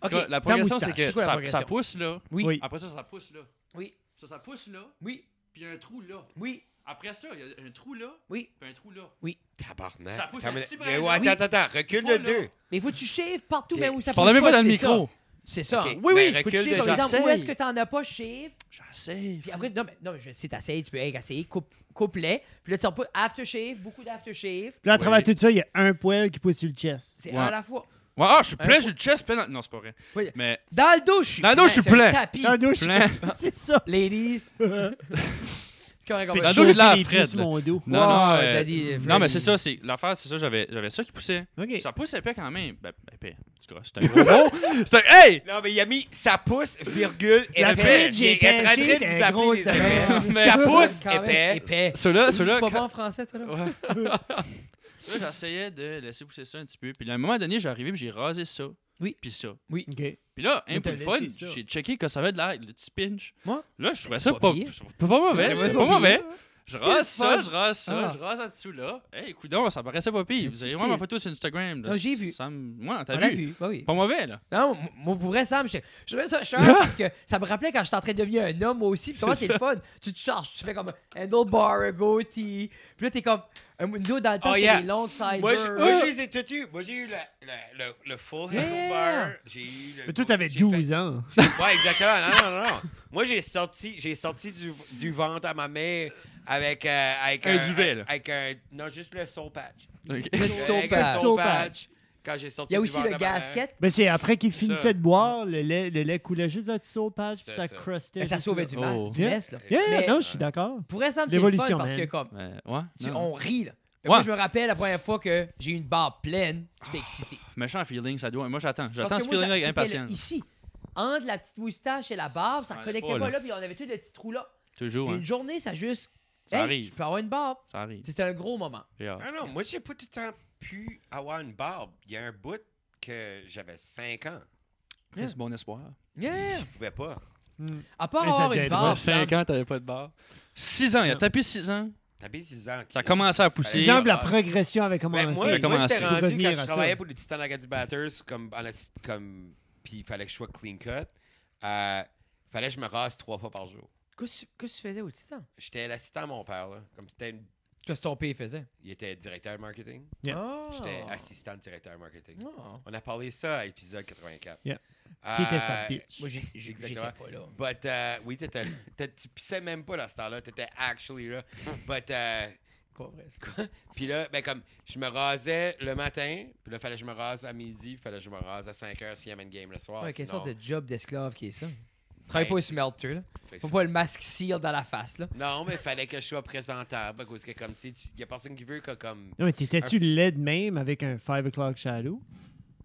[SPEAKER 1] Ok.
[SPEAKER 3] Tu vois, La
[SPEAKER 2] Ta
[SPEAKER 3] progression,
[SPEAKER 2] moustache.
[SPEAKER 3] c'est
[SPEAKER 1] C'est
[SPEAKER 3] que
[SPEAKER 1] quoi la
[SPEAKER 3] ça,
[SPEAKER 1] progression?
[SPEAKER 3] ça pousse là.
[SPEAKER 1] Oui.
[SPEAKER 2] Oui.
[SPEAKER 3] Après ça, ça pousse là.
[SPEAKER 1] Oui.
[SPEAKER 3] Ça, ça pousse là.
[SPEAKER 1] Oui.
[SPEAKER 3] Puis il y a un trou là.
[SPEAKER 1] Oui.
[SPEAKER 3] Après ça, il y a un trou là.
[SPEAKER 1] Oui.
[SPEAKER 3] Puis un trou là.
[SPEAKER 4] Tabarnak.
[SPEAKER 3] Ça pousse
[SPEAKER 4] Attends,
[SPEAKER 3] un petit
[SPEAKER 4] mais-
[SPEAKER 3] brin,
[SPEAKER 4] Attends,
[SPEAKER 3] là.
[SPEAKER 4] attends, attends. Recule
[SPEAKER 3] Pas
[SPEAKER 4] de
[SPEAKER 3] là.
[SPEAKER 4] deux.
[SPEAKER 1] Mais faut que tu shaves partout
[SPEAKER 4] Ok.
[SPEAKER 1] même où ça
[SPEAKER 3] Je parlais
[SPEAKER 1] pousse
[SPEAKER 3] même pas dans le
[SPEAKER 1] c'est ça.
[SPEAKER 3] micro.
[SPEAKER 1] C'est ça.
[SPEAKER 4] Ok.
[SPEAKER 1] hein.
[SPEAKER 3] Ah, Oui, oui.
[SPEAKER 4] Ben,
[SPEAKER 1] Faut que tu
[SPEAKER 4] recule
[SPEAKER 1] shaves, par
[SPEAKER 4] déjà.
[SPEAKER 1] exemple, où
[SPEAKER 3] J'essaye.
[SPEAKER 1] est-ce que t'en as pas, shave.
[SPEAKER 3] J'essaie.
[SPEAKER 1] Puis après, non, mais, non, mais je sais, t'essayes, tu peux hey, essayer, coupe, coupe-les. Puis là, tu en peux aftershave, beaucoup d'aftershave.
[SPEAKER 2] Puis là, à
[SPEAKER 3] Oui.
[SPEAKER 2] travers tout ça, il y a un poil qui pousse sur le chest.
[SPEAKER 1] C'est
[SPEAKER 3] Ouais.
[SPEAKER 1] un à la fois.
[SPEAKER 3] Ouais, ah, je suis
[SPEAKER 1] Un
[SPEAKER 3] plein, j'ai le chest plein. dans- Non, c'est pas vrai.
[SPEAKER 1] Oui.
[SPEAKER 3] Mais
[SPEAKER 1] Dans le dos, je suis
[SPEAKER 3] Dans le dos, je suis
[SPEAKER 1] sur le
[SPEAKER 3] plein.
[SPEAKER 1] tapis.
[SPEAKER 2] Dans la douche.
[SPEAKER 3] plein.
[SPEAKER 2] C'est ça.
[SPEAKER 1] Ladies. C'est correct, on va-
[SPEAKER 3] Dans le dos, j'ai de l'air
[SPEAKER 2] Chauffer les
[SPEAKER 3] Fred,
[SPEAKER 2] cuisses,
[SPEAKER 3] là.
[SPEAKER 2] mon dos.
[SPEAKER 3] Non,
[SPEAKER 1] Wow,
[SPEAKER 3] non,
[SPEAKER 1] t'as
[SPEAKER 3] euh,
[SPEAKER 1] dit, euh,
[SPEAKER 3] non, mais
[SPEAKER 1] Freddy.
[SPEAKER 3] c'est ça, c'est l'affaire, c'est ça, j'avais, j'avais ça qui poussait.
[SPEAKER 2] OK.
[SPEAKER 3] Ça pousse épais quand même. Ben, épais, c'est quoi, c'est un gros mot. C'est un, hey!
[SPEAKER 4] Non, mais il a mis ça pousse, virgule,
[SPEAKER 2] La
[SPEAKER 4] épais.
[SPEAKER 2] page, j'ai
[SPEAKER 4] Il est en train de
[SPEAKER 2] caché,
[SPEAKER 4] vous
[SPEAKER 2] t'es
[SPEAKER 4] appeler
[SPEAKER 2] grosse,
[SPEAKER 4] les
[SPEAKER 2] t'as
[SPEAKER 4] épais.
[SPEAKER 2] raison.
[SPEAKER 3] Mais-
[SPEAKER 4] Ça pousse,
[SPEAKER 1] Quand même,
[SPEAKER 4] épais.
[SPEAKER 1] épais.
[SPEAKER 3] Ceux-là,
[SPEAKER 1] Tu
[SPEAKER 3] ceux-là,
[SPEAKER 1] pas bon
[SPEAKER 3] quand-
[SPEAKER 1] en français, toi, là?
[SPEAKER 3] Ouais. Là, j'essayais de laisser pousser ça un petit peu. Puis à un moment donné, j'ai arrivé, puis j'ai rasé ça.
[SPEAKER 1] Oui.
[SPEAKER 3] Puis ça.
[SPEAKER 2] OK.
[SPEAKER 3] Puis là,
[SPEAKER 2] Mais
[SPEAKER 3] un peu
[SPEAKER 2] t'as
[SPEAKER 3] de fun,
[SPEAKER 2] laissé ça.
[SPEAKER 3] j'ai checké que ça avait de l'air, le petit pinch.
[SPEAKER 1] Moi?
[SPEAKER 3] Là, je trouvais
[SPEAKER 1] C'est
[SPEAKER 3] ça
[SPEAKER 1] pas
[SPEAKER 3] pas,
[SPEAKER 1] pire.
[SPEAKER 3] pas, pas mauvais.
[SPEAKER 2] C'est
[SPEAKER 3] Pas,
[SPEAKER 2] pas
[SPEAKER 3] mauvais.
[SPEAKER 2] pire.
[SPEAKER 3] Je
[SPEAKER 1] hein? C'est le
[SPEAKER 3] rase
[SPEAKER 1] fun.
[SPEAKER 3] ça, je rase ça,
[SPEAKER 1] Ah.
[SPEAKER 3] je rase en dessous là. Hey, coudon, ça paraissait pas pire. Vous avez
[SPEAKER 1] C'est-
[SPEAKER 3] voir ma photo sur Instagram. là.
[SPEAKER 1] Ah, j'ai vu.
[SPEAKER 3] Ça me- Moi,
[SPEAKER 1] On
[SPEAKER 3] t'as
[SPEAKER 1] l'a
[SPEAKER 3] vu.
[SPEAKER 1] vu, bah oui.
[SPEAKER 3] Pas mauvais, là.
[SPEAKER 1] Non, m- moi, pour vrai, Sam, je je trouvais ça cher parce que ça me rappelait quand j'étais en train de devenir un homme, moi aussi. Puis comment c'est le fun. Tu te charges, tu fais comme handlebar, goatee. Puis là, t'es comme. un- Nous, autres, dans le temps,
[SPEAKER 4] Oh,
[SPEAKER 1] c'était
[SPEAKER 4] yeah.
[SPEAKER 1] des longs siders.
[SPEAKER 4] Moi, j'ai- moi, je les ai toutes eues. Moi, j'ai eu le, le, le, le full
[SPEAKER 1] Yeah.
[SPEAKER 4] handlebar. J'ai eu le.
[SPEAKER 2] Mais toi, t'avais
[SPEAKER 4] j'ai
[SPEAKER 2] 12 ans.
[SPEAKER 4] fait- Ouais, exactement. Non, non, non, non. Moi, j'ai sorti, j'ai sorti du, du ventre à ma mère avec, euh, avec
[SPEAKER 3] Un duvet, là.
[SPEAKER 4] Avec un. Non, juste le soul patch.
[SPEAKER 1] Le soul
[SPEAKER 4] Avec
[SPEAKER 1] patch.
[SPEAKER 4] Le soul
[SPEAKER 2] Soul
[SPEAKER 4] patch. Quand j'ai sorti
[SPEAKER 1] Il y a
[SPEAKER 4] du
[SPEAKER 1] aussi
[SPEAKER 4] ventre
[SPEAKER 1] le
[SPEAKER 4] à ma mère.
[SPEAKER 1] gasket.
[SPEAKER 2] Mais c'est après qu'il
[SPEAKER 3] C'est ça.
[SPEAKER 2] finissait de boire, le lait, le lait coulait juste dans le page, puis
[SPEAKER 4] C'est
[SPEAKER 2] ça
[SPEAKER 4] ça.
[SPEAKER 2] crustait.
[SPEAKER 1] Mais Ben, ça
[SPEAKER 2] juste
[SPEAKER 1] sauvait
[SPEAKER 2] là.
[SPEAKER 1] du mal,
[SPEAKER 3] Oh.
[SPEAKER 1] du mess, là.
[SPEAKER 2] Yeah,
[SPEAKER 1] Mais-
[SPEAKER 2] non, je suis d'accord.
[SPEAKER 1] Pour vrai, Sam, c'est le fun
[SPEAKER 2] L'évolution,
[SPEAKER 1] parce que,
[SPEAKER 2] man.
[SPEAKER 1] comme,
[SPEAKER 3] Euh, ouais.
[SPEAKER 1] tu-
[SPEAKER 3] non.
[SPEAKER 1] on rit, là. Mais
[SPEAKER 3] Ouais.
[SPEAKER 1] Moi, je me rappelle la première fois que j'ai eu une barre pleine, j'étais excité.
[SPEAKER 3] Méchant feeling, ça doit. Moi, j'attends.
[SPEAKER 1] Parce
[SPEAKER 3] J'attends
[SPEAKER 1] que
[SPEAKER 3] ce
[SPEAKER 1] moi,
[SPEAKER 3] feeling
[SPEAKER 1] ça-
[SPEAKER 3] avec
[SPEAKER 1] c'était
[SPEAKER 3] impatience.
[SPEAKER 1] le- Ici, entre la petite moustache et la barbe, ça
[SPEAKER 3] Ça
[SPEAKER 1] connectait
[SPEAKER 3] allait
[SPEAKER 1] pas,
[SPEAKER 3] pas,
[SPEAKER 1] là, puis on avait tous le petit trou là.
[SPEAKER 3] Toujours,
[SPEAKER 1] Puis
[SPEAKER 3] hein.
[SPEAKER 1] une journée, ça juste.
[SPEAKER 3] Ça
[SPEAKER 1] hey,
[SPEAKER 3] arrive.
[SPEAKER 1] Je peux avoir une barbe.
[SPEAKER 3] Ça arrive.
[SPEAKER 1] C'était un gros moment.
[SPEAKER 3] J'ai hâte.
[SPEAKER 4] Ah non, moi, j'ai pas tout le temps pu avoir une barbe. Il y a un bout que j'avais 5 ans.
[SPEAKER 3] C'est bon espoir.
[SPEAKER 1] Yeah!
[SPEAKER 4] Je pouvais pas.
[SPEAKER 1] À part
[SPEAKER 2] Mais ça
[SPEAKER 1] avoir
[SPEAKER 2] doit
[SPEAKER 1] une
[SPEAKER 2] être
[SPEAKER 1] barbe. Sam,
[SPEAKER 3] 5 ans, t'avais pas de barre. 6 ans, il a
[SPEAKER 2] Non.
[SPEAKER 3] tapé 6 ans.
[SPEAKER 4] T'avais 6 ans.
[SPEAKER 3] Ça a
[SPEAKER 4] Chris.
[SPEAKER 3] commencé à pousser.
[SPEAKER 4] Six
[SPEAKER 2] Six
[SPEAKER 4] ans,
[SPEAKER 2] ans,
[SPEAKER 4] euh,
[SPEAKER 2] la progression avait commencé.
[SPEAKER 4] Ben,
[SPEAKER 3] Ça
[SPEAKER 4] moi, moi
[SPEAKER 3] a commencé.
[SPEAKER 4] c'était rendu
[SPEAKER 2] Pour
[SPEAKER 4] quand
[SPEAKER 2] revenir
[SPEAKER 4] je
[SPEAKER 2] à
[SPEAKER 4] travaillais
[SPEAKER 2] ça.
[SPEAKER 4] pour les Titans Acadie Batters, comme, en assi- comme, puis il fallait que je sois clean cut. Euh, fallait que je me rase trois fois par jour.
[SPEAKER 1] Qu'est-ce qu'est-ce que tu faisais au Titan?
[SPEAKER 4] J'étais l'assistant à mon père, là. Comme c'était une-
[SPEAKER 1] Qu'est-ce que ton père faisait?
[SPEAKER 4] Il était directeur marketing.
[SPEAKER 2] Yeah.
[SPEAKER 1] Ah.
[SPEAKER 4] J'étais
[SPEAKER 2] Oh.
[SPEAKER 4] assistant de directeur marketing.
[SPEAKER 1] Ah.
[SPEAKER 4] On a parlé ça à épisode 84.
[SPEAKER 2] Yeah.
[SPEAKER 4] Euh,
[SPEAKER 2] Qui était sa bitch.
[SPEAKER 1] Moi, j'ai- j'ai- j'étais
[SPEAKER 4] Exactement.
[SPEAKER 1] pas là.
[SPEAKER 4] But, euh, oui, t'étais, t'étais- tu pissais même pas dans ce temps-là. T'étais actually là. But, euh,
[SPEAKER 1] Pas vrai. ça.
[SPEAKER 4] Puis là, ben comme, je me rasais le matin, puis là, fallait que je me rase à midi, fallait que je me rase à 5 h s'il y avait une game le soir.
[SPEAKER 1] Ouais, quelle
[SPEAKER 4] sinon-
[SPEAKER 1] sorte de job d'esclave qui est ça? Travaille pas au
[SPEAKER 4] c'est-
[SPEAKER 1] smelter, là.
[SPEAKER 4] Fait que-
[SPEAKER 1] Faut pas le masque cire dans la face, là.
[SPEAKER 4] Non, mais fallait que je sois présentable, parce que comme, tu sais, il y a personne qui veut que comme...
[SPEAKER 2] Non, mais t'étais-tu
[SPEAKER 4] Ah.
[SPEAKER 2] laid de même avec un 5 o'clock shadow?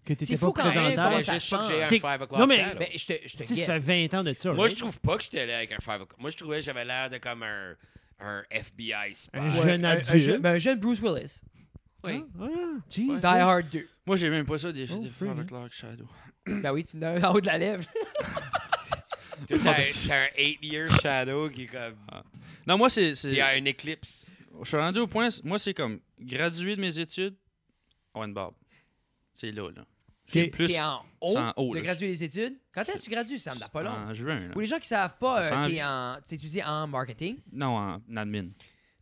[SPEAKER 2] Que
[SPEAKER 1] C'est
[SPEAKER 2] t'étais
[SPEAKER 1] fou
[SPEAKER 2] pas
[SPEAKER 1] quand même
[SPEAKER 2] présentable?
[SPEAKER 1] comment
[SPEAKER 4] Ben, Fallait
[SPEAKER 1] ça
[SPEAKER 4] juste pas que j'ai un
[SPEAKER 2] change.
[SPEAKER 4] 5 o'clock
[SPEAKER 2] Non, mais-
[SPEAKER 4] shadow.
[SPEAKER 1] Mais je te, je te
[SPEAKER 2] Tu sais, ça
[SPEAKER 1] guette.
[SPEAKER 2] fait 20 ans de ça.
[SPEAKER 4] Moi, je
[SPEAKER 2] right?
[SPEAKER 4] trouve pas que j'étais là avec un 5 o'clock. Moi, je trouvais que j'avais l'air de comme un, un FBI spy.
[SPEAKER 2] Un jeune
[SPEAKER 1] un,
[SPEAKER 2] adulte.
[SPEAKER 1] jeune- ben, un jeune Bruce Willis.
[SPEAKER 4] Oui.
[SPEAKER 2] Ah, ah,
[SPEAKER 1] Die
[SPEAKER 2] Jesus.
[SPEAKER 1] Hard 2.
[SPEAKER 3] Moi, j'ai même pas ça des,
[SPEAKER 2] Oh,
[SPEAKER 3] des
[SPEAKER 2] free,
[SPEAKER 3] fois
[SPEAKER 2] hein.
[SPEAKER 3] avec Clark Shadow.
[SPEAKER 1] Ben oui, tu n'as un en haut de la lèvre.
[SPEAKER 4] Toi, T'as t'as un 8-year shadow qui est comme...
[SPEAKER 3] Non, moi, c'est.
[SPEAKER 4] Il
[SPEAKER 3] c'est-
[SPEAKER 4] y a une éclipse.
[SPEAKER 3] Je suis rendu au point. Moi, c'est comme gradué de mes études, on une barbe. C'est là, là.
[SPEAKER 1] C'est
[SPEAKER 2] Ok.
[SPEAKER 3] plus-
[SPEAKER 1] c'est en haut, Ah,
[SPEAKER 3] en haut,
[SPEAKER 1] de
[SPEAKER 3] là.
[SPEAKER 1] graduer les études. Quand est-ce que tu gradues, Sam? Dans pas long.
[SPEAKER 3] En juin, là.
[SPEAKER 1] Pour les gens qui savent pas,
[SPEAKER 3] Ça
[SPEAKER 1] euh,
[SPEAKER 3] sent-
[SPEAKER 1] t'es en- t'étudies en marketing.
[SPEAKER 3] Non, en, en admin.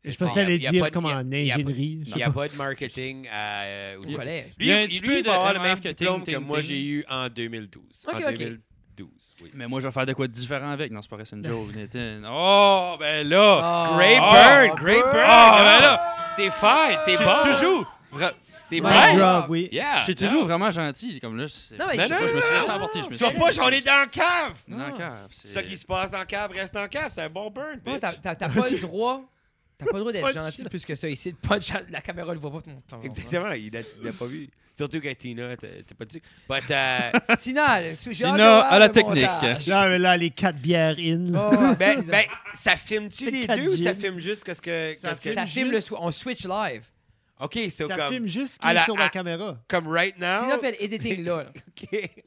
[SPEAKER 2] Je pensais que
[SPEAKER 4] Il y a-
[SPEAKER 2] t'allais
[SPEAKER 4] il y a
[SPEAKER 2] dire
[SPEAKER 4] pas de-
[SPEAKER 2] comme
[SPEAKER 4] il y a-
[SPEAKER 2] en
[SPEAKER 4] il y a pas-
[SPEAKER 2] ingénierie. je
[SPEAKER 4] Il
[SPEAKER 2] sais
[SPEAKER 4] n'y
[SPEAKER 2] pas.
[SPEAKER 4] a pas de marketing euh, au
[SPEAKER 1] Au
[SPEAKER 4] Québec.
[SPEAKER 1] collège.
[SPEAKER 4] Lui,
[SPEAKER 3] Il y a un
[SPEAKER 4] lui,
[SPEAKER 3] petit
[SPEAKER 4] lui,
[SPEAKER 3] peu
[SPEAKER 4] il va
[SPEAKER 3] de
[SPEAKER 4] avoir le même
[SPEAKER 3] marketing,
[SPEAKER 4] diplôme que
[SPEAKER 3] ting,
[SPEAKER 4] moi
[SPEAKER 3] ting.
[SPEAKER 4] j'ai eu en 2012.
[SPEAKER 1] Ok,
[SPEAKER 4] en
[SPEAKER 1] ok.
[SPEAKER 4] 2012, oui.
[SPEAKER 3] Mais moi, je vais faire de quoi de différent avec. Non, c'est pas vrai, c'est une joke. Nathan. Oh, ben là!
[SPEAKER 1] Ah,
[SPEAKER 4] Great
[SPEAKER 1] ah,
[SPEAKER 4] Bird, Great Bird.
[SPEAKER 3] Ah,
[SPEAKER 4] non.
[SPEAKER 3] ben là!
[SPEAKER 4] C'est fine, c'est bon.
[SPEAKER 3] Toujours! vra-
[SPEAKER 4] C'est bon.
[SPEAKER 2] Mic
[SPEAKER 3] Ouais.
[SPEAKER 2] drop, oui.
[SPEAKER 4] Yeah.
[SPEAKER 3] Je suis toujours vraiment gentil. Comme là, c'est-
[SPEAKER 1] Non, mais
[SPEAKER 3] je,
[SPEAKER 4] non,
[SPEAKER 3] je me suis
[SPEAKER 4] non,
[SPEAKER 3] laissé
[SPEAKER 4] non,
[SPEAKER 3] emporter. Je me
[SPEAKER 4] Tu
[SPEAKER 3] suis
[SPEAKER 4] vois pas, j'en ai dans le cave.
[SPEAKER 3] Non,
[SPEAKER 1] Non,
[SPEAKER 3] cave,
[SPEAKER 1] c'est-
[SPEAKER 3] c'est-
[SPEAKER 4] Ça qui se passe dans le cave reste dans le cave. C'est un bon burn.
[SPEAKER 1] Non,
[SPEAKER 4] bitch.
[SPEAKER 1] t'as t'as- t'as pas le droit. T'as pas le droit d'être
[SPEAKER 2] Punch.
[SPEAKER 1] gentil plus que ça ici. de Punch, la caméra le voit pas. mon temps.
[SPEAKER 4] Exactement, il l'a il l'a pas vu. Surtout quand Tina, t'es t'es pas dessus. But, euh,
[SPEAKER 1] Tina, le sujet
[SPEAKER 3] Tina,
[SPEAKER 1] adorable
[SPEAKER 3] à la
[SPEAKER 1] de
[SPEAKER 3] technique. Ben,
[SPEAKER 1] montage.
[SPEAKER 2] Là, mais là, les quatre bières in. là.
[SPEAKER 1] Oh,
[SPEAKER 4] ben, ben, ça filme-tu
[SPEAKER 2] Fait
[SPEAKER 4] les
[SPEAKER 2] quatre
[SPEAKER 4] deux ou ça
[SPEAKER 2] gins.
[SPEAKER 4] filme juste qu'est-ce que.
[SPEAKER 2] Ça
[SPEAKER 4] qu'est-ce que-
[SPEAKER 1] ça
[SPEAKER 2] juste-
[SPEAKER 1] filme le sw- on switch live.
[SPEAKER 4] Ok, c'est
[SPEAKER 2] ça
[SPEAKER 4] comme.
[SPEAKER 2] filme juste ce
[SPEAKER 4] à
[SPEAKER 2] qui
[SPEAKER 4] la-
[SPEAKER 2] est sur la
[SPEAKER 4] à-
[SPEAKER 2] caméra.
[SPEAKER 4] Comme right
[SPEAKER 2] Ah,
[SPEAKER 4] now.
[SPEAKER 2] oh.
[SPEAKER 1] Tina fait l'editing là. là.
[SPEAKER 4] Ok.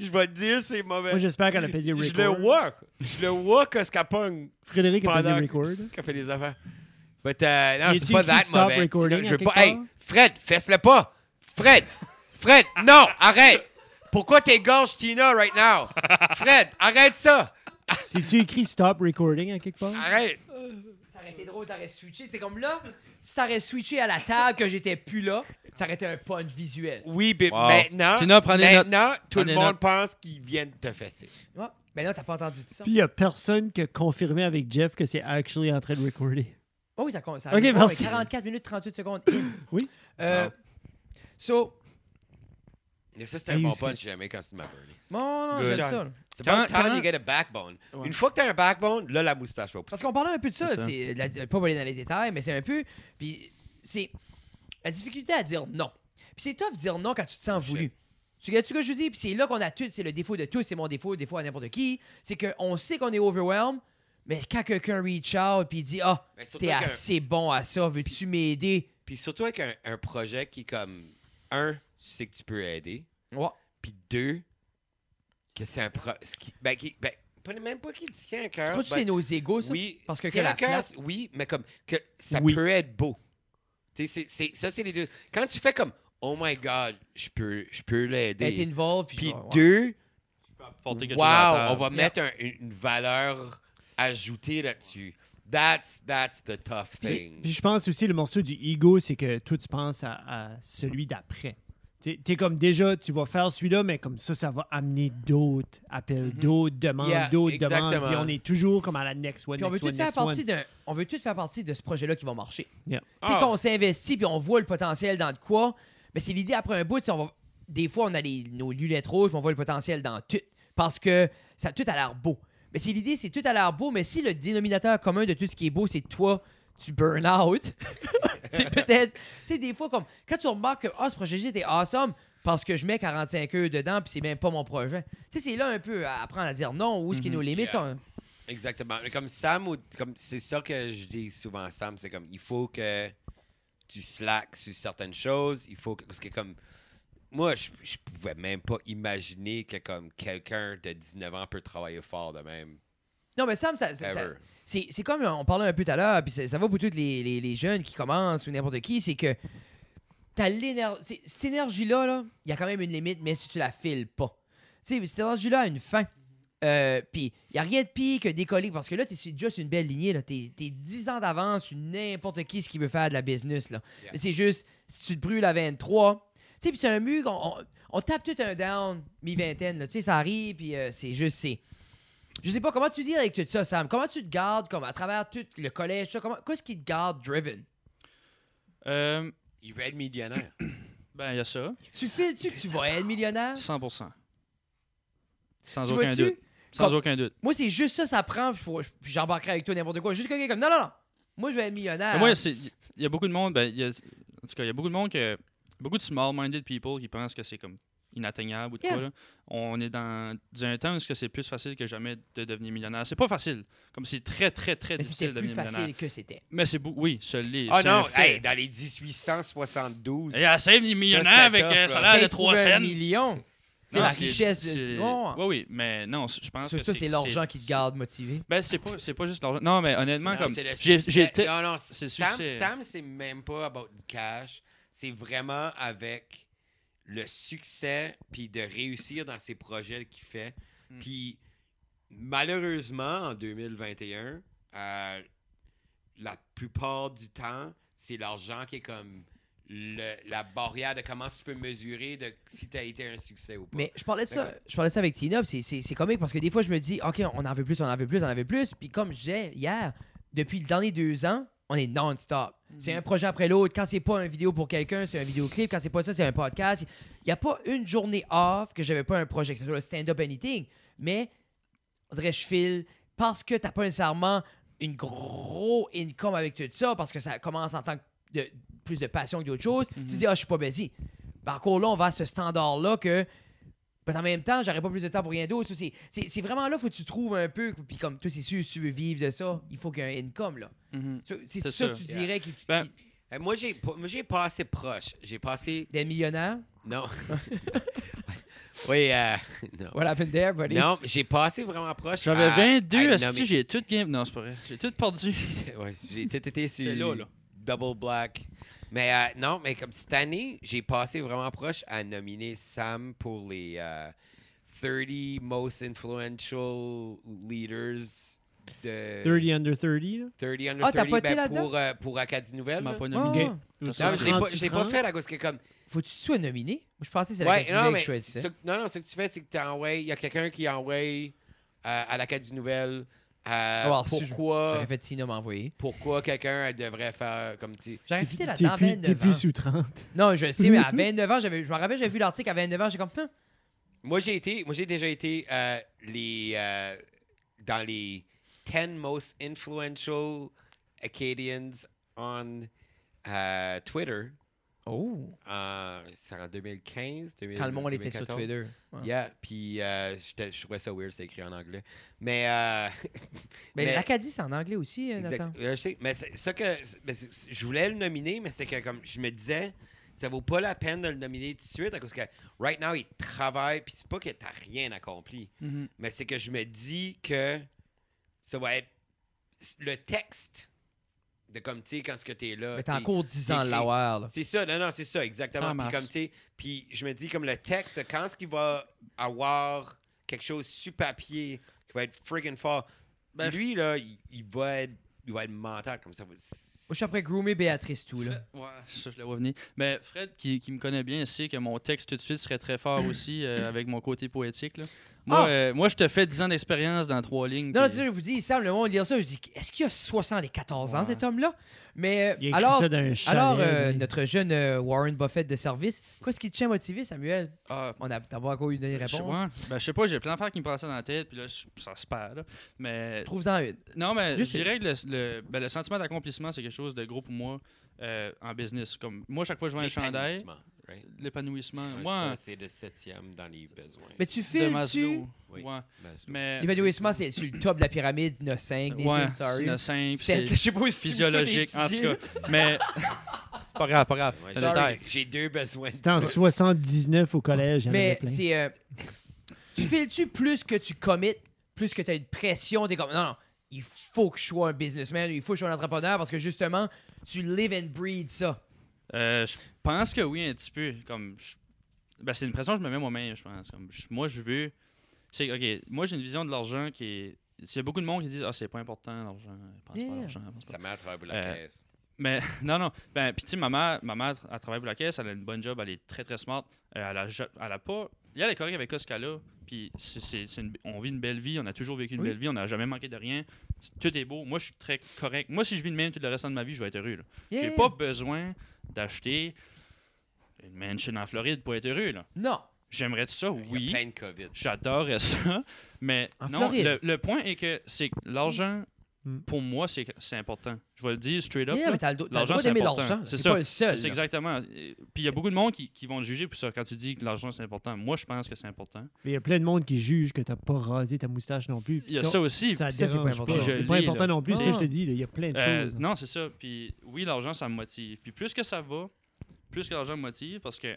[SPEAKER 4] Je vais te dire, c'est mauvais.
[SPEAKER 2] Moi, j'espère qu'elle a pesé
[SPEAKER 4] Je le
[SPEAKER 2] record.
[SPEAKER 4] vois. Je le vois que ce qu'elle pogne
[SPEAKER 2] Frédéric a pesé
[SPEAKER 4] Pendant-
[SPEAKER 2] record.
[SPEAKER 4] qu'elle fait des affaires. Mais euh, non,
[SPEAKER 2] Y
[SPEAKER 4] c'est
[SPEAKER 2] a-tu
[SPEAKER 4] pas
[SPEAKER 2] écrit
[SPEAKER 4] that
[SPEAKER 2] stop
[SPEAKER 4] mauvais.
[SPEAKER 2] recording
[SPEAKER 4] Je
[SPEAKER 2] à
[SPEAKER 4] veux
[SPEAKER 2] quelque
[SPEAKER 4] pas. Hey,
[SPEAKER 2] part?
[SPEAKER 4] Fred, fesse-le pas. Fred, Fred, non, arrête. Pourquoi t'égorges Tina right now? Fred, arrête ça.
[SPEAKER 2] C'est-tu écrit stop recording à quelque part?
[SPEAKER 4] Arrête.
[SPEAKER 1] Ça aurait été drôle, t'aurais switché. C'est comme là, si t'aurais switché à la table que j'étais plus là, ça aurait été un punch visuel.
[SPEAKER 4] Oui, mais
[SPEAKER 3] Wow.
[SPEAKER 4] maintenant,
[SPEAKER 3] Tina, prends des notes.
[SPEAKER 4] maintenant tout
[SPEAKER 3] Prends
[SPEAKER 4] le
[SPEAKER 3] des
[SPEAKER 4] monde
[SPEAKER 3] notes.
[SPEAKER 4] pense qu'ils viennent te fesser.
[SPEAKER 1] Ouais. Mais là, t'as pas entendu de ça.
[SPEAKER 2] Puis il y a personne qui a confirmé avec Jeff que c'est actually en train de recorder.
[SPEAKER 1] Oh oui, ça compte. Ça
[SPEAKER 2] Ok,
[SPEAKER 1] arrive. Oh,
[SPEAKER 2] merci.
[SPEAKER 1] mais 44 minutes 38 secondes. in.
[SPEAKER 2] Oui.
[SPEAKER 1] Euh,
[SPEAKER 3] Wow.
[SPEAKER 1] So,
[SPEAKER 4] Mais ça, c'est un
[SPEAKER 2] Hey,
[SPEAKER 4] bon
[SPEAKER 2] excuse-
[SPEAKER 4] punch jamais quand c'est ma burnie.
[SPEAKER 1] bon, oh non,
[SPEAKER 3] Good.
[SPEAKER 1] j'aime
[SPEAKER 4] John.
[SPEAKER 1] ça. là.
[SPEAKER 4] C'est
[SPEAKER 3] Quand-
[SPEAKER 4] pas le time
[SPEAKER 3] quand-
[SPEAKER 4] you get a backbone.
[SPEAKER 3] Ouais.
[SPEAKER 4] Une fois que t'as un backbone, là, la moustache va pousser.
[SPEAKER 1] Parce qu'on parlait un peu de ça,
[SPEAKER 3] C'est ça.
[SPEAKER 1] c'est la- pas aller dans les détails, mais c'est un peu. Puis c'est la difficulté à dire non. Puis c'est tough de dire non quand tu te sens voulu. Tu sais ce que je dis? Puis c'est là qu'on a tout, c'est le défaut de tous, c'est mon défaut, le défaut à n'importe qui. C'est qu'on sait qu'on est overwhelmed, mais quand quelqu'un reach out puis il dit Ah,
[SPEAKER 4] Mais surtout
[SPEAKER 1] t'es
[SPEAKER 4] qu'un-
[SPEAKER 1] assez bon à ça, veux-tu m'aider?
[SPEAKER 4] Puis surtout avec un, un projet qui, comme, un, tu sais que tu peux aider.
[SPEAKER 1] Ouais.
[SPEAKER 4] Puis deux, que c'est un pro. ce qui- ben, qui- ben, pas- même pas qu'il dit qu'il y a un
[SPEAKER 1] Tu
[SPEAKER 4] cœur.
[SPEAKER 1] crois que
[SPEAKER 4] but-
[SPEAKER 1] c'est nos égaux, ça?
[SPEAKER 4] Oui,
[SPEAKER 1] Parce que
[SPEAKER 4] c'est
[SPEAKER 1] que la
[SPEAKER 4] un cœur,
[SPEAKER 1] flatte-
[SPEAKER 4] oui, mais comme que ça
[SPEAKER 2] Oui.
[SPEAKER 4] peut être beau. Tu sais, c'est- c'est- ça, c'est les deux. Quand tu fais comme Oh my God, je peux, je peux
[SPEAKER 1] Être
[SPEAKER 4] l'aider.
[SPEAKER 1] involved, puis...
[SPEAKER 4] Puis
[SPEAKER 1] ouais, ouais.
[SPEAKER 4] deux,
[SPEAKER 3] Porter quelque
[SPEAKER 4] wow,
[SPEAKER 3] chose à la
[SPEAKER 4] on
[SPEAKER 3] table.
[SPEAKER 4] va mettre un- une, une valeur ajoutée là-dessus. That's, that's the tough
[SPEAKER 2] Puis,
[SPEAKER 4] thing.
[SPEAKER 2] puis je pense aussi, le morceau du ego, c'est que toi, tu penses à, à celui d'après. T'es es comme déjà, tu vas faire celui-là, mais comme ça, ça va amener d'autres appels, d'autres demandes,
[SPEAKER 4] Yeah,
[SPEAKER 2] d'autres demandes.
[SPEAKER 4] exactement.
[SPEAKER 2] Puis on est toujours comme à la next one.
[SPEAKER 1] Puis on veut
[SPEAKER 2] next
[SPEAKER 1] tout
[SPEAKER 2] one,
[SPEAKER 1] faire
[SPEAKER 2] next one.
[SPEAKER 1] partie d'un. On veut tout faire partie de ce projet-là qui va marcher.
[SPEAKER 2] Yeah.
[SPEAKER 1] Tu sais,
[SPEAKER 4] Ah.
[SPEAKER 1] quand on s'investit puis on voit le potentiel dans de quoi, mais c'est l'idée après un bout, tu sais, on va- des fois, on a les- nos lunettes rouges puis on voit le potentiel dans tout. Parce que ça tout a l'air beau. Mais c'est l'idée, c'est tout a l'air beau, mais si le dénominateur commun de tout ce qui est beau, c'est toi, tu burn out, c'est peut-être. Tu sais, des fois, comme quand tu remarques que Ah, ce projet-là était awesome parce que je mets 45 heures dedans puis c'est même pas mon projet. Tu sais, c'est là un peu à apprendre à dire non, où est-ce qu'il y a nos limites.
[SPEAKER 4] Mm-hmm. Yeah.
[SPEAKER 1] on-
[SPEAKER 4] Exactement. Mais comme Sam, ou- comme c'est ça que je dis souvent à Sam, c'est comme il faut que tu slacks sur certaines choses. Il faut que, parce que comme moi, je, je pouvais même pas imaginer que comme quelqu'un de 19 ans peut travailler fort de même.
[SPEAKER 1] Non, mais Sam, ça- ça- ça,
[SPEAKER 4] Ever.
[SPEAKER 1] C'est c'est comme euh, on parlait un peu tout à l'heure, puis ça, ça va pour tous les, les- les jeunes qui commencent ou n'importe qui, c'est que t'as l'énergie. Cette énergie-là, là, il y a quand même une limite, mais si tu la files pas. Tu sais, cette énergie-là a une fin. Euh, puis il n'y a rien de pire que décoller parce que là, t'es sur- déjà sur une belle lignée. là. T'es t'es 10 ans d'avance sur n'importe qui ce qui veut faire de la business. Là.
[SPEAKER 4] Yeah.
[SPEAKER 1] Mais c'est juste, si tu te brûles à 23, tu sais, puis c'est un mug, on, on- on tape tout un down mi-vingtaine. là. Tu sais, ça arrive, puis euh, c'est juste, c'est. Je sais pas, comment tu dis avec tout ça, Sam? Comment tu te gardes comme à travers tout le collège, ça? Comment, qu'est-ce qui te garde driven?
[SPEAKER 3] Euh,
[SPEAKER 4] Il veut être millionnaire.
[SPEAKER 3] ben, il y a ça.
[SPEAKER 1] Tu files-tu que tu vas être
[SPEAKER 4] Ah.
[SPEAKER 1] millionnaire?
[SPEAKER 3] 100 Sans
[SPEAKER 1] Tu
[SPEAKER 3] aucun
[SPEAKER 1] vois-tu?
[SPEAKER 3] doute. Sans
[SPEAKER 1] Comme-
[SPEAKER 3] aucun doute.
[SPEAKER 1] Moi, c'est juste ça, ça prend, puis faut- puis j'embarquerai avec toi n'importe quoi. Juste quelqu'un comme, non, non, non, moi je vais être millionnaire.
[SPEAKER 4] Ah.
[SPEAKER 3] Mais Moi, c'est- il y a beaucoup de monde, ben, il y a- en tout cas, il y a beaucoup de monde que. Beaucoup de small-minded people qui pensent que c'est comme inatteignable ou de
[SPEAKER 1] Yeah.
[SPEAKER 3] quoi. là. On est dans, dans un temps où est-ce que c'est plus facile que jamais de devenir millionnaire. C'est pas facile. Comme c'est très, très, très
[SPEAKER 1] Mais
[SPEAKER 3] difficile
[SPEAKER 1] c'était
[SPEAKER 3] de
[SPEAKER 1] plus
[SPEAKER 3] devenir millionnaire.
[SPEAKER 1] facile que c'était.
[SPEAKER 3] Mais c'est beau. Oui, se l'est.
[SPEAKER 4] Ah
[SPEAKER 3] c'est un
[SPEAKER 4] non,
[SPEAKER 3] fait.
[SPEAKER 4] hey, dans les 1872.
[SPEAKER 3] Et elle save des millionnaires
[SPEAKER 4] c'était
[SPEAKER 3] avec
[SPEAKER 4] tough,
[SPEAKER 3] un
[SPEAKER 4] là.
[SPEAKER 3] salaire de
[SPEAKER 1] Cinq
[SPEAKER 3] 3
[SPEAKER 1] ou un
[SPEAKER 3] cents.
[SPEAKER 1] million. C'est
[SPEAKER 3] Non,
[SPEAKER 1] la richesse de
[SPEAKER 3] c'est-
[SPEAKER 1] du monde.
[SPEAKER 3] Oui, oui, mais non, je pense que
[SPEAKER 1] Surtout, c'est l'argent qui te garde motivé.
[SPEAKER 3] Ben, c'est pas, c'est pas juste l'argent. Non, mais honnêtement,
[SPEAKER 4] Non,
[SPEAKER 3] comme.
[SPEAKER 4] c'est le
[SPEAKER 3] j'ai-
[SPEAKER 4] succès.
[SPEAKER 3] j'étais-
[SPEAKER 4] Non, non,
[SPEAKER 3] c'est le
[SPEAKER 4] Sam,
[SPEAKER 3] succès.
[SPEAKER 4] Sam, c'est même pas about the cash. C'est vraiment avec le succès puis de réussir dans ses projets qu'il fait.
[SPEAKER 3] Mm.
[SPEAKER 4] Puis malheureusement, en 2021, euh, la plupart du temps, c'est l'argent qui est comme le- la barrière de comment tu peux mesurer de si tu as été un succès ou pas.
[SPEAKER 1] Mais je parlais de ça,
[SPEAKER 4] D'accord.
[SPEAKER 1] je parlais de ça avec Tina, puis c'est- c'est c'est comique parce que des fois je me dis, ok, on en veut plus, on en veut plus, on en veut plus. Puis comme j'ai hier, depuis les derniers deux ans, on est non-stop.
[SPEAKER 4] Mhm.
[SPEAKER 1] C'est un projet après l'autre. Quand c'est pas une vidéo pour quelqu'un, c'est un vidéoclip. Quand c'est pas ça, c'est un podcast. Il n'y a pas une journée off que j'avais pas un projet, que ce soit le stand-up anything. Mais on dirait je file parce que t'as pas nécessairement une gros income avec tout ça, parce que ça commence en tant que de, plus de passion que d'autres choses.
[SPEAKER 4] Mhm.
[SPEAKER 1] Tu dis, ah, je suis pas busy. Par contre, là, on va à ce standard-là que. Mais en même temps, j'aurais pas plus de temps pour rien d'autre. Ça, C'est c'est- c'est vraiment là, faut que tu trouves un peu. Puis comme toi, c'est sûr, si tu veux vivre de ça, il faut qu'il y ait un income, là.
[SPEAKER 3] Mhm.
[SPEAKER 1] Ça, C'est ça,
[SPEAKER 3] C'est
[SPEAKER 1] que
[SPEAKER 3] ça.
[SPEAKER 1] tu
[SPEAKER 4] Yeah.
[SPEAKER 1] dirais qui,
[SPEAKER 3] Ben-
[SPEAKER 1] qui-
[SPEAKER 4] Euh, Moi, j'ai pas- moi, j'ai pas assez proche. J'ai passé.
[SPEAKER 1] des millionnaires.
[SPEAKER 4] Non. oui, euh, non.
[SPEAKER 1] What happened there, buddy?
[SPEAKER 4] Non, j'ai passé vraiment proche.
[SPEAKER 3] J'avais
[SPEAKER 4] à-
[SPEAKER 3] 22,
[SPEAKER 4] à
[SPEAKER 3] esti,
[SPEAKER 4] nommer-
[SPEAKER 3] j'ai tout game. Non, c'est pas vrai. J'ai tout perdu.
[SPEAKER 4] Ouais, j'ai tout été sur
[SPEAKER 3] J'étais là, là.
[SPEAKER 4] Double Black. Mais euh, non, mais comme cette année, j'ai passé vraiment proche à nominer Sam pour les euh, 30 most influential leaders de 30,
[SPEAKER 2] 30 under 30. là.
[SPEAKER 4] under
[SPEAKER 1] Ah, t'as
[SPEAKER 4] 30
[SPEAKER 1] pas
[SPEAKER 4] ben,
[SPEAKER 1] été là-dedans?
[SPEAKER 4] pour, euh, pour Acadie Nouvelle.
[SPEAKER 3] m'a
[SPEAKER 4] là.
[SPEAKER 3] pas
[SPEAKER 1] Ah.
[SPEAKER 3] nommé.
[SPEAKER 2] Ok.
[SPEAKER 3] Ou
[SPEAKER 4] Non, je l'ai pas,
[SPEAKER 2] 30,
[SPEAKER 4] je l'ai pas
[SPEAKER 2] 30.
[SPEAKER 4] fait à cause que comme
[SPEAKER 1] Faut-tu que tu sois nominé? Moi, je pensais que c'est la
[SPEAKER 4] Ouais,
[SPEAKER 1] catégorie
[SPEAKER 4] non,
[SPEAKER 1] que
[SPEAKER 4] mais
[SPEAKER 1] je choisissais.
[SPEAKER 4] ce- non, non, ce que tu fais, c'est que tu envoies. Il y a quelqu'un qui envoie euh, à la Cadie Nouvelle euh,
[SPEAKER 1] Ah, alors, si je-
[SPEAKER 4] pourquoi,
[SPEAKER 1] J'aurais fait Tina m'envoyer.
[SPEAKER 4] pourquoi quelqu'un elle devrait faire comme tu.
[SPEAKER 1] J'aurais
[SPEAKER 2] T'es-
[SPEAKER 1] fité
[SPEAKER 2] t'es
[SPEAKER 1] là-dedans à
[SPEAKER 2] plus- T'es
[SPEAKER 1] 29 ans.
[SPEAKER 2] plus sous 30.
[SPEAKER 1] Non, je sais, mais à 29 ans, j'avais- je me rappelle, j'avais vu l'article à 29 ans, j'ai comme... Hum.
[SPEAKER 4] Moi, j'ai été, moi j'ai déjà été euh, les, euh, dans les 10 most influential Acadians on euh, Twitter.
[SPEAKER 1] Oh,
[SPEAKER 4] en- C'est en 2015, 2000
[SPEAKER 1] quand le monde était sur
[SPEAKER 4] 2014.
[SPEAKER 1] Twitter. hein. Ouais.
[SPEAKER 4] Yeah, puis euh, j'étais- je trouvais ça weird, c'est écrit en anglais. Mais, euh,
[SPEAKER 1] Mais,
[SPEAKER 4] mais-
[SPEAKER 1] Ben, l'Acadie, c'est en anglais aussi, euh,
[SPEAKER 4] Exact.
[SPEAKER 1] Nathan.
[SPEAKER 4] Euh, je sais, mais c'est ça que c'est- mais c'est- c'est- je voulais le nominer, mais c'était que comme je me disais, ça vaut pas la peine de le nominer tout de suite, à cause que right now, il travaille, puis c'est pas que t'as rien accompli,
[SPEAKER 1] Mhm.
[SPEAKER 4] mais c'est que je me dis que ça va être le texte de comme, tu sais, quand ce que t'es là.
[SPEAKER 1] Mais t'es en
[SPEAKER 4] tu sais,
[SPEAKER 1] cours 10 ans de
[SPEAKER 4] écrit.
[SPEAKER 1] Lauer, là.
[SPEAKER 4] C'est ça, non, non, c'est ça,
[SPEAKER 3] En
[SPEAKER 4] exactement. Puis
[SPEAKER 3] masse.
[SPEAKER 4] comme, tu sais, puis je me dis, comme le texte, quand est-ce qu'il va avoir quelque chose sur papier qui va être friggin' fort,
[SPEAKER 3] Ben,
[SPEAKER 4] lui, là, il, il va être, il va être mental, comme ça. Moi,
[SPEAKER 1] Moi, je suis après groomer Béatrice tout, là.
[SPEAKER 3] Fred- Ouais, ça, je le vois venir. Mais Fred, qui, qui me connaît bien, sait que mon texte tout de suite serait très fort aussi, euh, avec mon côté poétique. là. Moi,
[SPEAKER 1] Ah!
[SPEAKER 3] euh, moi, je te fais 10 ans d'expérience dans trois lignes.
[SPEAKER 1] Non, non,
[SPEAKER 3] puis-
[SPEAKER 1] c'est ça, je vous dis, Sam, le monde lire ça, je dis, est-ce qu'il a 74 ans,
[SPEAKER 3] Ouais.
[SPEAKER 1] cet homme-là? Mais
[SPEAKER 2] Il a
[SPEAKER 1] euh,
[SPEAKER 2] écrit
[SPEAKER 1] alors,
[SPEAKER 2] ça dans un chalet,
[SPEAKER 1] alors euh,
[SPEAKER 2] lui.
[SPEAKER 1] notre jeune euh, Warren Buffett de service, qu'est-ce qui te tient motivé, Samuel?
[SPEAKER 3] Ah,
[SPEAKER 1] On a t'as pas encore eu une
[SPEAKER 3] je sais-
[SPEAKER 1] réponse.
[SPEAKER 3] ouais. Ben, je sais pas, j'ai plein d'affaires qui me passaient dans la tête, puis là, je- ça se perd. là. Mais
[SPEAKER 1] Trouve-en une.
[SPEAKER 3] Non, mais
[SPEAKER 1] Juste-
[SPEAKER 3] je dirais que le, le- ben, le sentiment d'accomplissement, c'est quelque chose de gros pour moi euh, en business. Comme moi, chaque fois que je vois un chandail, l'épanouissement. Moi,
[SPEAKER 4] c'est le septième dans les besoins.
[SPEAKER 1] Mais tu
[SPEAKER 3] de
[SPEAKER 1] files tu
[SPEAKER 3] Maslow.
[SPEAKER 4] Oui. ben,
[SPEAKER 3] Ouais.
[SPEAKER 4] Maslow.
[SPEAKER 3] Mais
[SPEAKER 1] L'évaluation, c'est sur le top de la pyramide, il y en a 5, des
[SPEAKER 3] ouais,
[SPEAKER 1] things, sorry.
[SPEAKER 3] c'est le simple,
[SPEAKER 1] Sept, je
[SPEAKER 3] c'est
[SPEAKER 1] sais pas si tu veux tout
[SPEAKER 3] physiologique. En tout
[SPEAKER 1] étudier.
[SPEAKER 3] cas, mais pas grave, pas grave.
[SPEAKER 4] Ouais,
[SPEAKER 3] Le
[SPEAKER 4] sorry,
[SPEAKER 3] détail.
[SPEAKER 4] J'ai deux besoins.
[SPEAKER 2] C'était en 79 au collège. il y en avait
[SPEAKER 1] Mais
[SPEAKER 2] plein.
[SPEAKER 1] c'est. euh, tu files-tu plus que tu commits, plus que tu as une pression, t'es comme. Non, non, il faut que je sois un businessman, il faut que je sois un entrepreneur parce que justement, tu live and breed ça.
[SPEAKER 3] Euh, je pense que oui, un petit peu. Comme, je- ben, c'est une pression que je me mets moi-même, je pense. Comme, je- moi, je veux. C'est, ok, moi, j'ai une vision de l'argent qui est. Il y a beaucoup de monde qui disent Ah, c'est pas important l'argent. Pense pas à
[SPEAKER 1] Yeah.
[SPEAKER 3] l'argent. pense pas
[SPEAKER 4] Ça met à travers la
[SPEAKER 3] Euh,
[SPEAKER 4] caisse.
[SPEAKER 3] Mais non, non. Ben, puis tu sais, ma mère, ma mère, elle travaille pour la caisse, elle a une bonne job, elle est très, très smart. Euh, elle, a, ja- elle a pas. Il y a les corrects avec ce qu'elle a. Puis c'est- c'est- c'est une- on vit une belle vie, on a toujours vécu une
[SPEAKER 1] Oui.
[SPEAKER 3] belle vie, on n'a jamais manqué de rien. C'est- Tout est beau. Moi, je suis très correct. Moi, si je vis de même tout le restant de ma vie, je vais être heureux. là. J'ai
[SPEAKER 1] Yeah.
[SPEAKER 3] pas besoin d'acheter une mansion en Floride pour être heureux. là.
[SPEAKER 1] Non.
[SPEAKER 3] J'aimerais ça,
[SPEAKER 4] Ben, Il y
[SPEAKER 3] oui.
[SPEAKER 4] a plein de COVID.
[SPEAKER 3] J'adorais ça. Mais
[SPEAKER 1] En
[SPEAKER 3] non,
[SPEAKER 1] Floride. Hmm.
[SPEAKER 3] le, le point est que c'est que l'argent,
[SPEAKER 2] Mm.
[SPEAKER 3] pour moi, c'est c'est important. Je vais le dire straight up.
[SPEAKER 1] Yeah,
[SPEAKER 3] là.
[SPEAKER 1] mais t'as le, do- t'as le
[SPEAKER 3] l'argent,
[SPEAKER 1] droit
[SPEAKER 3] c'est
[SPEAKER 1] d'aimer
[SPEAKER 3] important.
[SPEAKER 1] l'argent.
[SPEAKER 3] C'est
[SPEAKER 1] T'es
[SPEAKER 3] ça.
[SPEAKER 1] pas le seul.
[SPEAKER 3] C'est
[SPEAKER 1] là.
[SPEAKER 3] exactement. Et- Puis il y a beaucoup de monde qui, qui vont le juger pour ça quand tu dis que l'argent c'est important. Moi, je pense que c'est important.
[SPEAKER 2] Mais Il y a plein de monde qui juge que t'as pas rasé ta moustache non plus. puis
[SPEAKER 3] Il y a ça aussi.
[SPEAKER 2] Ça,
[SPEAKER 1] Puis ça, c'est pas
[SPEAKER 2] dérange
[SPEAKER 1] important.
[SPEAKER 2] pas.
[SPEAKER 1] Puis
[SPEAKER 3] je
[SPEAKER 2] C'est pas
[SPEAKER 3] l'ai,
[SPEAKER 2] important
[SPEAKER 3] là.
[SPEAKER 2] non plus, c'est
[SPEAKER 1] Ah.
[SPEAKER 2] ça je te dis. là, Il y a plein de
[SPEAKER 3] Euh,
[SPEAKER 2] choses.
[SPEAKER 3] non, c'est ça. Puis oui, l'argent, ça me motive. Puis plus que ça va, plus que l'argent me motive parce que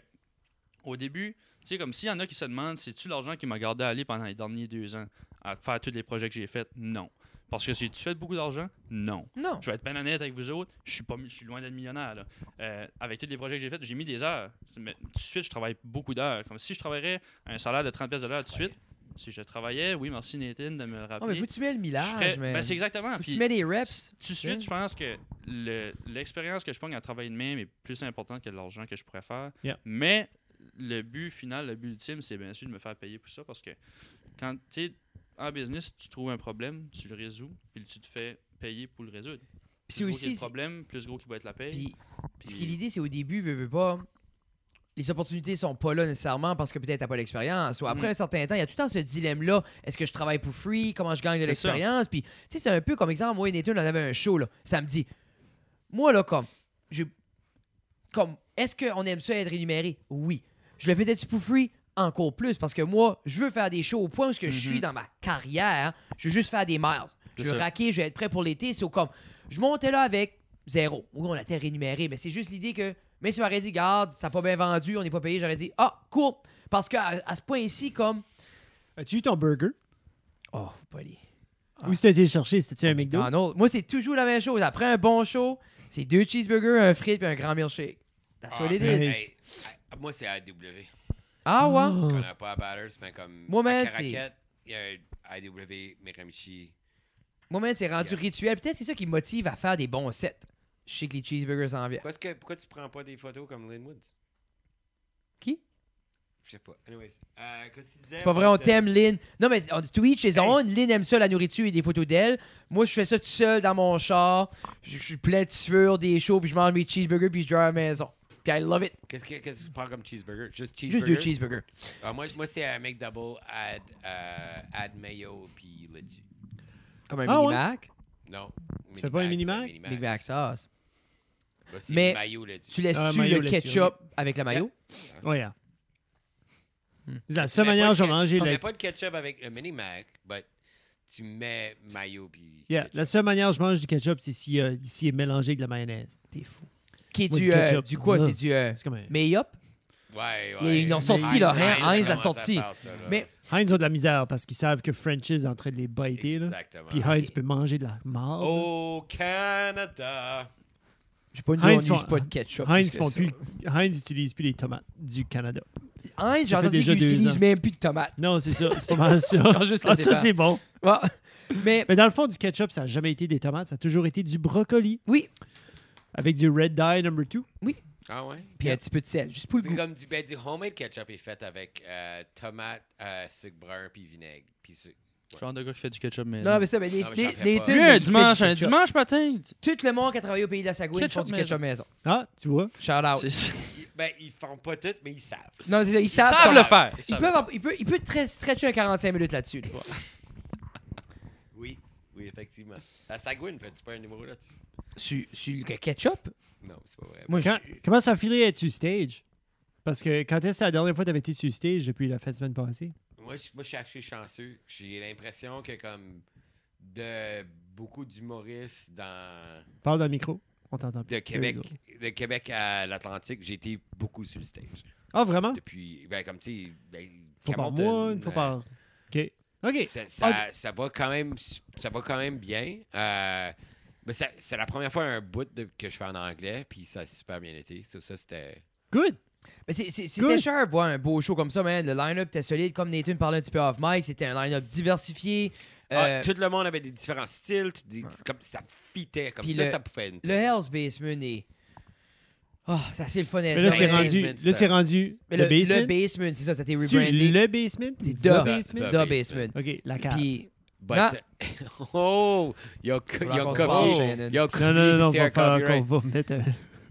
[SPEAKER 3] au début, tu sais, comme s'il y en a qui se demandent, c'est-tu l'argent qui m'a gardé à aller pendant les derniers deux ans à faire tous les projets que j'ai faits? Non. Parce que si tu fais beaucoup d'argent, non.
[SPEAKER 1] Non.
[SPEAKER 3] Je vais être bien honnête avec vous autres, je suis pas, mi- je suis loin d'être millionnaire. là. Euh, avec tous les projets que j'ai faits, j'ai mis des heures. Mais tout de suite, je travaille beaucoup d'heures. Comme si je travaillerais à un salaire de 30 pièces de l'heure tout de suite. Si je travaillais, oui, merci Nathan de me le
[SPEAKER 1] Oh, mais
[SPEAKER 3] rappeler.
[SPEAKER 1] faut que tu mets le
[SPEAKER 3] Je
[SPEAKER 1] millage,
[SPEAKER 3] ferais-
[SPEAKER 1] mais.
[SPEAKER 3] ben, c'est exactement.
[SPEAKER 1] faut que
[SPEAKER 3] Puis
[SPEAKER 1] tu mets les reps.
[SPEAKER 3] tout de suite, je pense que le- l'expérience que je prends à travailler de même est plus importante que l'argent que je pourrais faire.
[SPEAKER 2] Yeah.
[SPEAKER 3] Mais le but final, le but ultime, c'est bien sûr de me faire payer pour ça parce que quand tu es en business, tu trouves un problème, tu le résous, puis tu te fais payer pour le résoudre.
[SPEAKER 1] Puis
[SPEAKER 3] Plus
[SPEAKER 1] c'est
[SPEAKER 3] gros qu'il y a
[SPEAKER 1] aussi.
[SPEAKER 3] le problème, plus gros qui va être la paye.
[SPEAKER 1] Puis
[SPEAKER 3] puis-
[SPEAKER 1] ce qui est l'idée, c'est au début, veux, veux pas. Les opportunités sont pas là nécessairement parce que peut-être t'as pas l'expérience. Ou après
[SPEAKER 3] Mm.
[SPEAKER 1] un certain temps, il y a tout le temps ce dilemme-là. Est-ce que je travaille pour free? Comment je gagne de
[SPEAKER 3] C'est ça.
[SPEAKER 1] l'expérience? Puis, tu sais, c'est un peu comme exemple, moi et Nathan, on avait un show, là, samedi. Moi, là, comme, je... comme, est-ce qu'on aime ça être rémunéré? Oui. Je le faisais-tu pour free? Encore plus, parce que moi, je veux faire des shows au point où ce que je
[SPEAKER 3] Mm-hmm.
[SPEAKER 1] suis dans ma carrière, je veux juste faire des miles. Je
[SPEAKER 3] C'est
[SPEAKER 1] veux
[SPEAKER 3] ça.
[SPEAKER 1] raquer, je vais être prêt pour l'été. C'est comme, je montais là avec zéro. Oui, on était rémunéré, mais c'est juste l'idée que, mais si on m'aurait dit, garde, ça n'a pas bien vendu, on n'est pas payé, j'aurais dit, ah, cool. Parce qu'à à ce point-ci, comme,
[SPEAKER 2] As-tu eu ton burger?
[SPEAKER 1] oh, poli. Ah.
[SPEAKER 2] Où c'était été le chercher? C'était-tu un McDo?
[SPEAKER 1] McDonald's. Moi, c'est toujours la même chose. Après un bon show, c'est deux cheeseburgers, un frit puis un grand milkshake. That's
[SPEAKER 3] Ah,
[SPEAKER 1] what it
[SPEAKER 2] man.
[SPEAKER 1] Ah, is.
[SPEAKER 2] Hey.
[SPEAKER 4] moi, c'est AW.
[SPEAKER 1] Ah ouais?
[SPEAKER 4] Je
[SPEAKER 2] Oh.
[SPEAKER 4] connais pas à Batters, mais comme.
[SPEAKER 1] Moi, man,
[SPEAKER 4] à Caraquet,
[SPEAKER 1] c'est-
[SPEAKER 4] Il y a AW, Miramichi.
[SPEAKER 1] Moi, même, c'est rendu
[SPEAKER 4] Yeah.
[SPEAKER 1] rituel. Peut-être c'est ça qui me motive à faire des bons sets. Je sais que les cheeseburgers en viennent.
[SPEAKER 4] Pourquoi, est-ce que- pourquoi tu prends pas des photos comme Linwood?
[SPEAKER 1] Qui?
[SPEAKER 4] Je sais pas. Anyways, euh, qu'est-ce que tu disais?
[SPEAKER 1] C'est pas vrai, on
[SPEAKER 4] Peut-être,
[SPEAKER 1] t'aime, Lynn. Non, mais on, Twitch, les
[SPEAKER 4] Hey.
[SPEAKER 1] on. Lynn aime ça, la nourriture et des photos d'elle. Moi, je fais ça tout seul dans mon char. Je je suis plein de sueur, des shows, puis je mange mes cheeseburgers, puis je dors à la maison. Puis I love it.
[SPEAKER 4] euh, Qu'est-ce que, qu'est-ce que tu prends comme cheeseburger?
[SPEAKER 1] Juste
[SPEAKER 4] Juste cheeseburger?
[SPEAKER 1] deux cheeseburgers.
[SPEAKER 4] Ah, moi, moi c'est un McDouble, add, euh, add mayo, puis laitue.
[SPEAKER 1] Comme un
[SPEAKER 2] Ah
[SPEAKER 1] mini
[SPEAKER 2] ouais?
[SPEAKER 1] Mac.
[SPEAKER 4] Non.
[SPEAKER 2] Tu fais pas un Mini-Mac?
[SPEAKER 1] Big Mac sauce. Mais
[SPEAKER 4] Mais mayo, laitue.
[SPEAKER 1] Tu laisses-tu
[SPEAKER 2] Ah, mayo
[SPEAKER 1] le
[SPEAKER 2] là-dessus,
[SPEAKER 1] ketchup avec la mayo?
[SPEAKER 2] Oh, yeah.
[SPEAKER 1] Hmm.
[SPEAKER 2] C'est La
[SPEAKER 4] Tu
[SPEAKER 2] seule
[SPEAKER 4] mets
[SPEAKER 2] manière dont
[SPEAKER 4] pas de
[SPEAKER 2] j'ai
[SPEAKER 4] ketchup-
[SPEAKER 2] mangé
[SPEAKER 4] Tu
[SPEAKER 2] la
[SPEAKER 4] mets pas de ketchup avec le mini Mac, mais tu mets mayo puis.
[SPEAKER 2] Yeah,
[SPEAKER 4] ketchup.
[SPEAKER 2] la seule manière que je mange du ketchup, c'est s'il euh, s'il est mélangé avec de la mayonnaise.
[SPEAKER 1] T'es fou. qui est
[SPEAKER 2] Moi,
[SPEAKER 1] du,
[SPEAKER 2] du
[SPEAKER 1] euh,
[SPEAKER 2] ketchup.
[SPEAKER 1] du quoi?
[SPEAKER 2] Ah.
[SPEAKER 1] C'est du euh,
[SPEAKER 2] C'est comme un...
[SPEAKER 1] Mayop?
[SPEAKER 4] Ouais, ouais.
[SPEAKER 1] Il y a- ils l'ont sorti,
[SPEAKER 4] Heinz,
[SPEAKER 1] là, hein, Heinz
[SPEAKER 4] Heinz
[SPEAKER 1] l'a
[SPEAKER 4] commence à
[SPEAKER 1] sorti.
[SPEAKER 4] faire ça, là.
[SPEAKER 1] Mais
[SPEAKER 2] Heinz a de la misère parce qu'ils savent que French is en train de les biter. Là.
[SPEAKER 4] Exactement.
[SPEAKER 2] Puis Heinz peut manger de la marde.
[SPEAKER 1] Oh,
[SPEAKER 4] Au Canada.
[SPEAKER 1] j'ai pas une
[SPEAKER 2] Heinz
[SPEAKER 1] journée, où
[SPEAKER 2] font-
[SPEAKER 1] j'ai pas de ketchup.
[SPEAKER 2] Heinz
[SPEAKER 1] plus que
[SPEAKER 2] font
[SPEAKER 1] ça.
[SPEAKER 2] plus... Heinz n'utilise plus les tomates du Canada.
[SPEAKER 1] Heinz, j'ai
[SPEAKER 2] Ça fait
[SPEAKER 1] entendu
[SPEAKER 2] déjà
[SPEAKER 1] qu'ils
[SPEAKER 2] deux
[SPEAKER 1] utilisent
[SPEAKER 2] ans.
[SPEAKER 1] même plus de tomates.
[SPEAKER 2] Non, c'est ça. C'est pas mal ça.
[SPEAKER 1] ont juste
[SPEAKER 2] ah,
[SPEAKER 1] laissé
[SPEAKER 2] ça,
[SPEAKER 1] faire.
[SPEAKER 2] c'est bon.
[SPEAKER 1] Ouais. Mais
[SPEAKER 2] Mais dans le fond, du ketchup, ça n'a jamais été des tomates. Ça a toujours été du brocoli
[SPEAKER 1] oui,
[SPEAKER 2] avec du red dye number two.
[SPEAKER 4] Ah ouais?
[SPEAKER 1] puis un petit peu de sel, juste pour le
[SPEAKER 4] C'est
[SPEAKER 1] goût.
[SPEAKER 4] comme du, ben, du homemade ketchup est fait avec euh, tomate, euh, sucre brun puis vinaigre. Puis sucre.
[SPEAKER 3] Genre de gars qui fait du ketchup, mais.
[SPEAKER 1] Non, non, mais ça, mais les,
[SPEAKER 4] Non, mais
[SPEAKER 1] les,
[SPEAKER 4] j'en ferais
[SPEAKER 1] les
[SPEAKER 4] pas.
[SPEAKER 1] tunes
[SPEAKER 3] Lui,
[SPEAKER 1] de-
[SPEAKER 3] un
[SPEAKER 1] qui fait
[SPEAKER 3] dimanche,
[SPEAKER 1] du
[SPEAKER 3] un
[SPEAKER 1] ketchup.
[SPEAKER 3] dimanche matin.
[SPEAKER 1] Tout le monde qui a travaillé au pays de la Sagouine ils font
[SPEAKER 3] Ketchup
[SPEAKER 1] du ketchup maison.
[SPEAKER 2] Ah, tu vois.
[SPEAKER 1] Shout out.
[SPEAKER 3] C'est- c'est-
[SPEAKER 4] Ils- Ben, ils font pas tout, mais ils savent.
[SPEAKER 1] Non, c'est Ah, ça, ils
[SPEAKER 3] Ils
[SPEAKER 1] savent.
[SPEAKER 3] savent
[SPEAKER 1] comment-
[SPEAKER 3] le faire.
[SPEAKER 1] Ils peuvent, avoir- ils peuvent, ils peuvent très stretcher un 45 minutes là-dessus. là.
[SPEAKER 4] Oui, oui, effectivement. La Sagouine, fais-tu pas un numéro là-dessus?
[SPEAKER 1] Sur, sur le ketchup,
[SPEAKER 4] Non, c'est pas vrai.
[SPEAKER 1] moi, je-
[SPEAKER 2] Quand- comment ça ferait être sur stage? Parce que quand est-ce la dernière fois que tu avais été sur stage depuis la fin de semaine passée?
[SPEAKER 4] Moi, je, moi, je suis assez chanceux. J'ai l'impression que, comme, de beaucoup d'humoristes dans...
[SPEAKER 2] Parle dans le micro. On t'entend plus.
[SPEAKER 4] de, Québec,
[SPEAKER 2] There you go.
[SPEAKER 4] de Québec à l'Atlantique, j'ai été beaucoup sur le stage.
[SPEAKER 2] Ah, vraiment?
[SPEAKER 4] Depuis, ben, comme tu sais, ben,
[SPEAKER 2] Faut par
[SPEAKER 4] Hamilton,
[SPEAKER 2] mois, une fois
[SPEAKER 4] euh,
[SPEAKER 2] par. Ah, OK. OK.
[SPEAKER 4] Ça, ça- ça va quand même, ça va quand même bien. Euh, mais ça- c'est la première fois un bout de- que je fais en anglais, puis ça a super bien été. Ça, ça c'était.
[SPEAKER 2] Good.
[SPEAKER 1] Mais c'est- c'est-
[SPEAKER 2] Cool.
[SPEAKER 1] c'était cher de voir un beau show comme ça, man. Le line-up était solide. Comme Nathan parlait un petit peu off mic, c'était un line-up diversifié. Euh,
[SPEAKER 4] Ah, tout le monde avait des différents styles, tout des- comme ça fitait, comme
[SPEAKER 1] Puis
[SPEAKER 4] ça,
[SPEAKER 1] le-
[SPEAKER 4] ça pouvait. Une...
[SPEAKER 1] le Hell's Basement est. Ah, ça c'est le fun à
[SPEAKER 2] Mais là,
[SPEAKER 1] dire.
[SPEAKER 2] c'est
[SPEAKER 1] Mais-
[SPEAKER 2] rendu,
[SPEAKER 4] basement,
[SPEAKER 2] là, c'est rendu
[SPEAKER 1] mais
[SPEAKER 2] le,
[SPEAKER 1] le, le
[SPEAKER 2] basement.
[SPEAKER 1] basement. c'est ça, ça a été
[SPEAKER 2] C'est-tu
[SPEAKER 1] rebrandé.
[SPEAKER 2] Le basement?
[SPEAKER 1] C'est
[SPEAKER 2] The
[SPEAKER 1] The-
[SPEAKER 2] basement?
[SPEAKER 1] The,
[SPEAKER 4] The
[SPEAKER 1] Basement.
[SPEAKER 2] OK, la carte.
[SPEAKER 1] Puis,
[SPEAKER 4] But-
[SPEAKER 1] Non.
[SPEAKER 4] oh, il y a, il y a
[SPEAKER 1] qu'on se
[SPEAKER 4] copié.
[SPEAKER 1] parle, Shannon.
[SPEAKER 4] Il y a copié,
[SPEAKER 2] Non, non, non, non,
[SPEAKER 4] c'est
[SPEAKER 2] va
[SPEAKER 4] un
[SPEAKER 2] falloir
[SPEAKER 4] copyright.
[SPEAKER 2] qu'on va mettre un-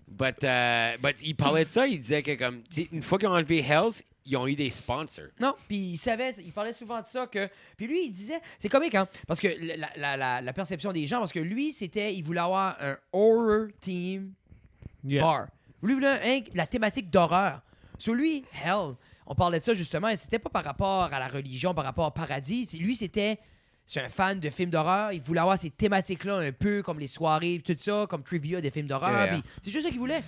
[SPEAKER 4] But, euh, but il parlait de ça, il disait que comme tu sais, une fois qu'ils ont enlevé Hells, ils ont eu des sponsors.
[SPEAKER 1] non, puis il savait, il parlait souvent de ça que. Puis lui, il disait, c'est comique, hein, parce que la, la- la- la perception des gens, parce que lui, c'était, il voulait avoir un horror team
[SPEAKER 2] Yeah.
[SPEAKER 1] horror. Lui, il voulait un- la thématique d'horreur. Sur lui, hell, on parlait de ça justement, et c'était pas par rapport à la religion, par rapport au paradis. C'est- Lui, c'était. C'est un fan de films d'horreur. Il voulait avoir ces thématiques-là un peu comme les soirées, puis tout ça, comme trivia des films d'horreur.
[SPEAKER 4] Yeah.
[SPEAKER 1] puis C'est juste ça qu'il voulait.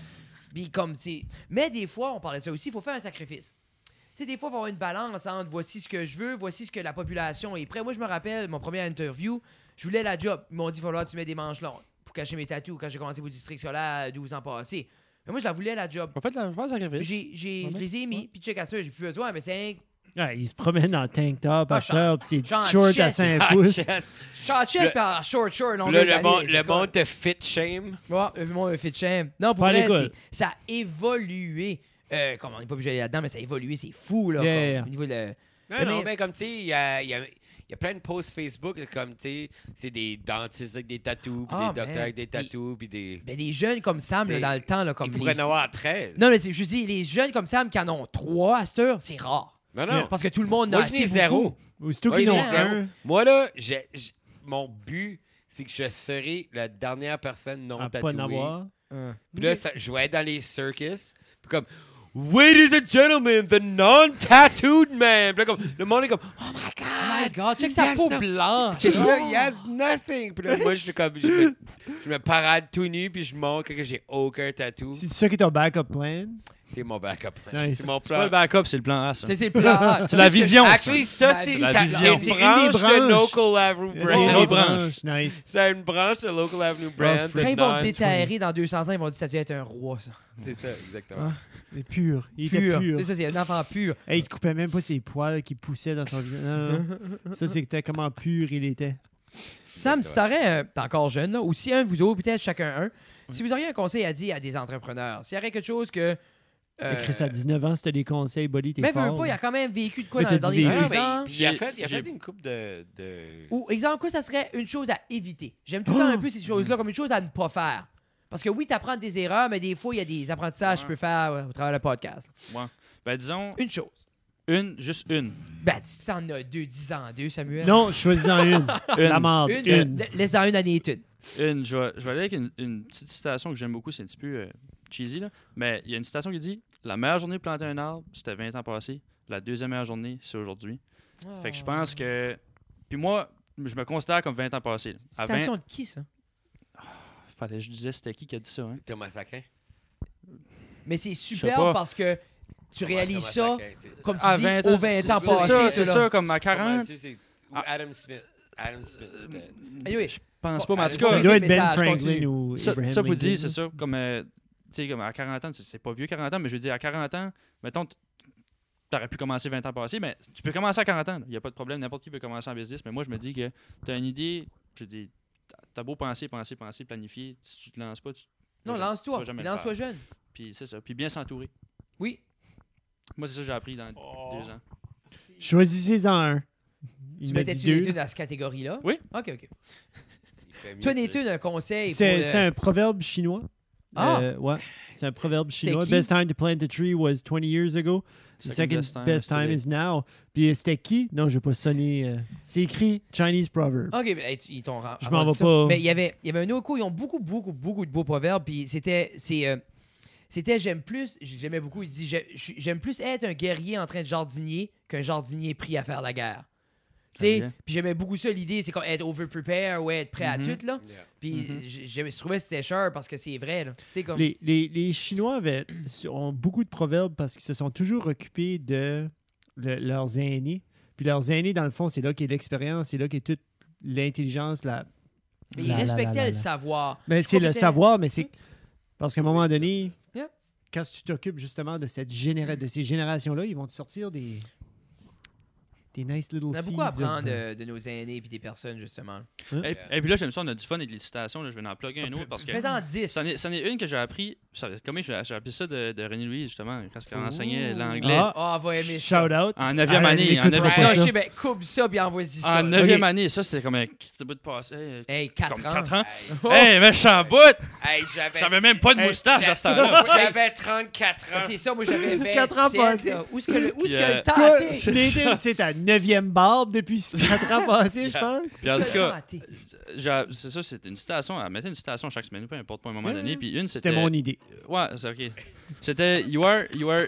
[SPEAKER 1] Puis comme c'est- Mais des fois, on parlait de ça aussi, il faut faire un sacrifice. Tu sais, des fois, il faut avoir une balance entre voici ce que je veux, voici ce que la population est prête. Moi, je me rappelle, mon premier interview, je voulais la job. Ils m'ont dit, il va falloir que tu mets des manches longues pour cacher mes tatous quand j'ai commencé au district scolaire euh, 12 ans passés. Mais moi, je la voulais, la job.
[SPEAKER 3] En fait, la je vais
[SPEAKER 1] J'ai, j'ai, je les ai mis, puis check à ça, j'ai plus besoin, mais c'est un
[SPEAKER 2] Ouais, il se promène en tank top,
[SPEAKER 1] Ah,
[SPEAKER 2] à
[SPEAKER 1] Jean-
[SPEAKER 2] short, pis ses
[SPEAKER 1] Jean
[SPEAKER 2] petits shorts à
[SPEAKER 1] Chess.
[SPEAKER 2] 5
[SPEAKER 4] Ah,
[SPEAKER 2] pouces.
[SPEAKER 4] yes.
[SPEAKER 1] Shawcheck
[SPEAKER 4] Le-
[SPEAKER 1] par short short. non
[SPEAKER 4] Là,
[SPEAKER 1] deux
[SPEAKER 4] le,
[SPEAKER 1] balais,
[SPEAKER 4] monde, le
[SPEAKER 1] c'est quoi?
[SPEAKER 4] monde te fit shame.
[SPEAKER 1] Ouais, le monde me fait de shame. Non, pour
[SPEAKER 2] Pas à
[SPEAKER 1] vrai,
[SPEAKER 2] l'école.
[SPEAKER 1] c'est- ça a évolué. Euh, comme on n'est pas obligé d'aller là-dedans, mais ça a évolué, c'est fou, là.
[SPEAKER 2] Yeah,
[SPEAKER 1] comme,
[SPEAKER 2] yeah.
[SPEAKER 1] Au niveau de...
[SPEAKER 4] Non,
[SPEAKER 1] Mais-
[SPEAKER 4] non, mais comme tu sais, il y a, il y a- il y a plein de posts Facebook, comme tu sais, c'est des dentistes avec des tatous, puis
[SPEAKER 1] Ah,
[SPEAKER 4] des docteurs
[SPEAKER 1] man.
[SPEAKER 4] avec des
[SPEAKER 1] Puis-
[SPEAKER 4] tatous, puis des.
[SPEAKER 1] Ben, des jeunes comme Sam, là,
[SPEAKER 4] C'est-
[SPEAKER 1] dans le temps, là, comme
[SPEAKER 4] Ils pourraient
[SPEAKER 1] les-
[SPEAKER 4] en avoir 13.
[SPEAKER 1] Non, mais c'est- je dis, les jeunes comme Sam qui en ont trois à cette heure, c'est rare.
[SPEAKER 4] non. non.
[SPEAKER 1] Parce que tout le monde
[SPEAKER 4] Moi,
[SPEAKER 1] n'a
[SPEAKER 4] je n'ai
[SPEAKER 1] assez
[SPEAKER 4] zéro.
[SPEAKER 1] beaucoup.
[SPEAKER 2] Aussitôt
[SPEAKER 4] Moi,
[SPEAKER 2] qu'ils
[SPEAKER 4] je
[SPEAKER 2] en ont
[SPEAKER 4] n'ai zéro.
[SPEAKER 2] un.
[SPEAKER 4] Moi, là, j'ai- j'ai- mon but, c'est que je serai la dernière personne non
[SPEAKER 2] À pas
[SPEAKER 4] tatouée.
[SPEAKER 2] en avoir.
[SPEAKER 1] Euh,
[SPEAKER 4] Puis là, ça- je vais être dans les circus. Puis comme, Ladies and gentlemen, the non-tattooed man. Puis là, comme, le monde est comme, Oh my God.
[SPEAKER 1] Oh my God, check sa
[SPEAKER 4] yes,
[SPEAKER 1] peau
[SPEAKER 4] no-
[SPEAKER 1] blanche. Oh.
[SPEAKER 4] C'est ça, he has nothing. Puis là, moi, je, suis comme, je, me, je me parade tout nu, puis je montre que j'ai aucun tatou.
[SPEAKER 2] C'est ça qui est ton backup plan.
[SPEAKER 4] C'est mon backup.
[SPEAKER 2] Nice.
[SPEAKER 4] C'est mon
[SPEAKER 3] C'est pas
[SPEAKER 4] plan.
[SPEAKER 3] le backup, c'est le plan A, ça.
[SPEAKER 1] C'est, c'est le plan A.
[SPEAKER 3] C'est la vision. ça.
[SPEAKER 4] Actually, ça, c'est
[SPEAKER 3] La
[SPEAKER 4] ça-
[SPEAKER 3] vision.
[SPEAKER 4] c'est
[SPEAKER 2] C'est
[SPEAKER 4] une
[SPEAKER 2] une
[SPEAKER 4] branche
[SPEAKER 2] des
[SPEAKER 4] de
[SPEAKER 2] branches.
[SPEAKER 4] Local Avenue
[SPEAKER 2] C'est une autre
[SPEAKER 4] Brand.
[SPEAKER 2] branche. Nice.
[SPEAKER 4] C'est une branche de Local
[SPEAKER 1] Ah,
[SPEAKER 4] Avenue
[SPEAKER 2] Oh,
[SPEAKER 4] Brand.
[SPEAKER 2] Frank.
[SPEAKER 4] de
[SPEAKER 1] Quand ils vont
[SPEAKER 4] non-
[SPEAKER 1] le déterrer dans 200 ans, ils vont dire ça doit être un roi, ça.
[SPEAKER 4] C'est ça,
[SPEAKER 1] Ah.
[SPEAKER 4] exactement.
[SPEAKER 2] Il est pur. Il était
[SPEAKER 1] Pur.
[SPEAKER 2] pur.
[SPEAKER 1] C'est ça, c'est un enfant pur.
[SPEAKER 2] Hey, il se coupait même pas ses poils qui poussaient dans son visage. Non, non, non. Ça, c'était comment pur il était.
[SPEAKER 1] Sam,
[SPEAKER 4] Ouais,
[SPEAKER 1] si
[SPEAKER 4] ouais.
[SPEAKER 1] t'aurais, euh, t'es encore jeune, là, ou si un de vous autres, peut-être chacun un, si vous auriez un conseil à dire à des entrepreneurs, s'il y aurait quelque chose que. euh,
[SPEAKER 2] Chris, à 19 ans, c'était des conseils, Bolly, t'es
[SPEAKER 1] mais
[SPEAKER 2] fort.
[SPEAKER 1] veux pas, il a quand même vécu de quoi
[SPEAKER 2] Mais
[SPEAKER 1] dans,
[SPEAKER 2] t'as
[SPEAKER 1] dans
[SPEAKER 2] dit
[SPEAKER 1] les
[SPEAKER 2] vécu.
[SPEAKER 4] Ah,
[SPEAKER 1] deux
[SPEAKER 4] mais
[SPEAKER 1] ans.
[SPEAKER 4] puis il a
[SPEAKER 3] J'ai-
[SPEAKER 4] fait, il a
[SPEAKER 3] j'ai-
[SPEAKER 4] fait une coupe de. de-
[SPEAKER 1] Ou, exemple, quoi, ça serait une chose à éviter. J'aime tout le temps
[SPEAKER 2] Oh!
[SPEAKER 1] un peu ces choses-là comme une chose à ne pas faire. Parce que oui, t'apprends des erreurs, mais des fois, il y a des apprentissages que je peux faire ouais, au travers le podcast.
[SPEAKER 3] Ben, disons,
[SPEAKER 1] Une chose.
[SPEAKER 3] une, juste une.
[SPEAKER 1] Ben, si t'en as deux, dix ans, deux, Samuel.
[SPEAKER 2] Non, je choisis-en une. La
[SPEAKER 3] Une.
[SPEAKER 2] marde.
[SPEAKER 1] Une,
[SPEAKER 2] Une.
[SPEAKER 1] laisse-en une année étude.
[SPEAKER 3] Une, je vais, je vais aller avec une, une petite citation que j'aime beaucoup, c'est un petit peu euh, cheesy, là. mais il y a une citation qui dit La meilleure journée de planter un arbre, c'était 20 ans passés. La deuxième meilleure journée, c'est aujourd'hui. Fait que je pense que. Puis moi, je me considère comme 20 ans passés. là. À 20...
[SPEAKER 1] Citation de qui, ça?
[SPEAKER 3] Fallait que je disais c'était qui qui a dit ça. Hein?
[SPEAKER 4] Thomas Saquin.
[SPEAKER 1] Mais c'est
[SPEAKER 3] Je sais
[SPEAKER 1] superbe
[SPEAKER 3] pas.
[SPEAKER 1] parce que tu réalises ça, comme tu
[SPEAKER 3] À
[SPEAKER 1] dis,
[SPEAKER 3] 20
[SPEAKER 1] aux
[SPEAKER 3] Ah,
[SPEAKER 1] 20
[SPEAKER 3] ans,
[SPEAKER 1] ans
[SPEAKER 3] c'est ça,
[SPEAKER 1] passés.
[SPEAKER 3] c'est
[SPEAKER 1] là.
[SPEAKER 3] ça, comme à 40. Ah. Euh,
[SPEAKER 4] Adam Smith. Adam Smith. peut-être.
[SPEAKER 1] Anyway,
[SPEAKER 3] Je pense pas, mais en tout
[SPEAKER 1] Ça
[SPEAKER 2] Ça
[SPEAKER 1] doit
[SPEAKER 3] cas,
[SPEAKER 2] doit
[SPEAKER 1] c'est
[SPEAKER 2] être
[SPEAKER 1] être Ben
[SPEAKER 2] Ben
[SPEAKER 1] message, Franklin
[SPEAKER 2] Franklin
[SPEAKER 1] continue.
[SPEAKER 2] ou
[SPEAKER 3] ça, ça vous dire, c'est ça, comme, euh, tu sais, comme à 40 ans, c'est- c'est pas vieux 40 ans, mais je veux dire, à 40 ans, mettons, t- t'aurais pu commencer 20 ans passés, mais tu peux commencer à 40 ans, il n'y a pas de problème, n'importe qui peut commencer en business, mais moi, je me dis que t'as une idée, je dis, t'as beau penser, penser, penser, planifier, si tu te lances pas, tu.
[SPEAKER 1] Non,
[SPEAKER 3] tu vas
[SPEAKER 1] lance-toi.
[SPEAKER 3] jamais le
[SPEAKER 1] Lance-toi
[SPEAKER 3] faire.
[SPEAKER 1] jeune.
[SPEAKER 3] Puis c'est ça, puis bien s'entourer.
[SPEAKER 1] Oui.
[SPEAKER 3] Moi, c'est ça que j'ai appris dans deux ans.
[SPEAKER 2] Choisissez-en un.
[SPEAKER 1] Tu
[SPEAKER 2] Il m'a
[SPEAKER 1] mettais
[SPEAKER 2] dit
[SPEAKER 1] tu des
[SPEAKER 2] deux.
[SPEAKER 1] thunes à cette catégorie-là?
[SPEAKER 3] Oui.
[SPEAKER 1] OK, OK.
[SPEAKER 4] Il fait mieux
[SPEAKER 1] Toi,
[SPEAKER 4] que-
[SPEAKER 1] des thunes, un conseil. pour,
[SPEAKER 2] C'est
[SPEAKER 1] euh,
[SPEAKER 2] c'est un proverbe chinois.
[SPEAKER 1] Ah!
[SPEAKER 2] Euh, ouais, c'est un proverbe chinois.
[SPEAKER 1] qui?
[SPEAKER 2] Best time to plant a tree was 20 years ago. The second best time, is now. Puis euh, c'était qui? Non, je vais pas sonner. euh, c'est écrit Chinese proverb.
[SPEAKER 1] OK, mais, hey, tu- ils t'ont ren-
[SPEAKER 2] Je m'en
[SPEAKER 1] rendu
[SPEAKER 2] vais
[SPEAKER 1] ça.
[SPEAKER 2] pas.
[SPEAKER 1] Mais il y avait, il y avait un autre coup, ils ont beaucoup, beaucoup, beaucoup de beaux proverbes. Puis c'était, c'est, euh, c'était j'aime plus, j'aimais beaucoup, il dit, j'ai- j'aime plus être un guerrier en train de jardinier qu'un jardinier pris à faire la guerre. Tu sais,
[SPEAKER 3] Ok.
[SPEAKER 1] puis j'aimais beaucoup ça, l'idée, c'est comme être over-prepared ou être prêt à
[SPEAKER 3] Mhm.
[SPEAKER 1] tout, là.
[SPEAKER 4] Yeah.
[SPEAKER 1] Puis j'ai- j'ai- je trouvais que c'était cher parce que c'est vrai, là. Tu sais, comme...
[SPEAKER 2] Les, les- les Chinois avaient, ont beaucoup de proverbes parce qu'ils se sont toujours occupés de le- leurs aînés. Puis leurs aînés, dans le fond, c'est là qu'est l'expérience, c'est là qu'est toute l'intelligence. La...
[SPEAKER 1] Mais ils
[SPEAKER 2] la- la- la-
[SPEAKER 1] respectaient
[SPEAKER 2] la-
[SPEAKER 1] le
[SPEAKER 2] la.
[SPEAKER 1] savoir.
[SPEAKER 2] Mais
[SPEAKER 1] Je Hum.
[SPEAKER 2] c'est
[SPEAKER 1] crois
[SPEAKER 2] le
[SPEAKER 1] que-
[SPEAKER 2] savoir, mais c'est parce qu'à un moment donné,
[SPEAKER 1] Yeah.
[SPEAKER 2] quand tu t'occupes justement de cette généra- de ces générations-là, ils vont te sortir des des nice little
[SPEAKER 1] On a beaucoup
[SPEAKER 2] seeds
[SPEAKER 1] à
[SPEAKER 2] of-
[SPEAKER 1] apprendre euh, de, de nos aînés puis des personnes, justement.
[SPEAKER 3] Et, et puis là, j'aime ça, on a du fun et de l'excitation, là, je vais en plugger un autre parce que.
[SPEAKER 1] Ah, Fais-en 10.
[SPEAKER 3] C'en est, c'en est une que j'ai appris. ça- Comment j'ai j'ai appris ça de, de René Louis, justement, parce qu'elle enseignait l'anglais.
[SPEAKER 2] Ah,
[SPEAKER 1] Ah, va aimer
[SPEAKER 2] Shout
[SPEAKER 1] ça.
[SPEAKER 2] out.
[SPEAKER 3] En 9e
[SPEAKER 2] Ah, elle
[SPEAKER 3] année. En
[SPEAKER 2] l'écoutera
[SPEAKER 3] neuvième-
[SPEAKER 2] pas.
[SPEAKER 1] Non,
[SPEAKER 2] ça.
[SPEAKER 1] je sais, ben, coupe ça puis envoie-y ça.
[SPEAKER 3] en
[SPEAKER 1] là.
[SPEAKER 3] neuvième année, ça, c'était comme un petit bout de passé. euh,
[SPEAKER 1] Hey, 4
[SPEAKER 3] comme
[SPEAKER 1] ans.
[SPEAKER 3] quatre ans.
[SPEAKER 4] Hein? Hey,
[SPEAKER 3] Hey, méchant bout!
[SPEAKER 4] Ben, hey, j'avais.
[SPEAKER 3] J'avais même pas de
[SPEAKER 2] Hey,
[SPEAKER 3] moustache
[SPEAKER 4] j'a-
[SPEAKER 3] à ce temps-là.
[SPEAKER 4] J'avais 34 ans.
[SPEAKER 1] Ben, C'est ça, moi j'avais 27.
[SPEAKER 2] Quatre ans passés.
[SPEAKER 1] là. Où est-ce que le, où est-ce
[SPEAKER 3] Puis,
[SPEAKER 1] que le
[SPEAKER 3] euh,
[SPEAKER 1] temps
[SPEAKER 2] Toi,
[SPEAKER 1] a été?
[SPEAKER 3] c'est
[SPEAKER 2] Nathan,
[SPEAKER 3] ça.
[SPEAKER 2] c'est ta neuvième barbe depuis 4 ans passés, je pense.
[SPEAKER 3] Puis en tout
[SPEAKER 1] Où est-ce que le temps
[SPEAKER 3] cas,
[SPEAKER 1] a été?
[SPEAKER 3] j'a- c'est ça, c'était une citation. Elle mettait une citation chaque semaine, peu importe, pas un moment
[SPEAKER 2] Ouais.
[SPEAKER 3] donné. Puis une, c'était.
[SPEAKER 2] C'était mon idée.
[SPEAKER 3] Ouais, c'est OK. C'était You are, you are,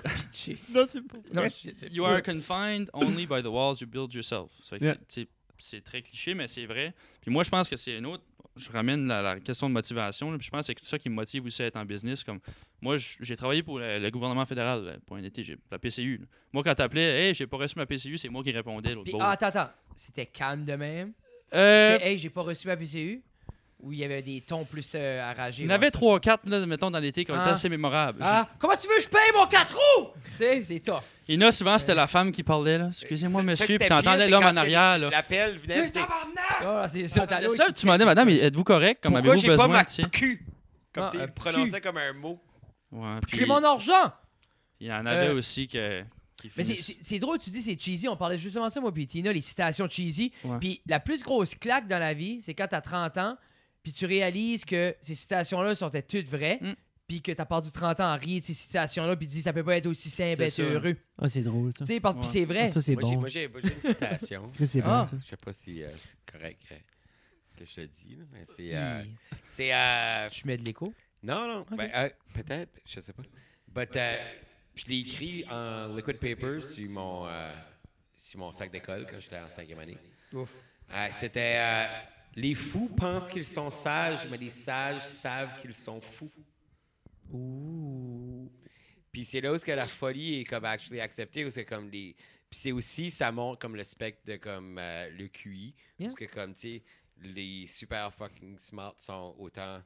[SPEAKER 2] Non, c'est pas
[SPEAKER 1] Non,
[SPEAKER 2] vrai.
[SPEAKER 1] je sais
[SPEAKER 3] you are confined only by the walls you build yourself. Ça fait que
[SPEAKER 2] Yeah.
[SPEAKER 3] c'est- c'est- C'est très cliché, mais c'est vrai. Puis moi, je pense que c'est une autre. Je ramène la, la question de motivation. là, puis je pense que c'est ça qui me motive aussi à être en business. Comme moi, j- j'ai travaillé pour le, le gouvernement fédéral là, pour un été, j'ai la PCU. là. Moi, quand t'appelais, hey, j'ai pas reçu ma PCU, c'est moi qui répondais. L'autre
[SPEAKER 1] Puis,
[SPEAKER 3] bord.
[SPEAKER 1] ah, attends, attends. C'était calme de même.
[SPEAKER 3] Euh,
[SPEAKER 1] C'était, hey, j'ai pas reçu ma PCU. Où il y avait des tons plus euh, arragés.
[SPEAKER 3] il y en avait
[SPEAKER 1] ouais.
[SPEAKER 3] 3-4, là, mettons, dans l'été, qui ont été
[SPEAKER 1] Ah.
[SPEAKER 3] assez mémorables.
[SPEAKER 1] Ah, comment tu veux que je paye mon 4 roues? tu sais, c'est tough.
[SPEAKER 3] Il y en a souvent, c'était la femme qui parlait. là. Excusez-moi,
[SPEAKER 4] Ça- ça,
[SPEAKER 3] monsieur.
[SPEAKER 4] c'était
[SPEAKER 3] Puis t'entendais
[SPEAKER 4] pire,
[SPEAKER 3] l'homme
[SPEAKER 4] c'est quand
[SPEAKER 3] en arrière. là.
[SPEAKER 4] L'appel venait. c'était,
[SPEAKER 1] Ah, c'est ça, t'as
[SPEAKER 3] Le
[SPEAKER 1] l'autre
[SPEAKER 3] seul,
[SPEAKER 1] qui-
[SPEAKER 3] tu demandais, madame, êtes-vous correct? Comme
[SPEAKER 4] Pourquoi
[SPEAKER 3] avez-vous
[SPEAKER 4] j'ai pas
[SPEAKER 3] besoin?
[SPEAKER 4] ma
[SPEAKER 3] tu sais?
[SPEAKER 4] cul? Comme
[SPEAKER 1] Ah,
[SPEAKER 4] tu sais,
[SPEAKER 1] euh,
[SPEAKER 4] il prononçait comme un mot.
[SPEAKER 3] Ouais,
[SPEAKER 1] J'ai
[SPEAKER 3] puis-
[SPEAKER 1] mon argent!
[SPEAKER 3] Il y en avait
[SPEAKER 1] Euh,
[SPEAKER 3] aussi que. qui
[SPEAKER 1] Mais c'est-
[SPEAKER 3] finissent-
[SPEAKER 1] c'est c'est drôle, tu dis c'est cheesy. On parlait justement de ça, moi, puis Tina, les citations cheesy.
[SPEAKER 3] Ouais.
[SPEAKER 1] Puis la plus grosse claque dans la vie, c'est quand t'as 30 ans, puis tu réalises que ces citations-là sont toutes vraies,
[SPEAKER 3] Mm.
[SPEAKER 1] puis que t'as perdu 30 ans à rire de ces citations-là, puis tu dis ça peut pas être aussi simple
[SPEAKER 3] C'est
[SPEAKER 1] être
[SPEAKER 3] ça.
[SPEAKER 1] heureux.
[SPEAKER 2] Ah, c'est drôle, ça.
[SPEAKER 1] Tu sais, parce- puis
[SPEAKER 3] Ouais.
[SPEAKER 1] c'est vrai.
[SPEAKER 2] Ah, Ça, c'est
[SPEAKER 4] moi, j'ai,
[SPEAKER 2] bon.
[SPEAKER 4] moi, j'ai, moi, j'ai une citation.
[SPEAKER 2] Chris, c'est
[SPEAKER 1] Ah.
[SPEAKER 2] bon, ça.
[SPEAKER 4] je sais pas si euh, c'est correct euh, que je te dis. là, mais c'est. euh, c'est euh,
[SPEAKER 1] Je mets de l'écho.
[SPEAKER 4] non, non.
[SPEAKER 1] Ok.
[SPEAKER 4] ben, euh, peut-être, je sais pas. But, euh, je l'ai écrit en liquid paper sur mon, euh, sur mon sac d'école quand j'étais en cinquième année.
[SPEAKER 1] Ouf.
[SPEAKER 4] Euh, c'était. euh, les fous pensent qu'ils sont sages, mais les sages savent qu'ils sont fous.
[SPEAKER 1] Ouh.
[SPEAKER 4] Puis c'est là où ce que la folie est comme actually acceptée, où c'est comme les. Puis c'est aussi ça montre comme le spectre de comme euh, le QI,
[SPEAKER 1] Yeah.
[SPEAKER 4] parce que comme tu sais les super fucking smart sont autant.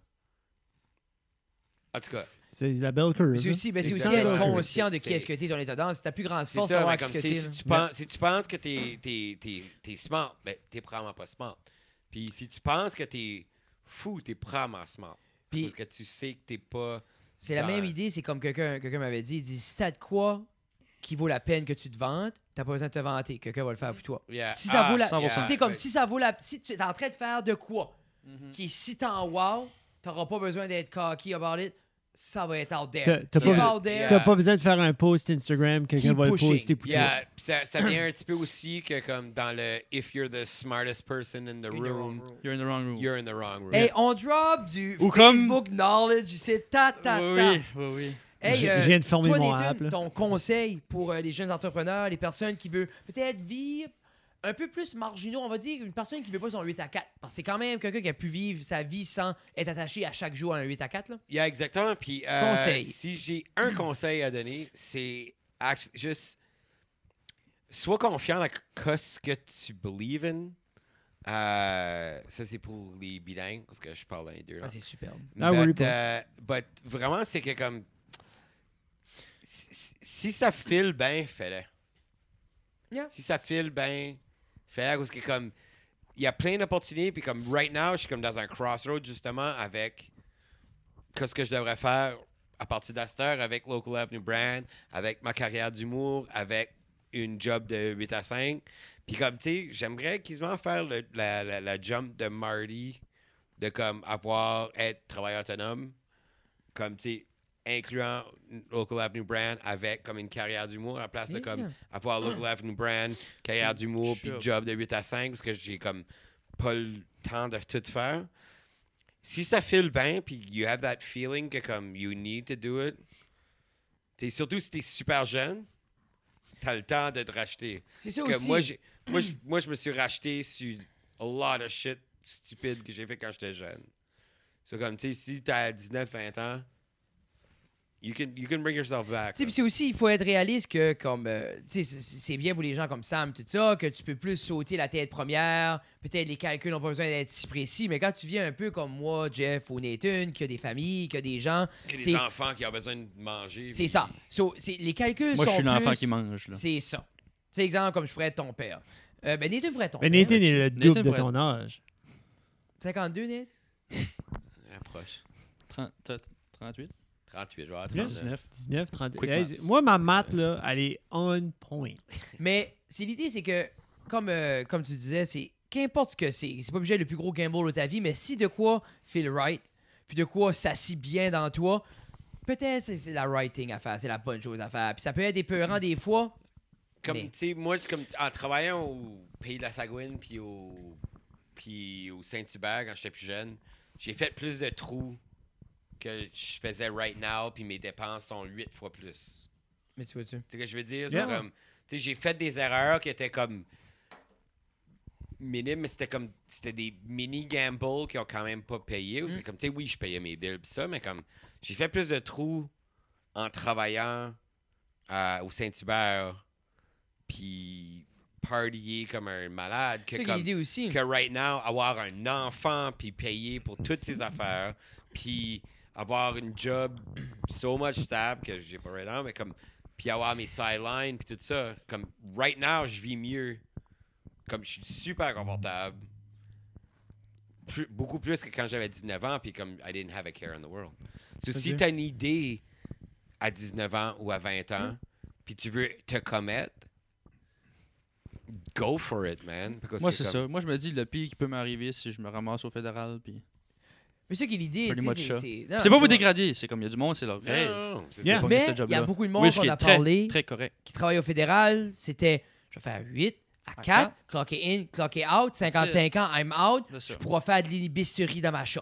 [SPEAKER 4] En tout cas,
[SPEAKER 2] C'est la belle curve.
[SPEAKER 1] Mais C'est aussi,
[SPEAKER 2] hein.
[SPEAKER 1] mais c'est aussi
[SPEAKER 2] Exactement.
[SPEAKER 1] être
[SPEAKER 4] con-
[SPEAKER 1] conscient de qui
[SPEAKER 4] C'est-
[SPEAKER 1] est-ce que t'es, ton état d'âme. C'est ta plus grande
[SPEAKER 4] c'est
[SPEAKER 1] force
[SPEAKER 4] ça.
[SPEAKER 1] savoir
[SPEAKER 4] mais
[SPEAKER 1] qui
[SPEAKER 4] comme,
[SPEAKER 1] ce que
[SPEAKER 4] tu sais,
[SPEAKER 1] t'es.
[SPEAKER 4] si,
[SPEAKER 1] là.
[SPEAKER 4] tu penses, si tu penses que t'es t'es t'es t'es smart, ben t'es probablement pas smart. Puis si tu penses que t'es fou, t'es probablement smart.
[SPEAKER 1] Puis
[SPEAKER 4] Parce que tu sais que t'es pas.
[SPEAKER 1] C'est la
[SPEAKER 4] Ben-
[SPEAKER 1] même idée, c'est comme quelqu'un quelqu'un m'avait dit, il dit si t'as de quoi qui vaut la peine que tu te vantes, t'as pas besoin de te vanter, quelqu'un va le faire pour toi.
[SPEAKER 4] Yeah.
[SPEAKER 1] Si ça
[SPEAKER 4] Ah,
[SPEAKER 1] vaut la
[SPEAKER 4] yeah.
[SPEAKER 1] C'est comme
[SPEAKER 4] Ouais.
[SPEAKER 1] si ça vaut la si tu es en train de faire de quoi
[SPEAKER 3] Hmm. Mhm.
[SPEAKER 1] qui si t'en wow, t'auras pas besoin d'être cocky about it, ça va être out
[SPEAKER 2] T'as-
[SPEAKER 1] there.
[SPEAKER 2] t'as
[SPEAKER 1] C'est
[SPEAKER 4] pas-
[SPEAKER 1] out there.
[SPEAKER 2] T'as pas besoin de faire un post Instagram, quelqu'un
[SPEAKER 1] euh, Keep
[SPEAKER 2] va le
[SPEAKER 1] pushing.
[SPEAKER 2] poster pour toi.
[SPEAKER 4] Yeah, pis ça, ça vient un petit peu aussi que comme dans le If you're the smartest person in the,
[SPEAKER 1] In
[SPEAKER 4] room,
[SPEAKER 1] the wrong room.
[SPEAKER 3] You're in the wrong room.
[SPEAKER 4] you're in the wrong room.
[SPEAKER 1] Hey, on drop du
[SPEAKER 2] Ou comme-
[SPEAKER 1] Facebook knowledge, c'est ta ta ta.
[SPEAKER 3] Oui, oui, oui, oui.
[SPEAKER 1] Hey,
[SPEAKER 2] Je-
[SPEAKER 1] euh,
[SPEAKER 2] je viens de former
[SPEAKER 1] toi,
[SPEAKER 2] mon
[SPEAKER 1] Nathan,
[SPEAKER 2] app, là.
[SPEAKER 1] ton conseil pour euh, les jeunes entrepreneurs, les personnes qui veulent peut-être vivre un peu plus marginaux. On va dire une personne qui veut pas son 8 à 4. Parce que c'est quand même quelqu'un qui a pu vivre sa vie sans être attaché à chaque jour à un 8 à 4. là.
[SPEAKER 4] Il y a exactement. Puis, euh,
[SPEAKER 1] Conseil.
[SPEAKER 4] si j'ai un conseil à donner, c'est act- juste sois confiant dans ce que tu believe in. Euh, ça, c'est pour les bilingues, parce que je parle dans les deux.
[SPEAKER 1] Ah,
[SPEAKER 4] langues.
[SPEAKER 1] c'est superbe.
[SPEAKER 2] Ah, worry
[SPEAKER 4] but,
[SPEAKER 2] pas.
[SPEAKER 4] euh, but vraiment, c'est que comme. Si, si ça file bien, fais-le.
[SPEAKER 1] Yeah.
[SPEAKER 4] Si ça file bien, fais-le. Parce que comme. Il y a plein d'opportunités. Puis comme right now, je suis comme dans un crossroad justement avec. Qu'est-ce que je devrais faire à partir d'Aster avec Local Avenue Brand, avec ma carrière d'humour, avec une job de 8 à 5. Puis comme, tu sais, j'aimerais quasiment faire le- la, la- la jump de Marty de comme avoir être travailleur autonome comme tu sais incluant Local Avenue Brand avec comme une carrière d'humour à place de
[SPEAKER 1] Yeah.
[SPEAKER 4] comme avoir Local Avenue Brand carrière d'humour puis
[SPEAKER 3] Job.
[SPEAKER 4] job de 8 à 5 parce que j'ai comme pas le temps de tout faire si ça file bien puis you have that feeling que comme you need to do it t'sais, surtout si t'es super jeune t'as le temps de te racheter
[SPEAKER 1] C'est ça
[SPEAKER 4] que
[SPEAKER 1] aussi.
[SPEAKER 4] moi, j'ai- moi, je, moi, je me suis racheté sur a lot of shit stupide que j'ai fait quand j'étais jeune. C'est comme, tu sais, si t'as 19, 20 ans, you can, you can bring yourself back.
[SPEAKER 1] Tu sais, puis c'est aussi, il faut être réaliste que, comme, euh, tu sais, c'est- c'est bien pour les gens comme Sam, tout ça, que tu peux plus sauter la tête première. Peut-être les calculs n'ont pas besoin d'être si précis, mais quand tu viens un peu comme moi, Jeff ou Nathan, qui a des familles, qui a des gens,
[SPEAKER 4] Que
[SPEAKER 1] c'est-
[SPEAKER 4] les enfants qui ont besoin de manger.
[SPEAKER 1] c'est ça. So, c'est- les calculs
[SPEAKER 3] Moi, je
[SPEAKER 1] sont
[SPEAKER 3] suis l'enfant
[SPEAKER 1] plus-
[SPEAKER 3] qui mange. Là.
[SPEAKER 1] C'est ça. C'est exemple, comme je pourrais être ton père. Euh, ben, Nathan pourrait être ton
[SPEAKER 2] Mais
[SPEAKER 1] père.
[SPEAKER 2] Nathan est le double de
[SPEAKER 3] Brett.
[SPEAKER 2] ton âge.
[SPEAKER 1] 52, Nathan?
[SPEAKER 4] Approche.
[SPEAKER 3] 30, t'as 38,
[SPEAKER 4] 38, je vais avoir
[SPEAKER 2] Bien.
[SPEAKER 4] 39.
[SPEAKER 3] 19.
[SPEAKER 2] 19, 30.
[SPEAKER 3] Quick
[SPEAKER 2] Hey,
[SPEAKER 3] maths.
[SPEAKER 2] moi, ma math, là, elle est on point.
[SPEAKER 1] Mais c'est l'idée, c'est que, comme, euh, comme tu disais, c'est qu'importe ce que c'est, c'est pas obligé le plus gros gamble de ta vie, mais si de quoi feel right, puis de quoi s'assit bien dans toi, peut-être c'est c'est la right thing à faire, c'est la bonne chose à faire. Puis ça peut être épeurant des fois.
[SPEAKER 4] Comme,
[SPEAKER 1] Mais-
[SPEAKER 4] tu sais, moi, comme, en travaillant au Pays de la Sagouine puis au, puis au Saint-Hubert quand j'étais plus jeune, j'ai fait plus de trous que je faisais right now, puis mes dépenses sont 8 fois plus.
[SPEAKER 1] Mais tu vois-tu?
[SPEAKER 4] Tu sais ce que je veux dire?
[SPEAKER 2] Yeah.
[SPEAKER 4] C'est comme. Tu sais, j'ai fait des erreurs qui étaient comme. minimes, mais c'était comme. C'était des mini gambles qui ont quand même pas payé. Ou c'est comme, tu sais, oui, je payais mes billes pis ça, mais comme. J'ai fait plus de trous en travaillant à- au Saint-Hubert puis partier comme un malade que
[SPEAKER 1] C'est ça qui est
[SPEAKER 4] comme
[SPEAKER 1] l'idée aussi.
[SPEAKER 4] que right now, avoir un enfant, puis payer pour toutes ses affaires, puis avoir une job so much stable que j'ai pas right now, mais comme, puis avoir mes sidelines, puis tout ça. Comme, right now, je vis mieux. Comme, je suis super confortable. Plus- beaucoup plus que quand j'avais 19 ans, puis comme, I didn't have a care in the world. So,
[SPEAKER 1] Ça
[SPEAKER 4] si
[SPEAKER 1] dit.
[SPEAKER 4] t'as une idée à 19 ans ou à 20 ans,
[SPEAKER 3] Mm.
[SPEAKER 4] puis tu veux te commettre, go for it, man. Because
[SPEAKER 3] Moi,
[SPEAKER 4] que
[SPEAKER 3] c'est
[SPEAKER 4] comme-
[SPEAKER 3] ça. Moi, je me dis, le pire qui peut m'arriver, c'est que je me ramasse au fédéral. Puis...
[SPEAKER 1] Mais ça qui est l'idée,
[SPEAKER 3] Pretty
[SPEAKER 1] tu sais,
[SPEAKER 3] much
[SPEAKER 1] c'est-
[SPEAKER 3] ça.
[SPEAKER 1] c'est. non,
[SPEAKER 3] C'est pas
[SPEAKER 1] Ah, c'est
[SPEAKER 3] vous
[SPEAKER 1] vrai.
[SPEAKER 3] dégrader. C'est comme il y a du monde, c'est leur
[SPEAKER 2] Yeah.
[SPEAKER 3] rêve. Pas que
[SPEAKER 1] Mais
[SPEAKER 3] ce
[SPEAKER 1] il y a
[SPEAKER 3] job-là.
[SPEAKER 1] beaucoup de monde
[SPEAKER 3] Wish
[SPEAKER 1] qu'on
[SPEAKER 3] qui
[SPEAKER 1] a
[SPEAKER 3] est très,
[SPEAKER 1] parlé.
[SPEAKER 3] Très correct.
[SPEAKER 1] qui travaille au fédéral, c'était je vais faire 8 à 4, clocker in, clocker out, 55 ans, I'm out,
[SPEAKER 3] C'est ça.
[SPEAKER 1] je pourrais faire de l'inibisterie dans ma shop.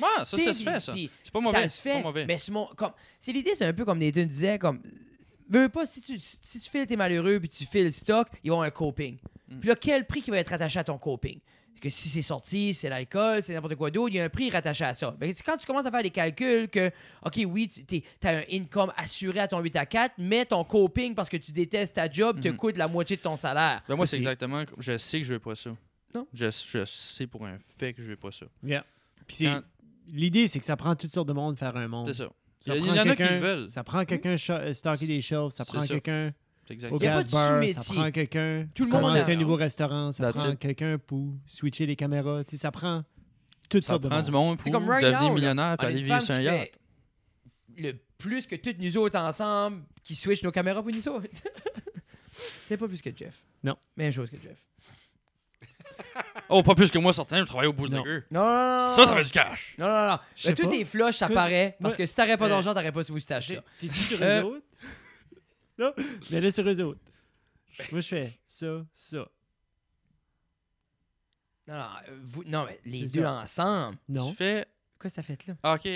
[SPEAKER 3] Ouais, Ah, ça,
[SPEAKER 1] Tu
[SPEAKER 3] ça
[SPEAKER 1] sais,
[SPEAKER 3] se
[SPEAKER 1] puis-
[SPEAKER 3] fait, ça.
[SPEAKER 1] puis
[SPEAKER 3] C'est pas mauvais.
[SPEAKER 1] Ça se
[SPEAKER 3] c'est pas
[SPEAKER 1] fait.
[SPEAKER 3] mauvais.
[SPEAKER 1] Mais c'est mon- comme, c'est l'idée, c'est un peu comme Nathan disait, comme, veux pas, si tu, si tu files, t'es malheureux, puis tu files le stock, ils vont un coping.
[SPEAKER 3] Mm.
[SPEAKER 1] Puis là, quel prix qui va être attaché à ton coping? Que si c'est sorti, c'est l'alcool, c'est n'importe quoi d'autre, il y a un prix rattaché à ça. Mais c'est quand tu commences à faire des calculs que, OK, oui, tu as un income assuré à ton 8 à 4, mais ton coping, parce que tu détestes ta job,
[SPEAKER 3] Mm-hmm.
[SPEAKER 1] te coûte la moitié de ton salaire.
[SPEAKER 3] Ben, moi,
[SPEAKER 1] Aussi.
[SPEAKER 3] c'est exactement. comme- Je sais que je veux pas ça.
[SPEAKER 1] Non.
[SPEAKER 3] Je, je sais pour un fait que je veux pas ça.
[SPEAKER 2] Yeah. Puis c'est-
[SPEAKER 3] Quand-
[SPEAKER 2] l'idée, c'est que ça prend toutes sortes de monde faire un monde.
[SPEAKER 3] C'est ça.
[SPEAKER 2] Ça
[SPEAKER 3] Il y,
[SPEAKER 2] prend
[SPEAKER 3] en a qui
[SPEAKER 2] quelqu'un-
[SPEAKER 3] le veulent.
[SPEAKER 2] Ça prend quelqu'un cho- euh, stocker des shelves, ça
[SPEAKER 3] C'est
[SPEAKER 2] prend
[SPEAKER 3] ça.
[SPEAKER 2] quelqu'un
[SPEAKER 3] C'est exact.
[SPEAKER 2] au
[SPEAKER 1] Y a pas
[SPEAKER 2] gas
[SPEAKER 1] de
[SPEAKER 2] bar, ça
[SPEAKER 1] sous-métier.
[SPEAKER 2] prend quelqu'un
[SPEAKER 1] Tout le monde
[SPEAKER 2] commencer
[SPEAKER 1] sait.
[SPEAKER 2] un nouveau restaurant, ça
[SPEAKER 3] That's
[SPEAKER 2] prend
[SPEAKER 3] it.
[SPEAKER 2] quelqu'un pour switcher les caméras, tu sais, ça prend toutes
[SPEAKER 3] Ça
[SPEAKER 2] sortes de
[SPEAKER 3] prend
[SPEAKER 2] monde.
[SPEAKER 3] du monde
[SPEAKER 1] C'est
[SPEAKER 3] pour
[SPEAKER 1] comme right
[SPEAKER 3] devenir
[SPEAKER 1] now, là,
[SPEAKER 2] Ah,
[SPEAKER 3] millionnaire
[SPEAKER 1] on
[SPEAKER 3] et
[SPEAKER 1] a
[SPEAKER 3] aller
[SPEAKER 1] une
[SPEAKER 3] vivre
[SPEAKER 1] femme
[SPEAKER 3] sur un
[SPEAKER 1] qui
[SPEAKER 3] yacht.
[SPEAKER 1] fait Le plus que toutes nous autres ensemble qui switch nos caméras pour nous autres. C'est pas plus que Jeff.
[SPEAKER 2] Non.
[SPEAKER 1] Même chose que Jeff.
[SPEAKER 3] Oh, pas plus que moi, certains, je travaille au bout de la
[SPEAKER 2] Non.
[SPEAKER 3] gueule.
[SPEAKER 1] Non, non, non, non.
[SPEAKER 3] Ça,
[SPEAKER 1] non.
[SPEAKER 3] ça fait du cash.
[SPEAKER 1] Non, non, non.
[SPEAKER 2] Je
[SPEAKER 1] Ben,
[SPEAKER 2] sais
[SPEAKER 1] tout
[SPEAKER 2] pas.
[SPEAKER 1] est flush, ça
[SPEAKER 2] Écoute,
[SPEAKER 1] paraît. Parce
[SPEAKER 2] moi-
[SPEAKER 1] que si t'aurais pas
[SPEAKER 2] Euh,
[SPEAKER 1] d'argent, t'aurais pas ce moustache-là.
[SPEAKER 2] T'es sur
[SPEAKER 1] Euh,
[SPEAKER 2] eux autres? Non, mais là, sur eux autres. Moi, je fais ça, ça.
[SPEAKER 1] Non, non, euh, vous- non, mais les
[SPEAKER 2] C'est
[SPEAKER 1] deux
[SPEAKER 2] ça.
[SPEAKER 1] ensemble.
[SPEAKER 2] Non.
[SPEAKER 3] Tu fais.
[SPEAKER 1] Quoi, cette fête-là?
[SPEAKER 3] Ah, Ok.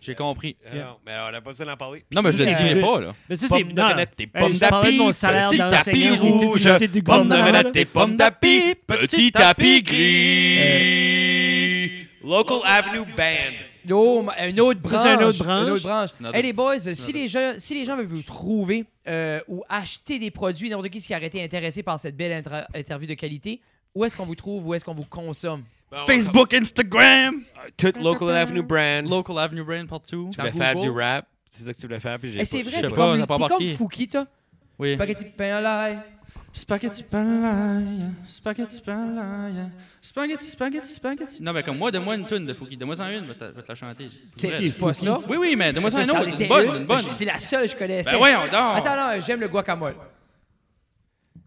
[SPEAKER 3] J'ai compris.
[SPEAKER 4] Ah Non, mais on n'a pas besoin d'en parler.
[SPEAKER 3] Non, mais je
[SPEAKER 2] Ça,
[SPEAKER 3] le
[SPEAKER 2] c'est-
[SPEAKER 3] dirai pas, là.
[SPEAKER 2] Mais ça, c'est.
[SPEAKER 4] Pommes de
[SPEAKER 2] Non,
[SPEAKER 4] renette, tes
[SPEAKER 2] euh,
[SPEAKER 4] pommes
[SPEAKER 2] je parlais de mon
[SPEAKER 4] d'api,
[SPEAKER 2] salaire
[SPEAKER 4] petit tapis
[SPEAKER 2] d'enseignant, c'est tout
[SPEAKER 4] rouge,
[SPEAKER 2] difficile du
[SPEAKER 4] pommes de
[SPEAKER 2] gouvernement, là.
[SPEAKER 4] renette, tes pommes d'api, petit tapis gris. Local Avenue Band.
[SPEAKER 1] Oh, ma- une autre branche.
[SPEAKER 2] Ça, c'est une autre branche. Ah,
[SPEAKER 1] Une autre branche.
[SPEAKER 3] notre-
[SPEAKER 1] Hey, les boys, si
[SPEAKER 3] notre-
[SPEAKER 1] les, gens, si les gens veulent vous trouver euh, ou acheter des produits, n'importe qui qui aurait été intéressé par cette belle intra- interview de qualité, où est-ce qu'on vous trouve, où est-ce qu'on vous consomme?
[SPEAKER 4] Bon,
[SPEAKER 3] Facebook, Instagram,
[SPEAKER 4] Tout Local Avenue Brand.
[SPEAKER 3] Local Avenue Brain partout.
[SPEAKER 4] Tu voulais
[SPEAKER 1] Dans
[SPEAKER 4] faire
[SPEAKER 1] Google.
[SPEAKER 4] du rap. C'est ça que tu voulais faire. Puis j'ai
[SPEAKER 1] Et c'est
[SPEAKER 4] pas-
[SPEAKER 1] vrai,
[SPEAKER 4] je
[SPEAKER 1] t'es
[SPEAKER 4] sais pas.
[SPEAKER 3] on
[SPEAKER 1] comme,
[SPEAKER 3] a pas
[SPEAKER 1] t'es comme
[SPEAKER 3] embarqué.
[SPEAKER 1] Fouki, toi.
[SPEAKER 3] Oui.
[SPEAKER 1] Spaghetti pain à l'ail.
[SPEAKER 3] Spaghetti palaya, spaghetti palaya, spaghetti, spaghetti, spaghetti. Non, mais comme moi, donne-moi une tune de Fouki. Donne-moi en une, je vais te- je vais te la chanter. C'est
[SPEAKER 1] C'est
[SPEAKER 3] vrai.
[SPEAKER 1] c'est pas ça.
[SPEAKER 3] Oui, oui, mais donne-moi en
[SPEAKER 1] Ça,
[SPEAKER 3] une
[SPEAKER 1] ça en
[SPEAKER 3] autre.
[SPEAKER 1] était
[SPEAKER 3] Une bonne,
[SPEAKER 1] une.
[SPEAKER 3] une bonne.
[SPEAKER 1] C'est la seule que je connaissais.
[SPEAKER 3] Ben voyons donc.
[SPEAKER 1] Attends, non, j'aime le guacamole.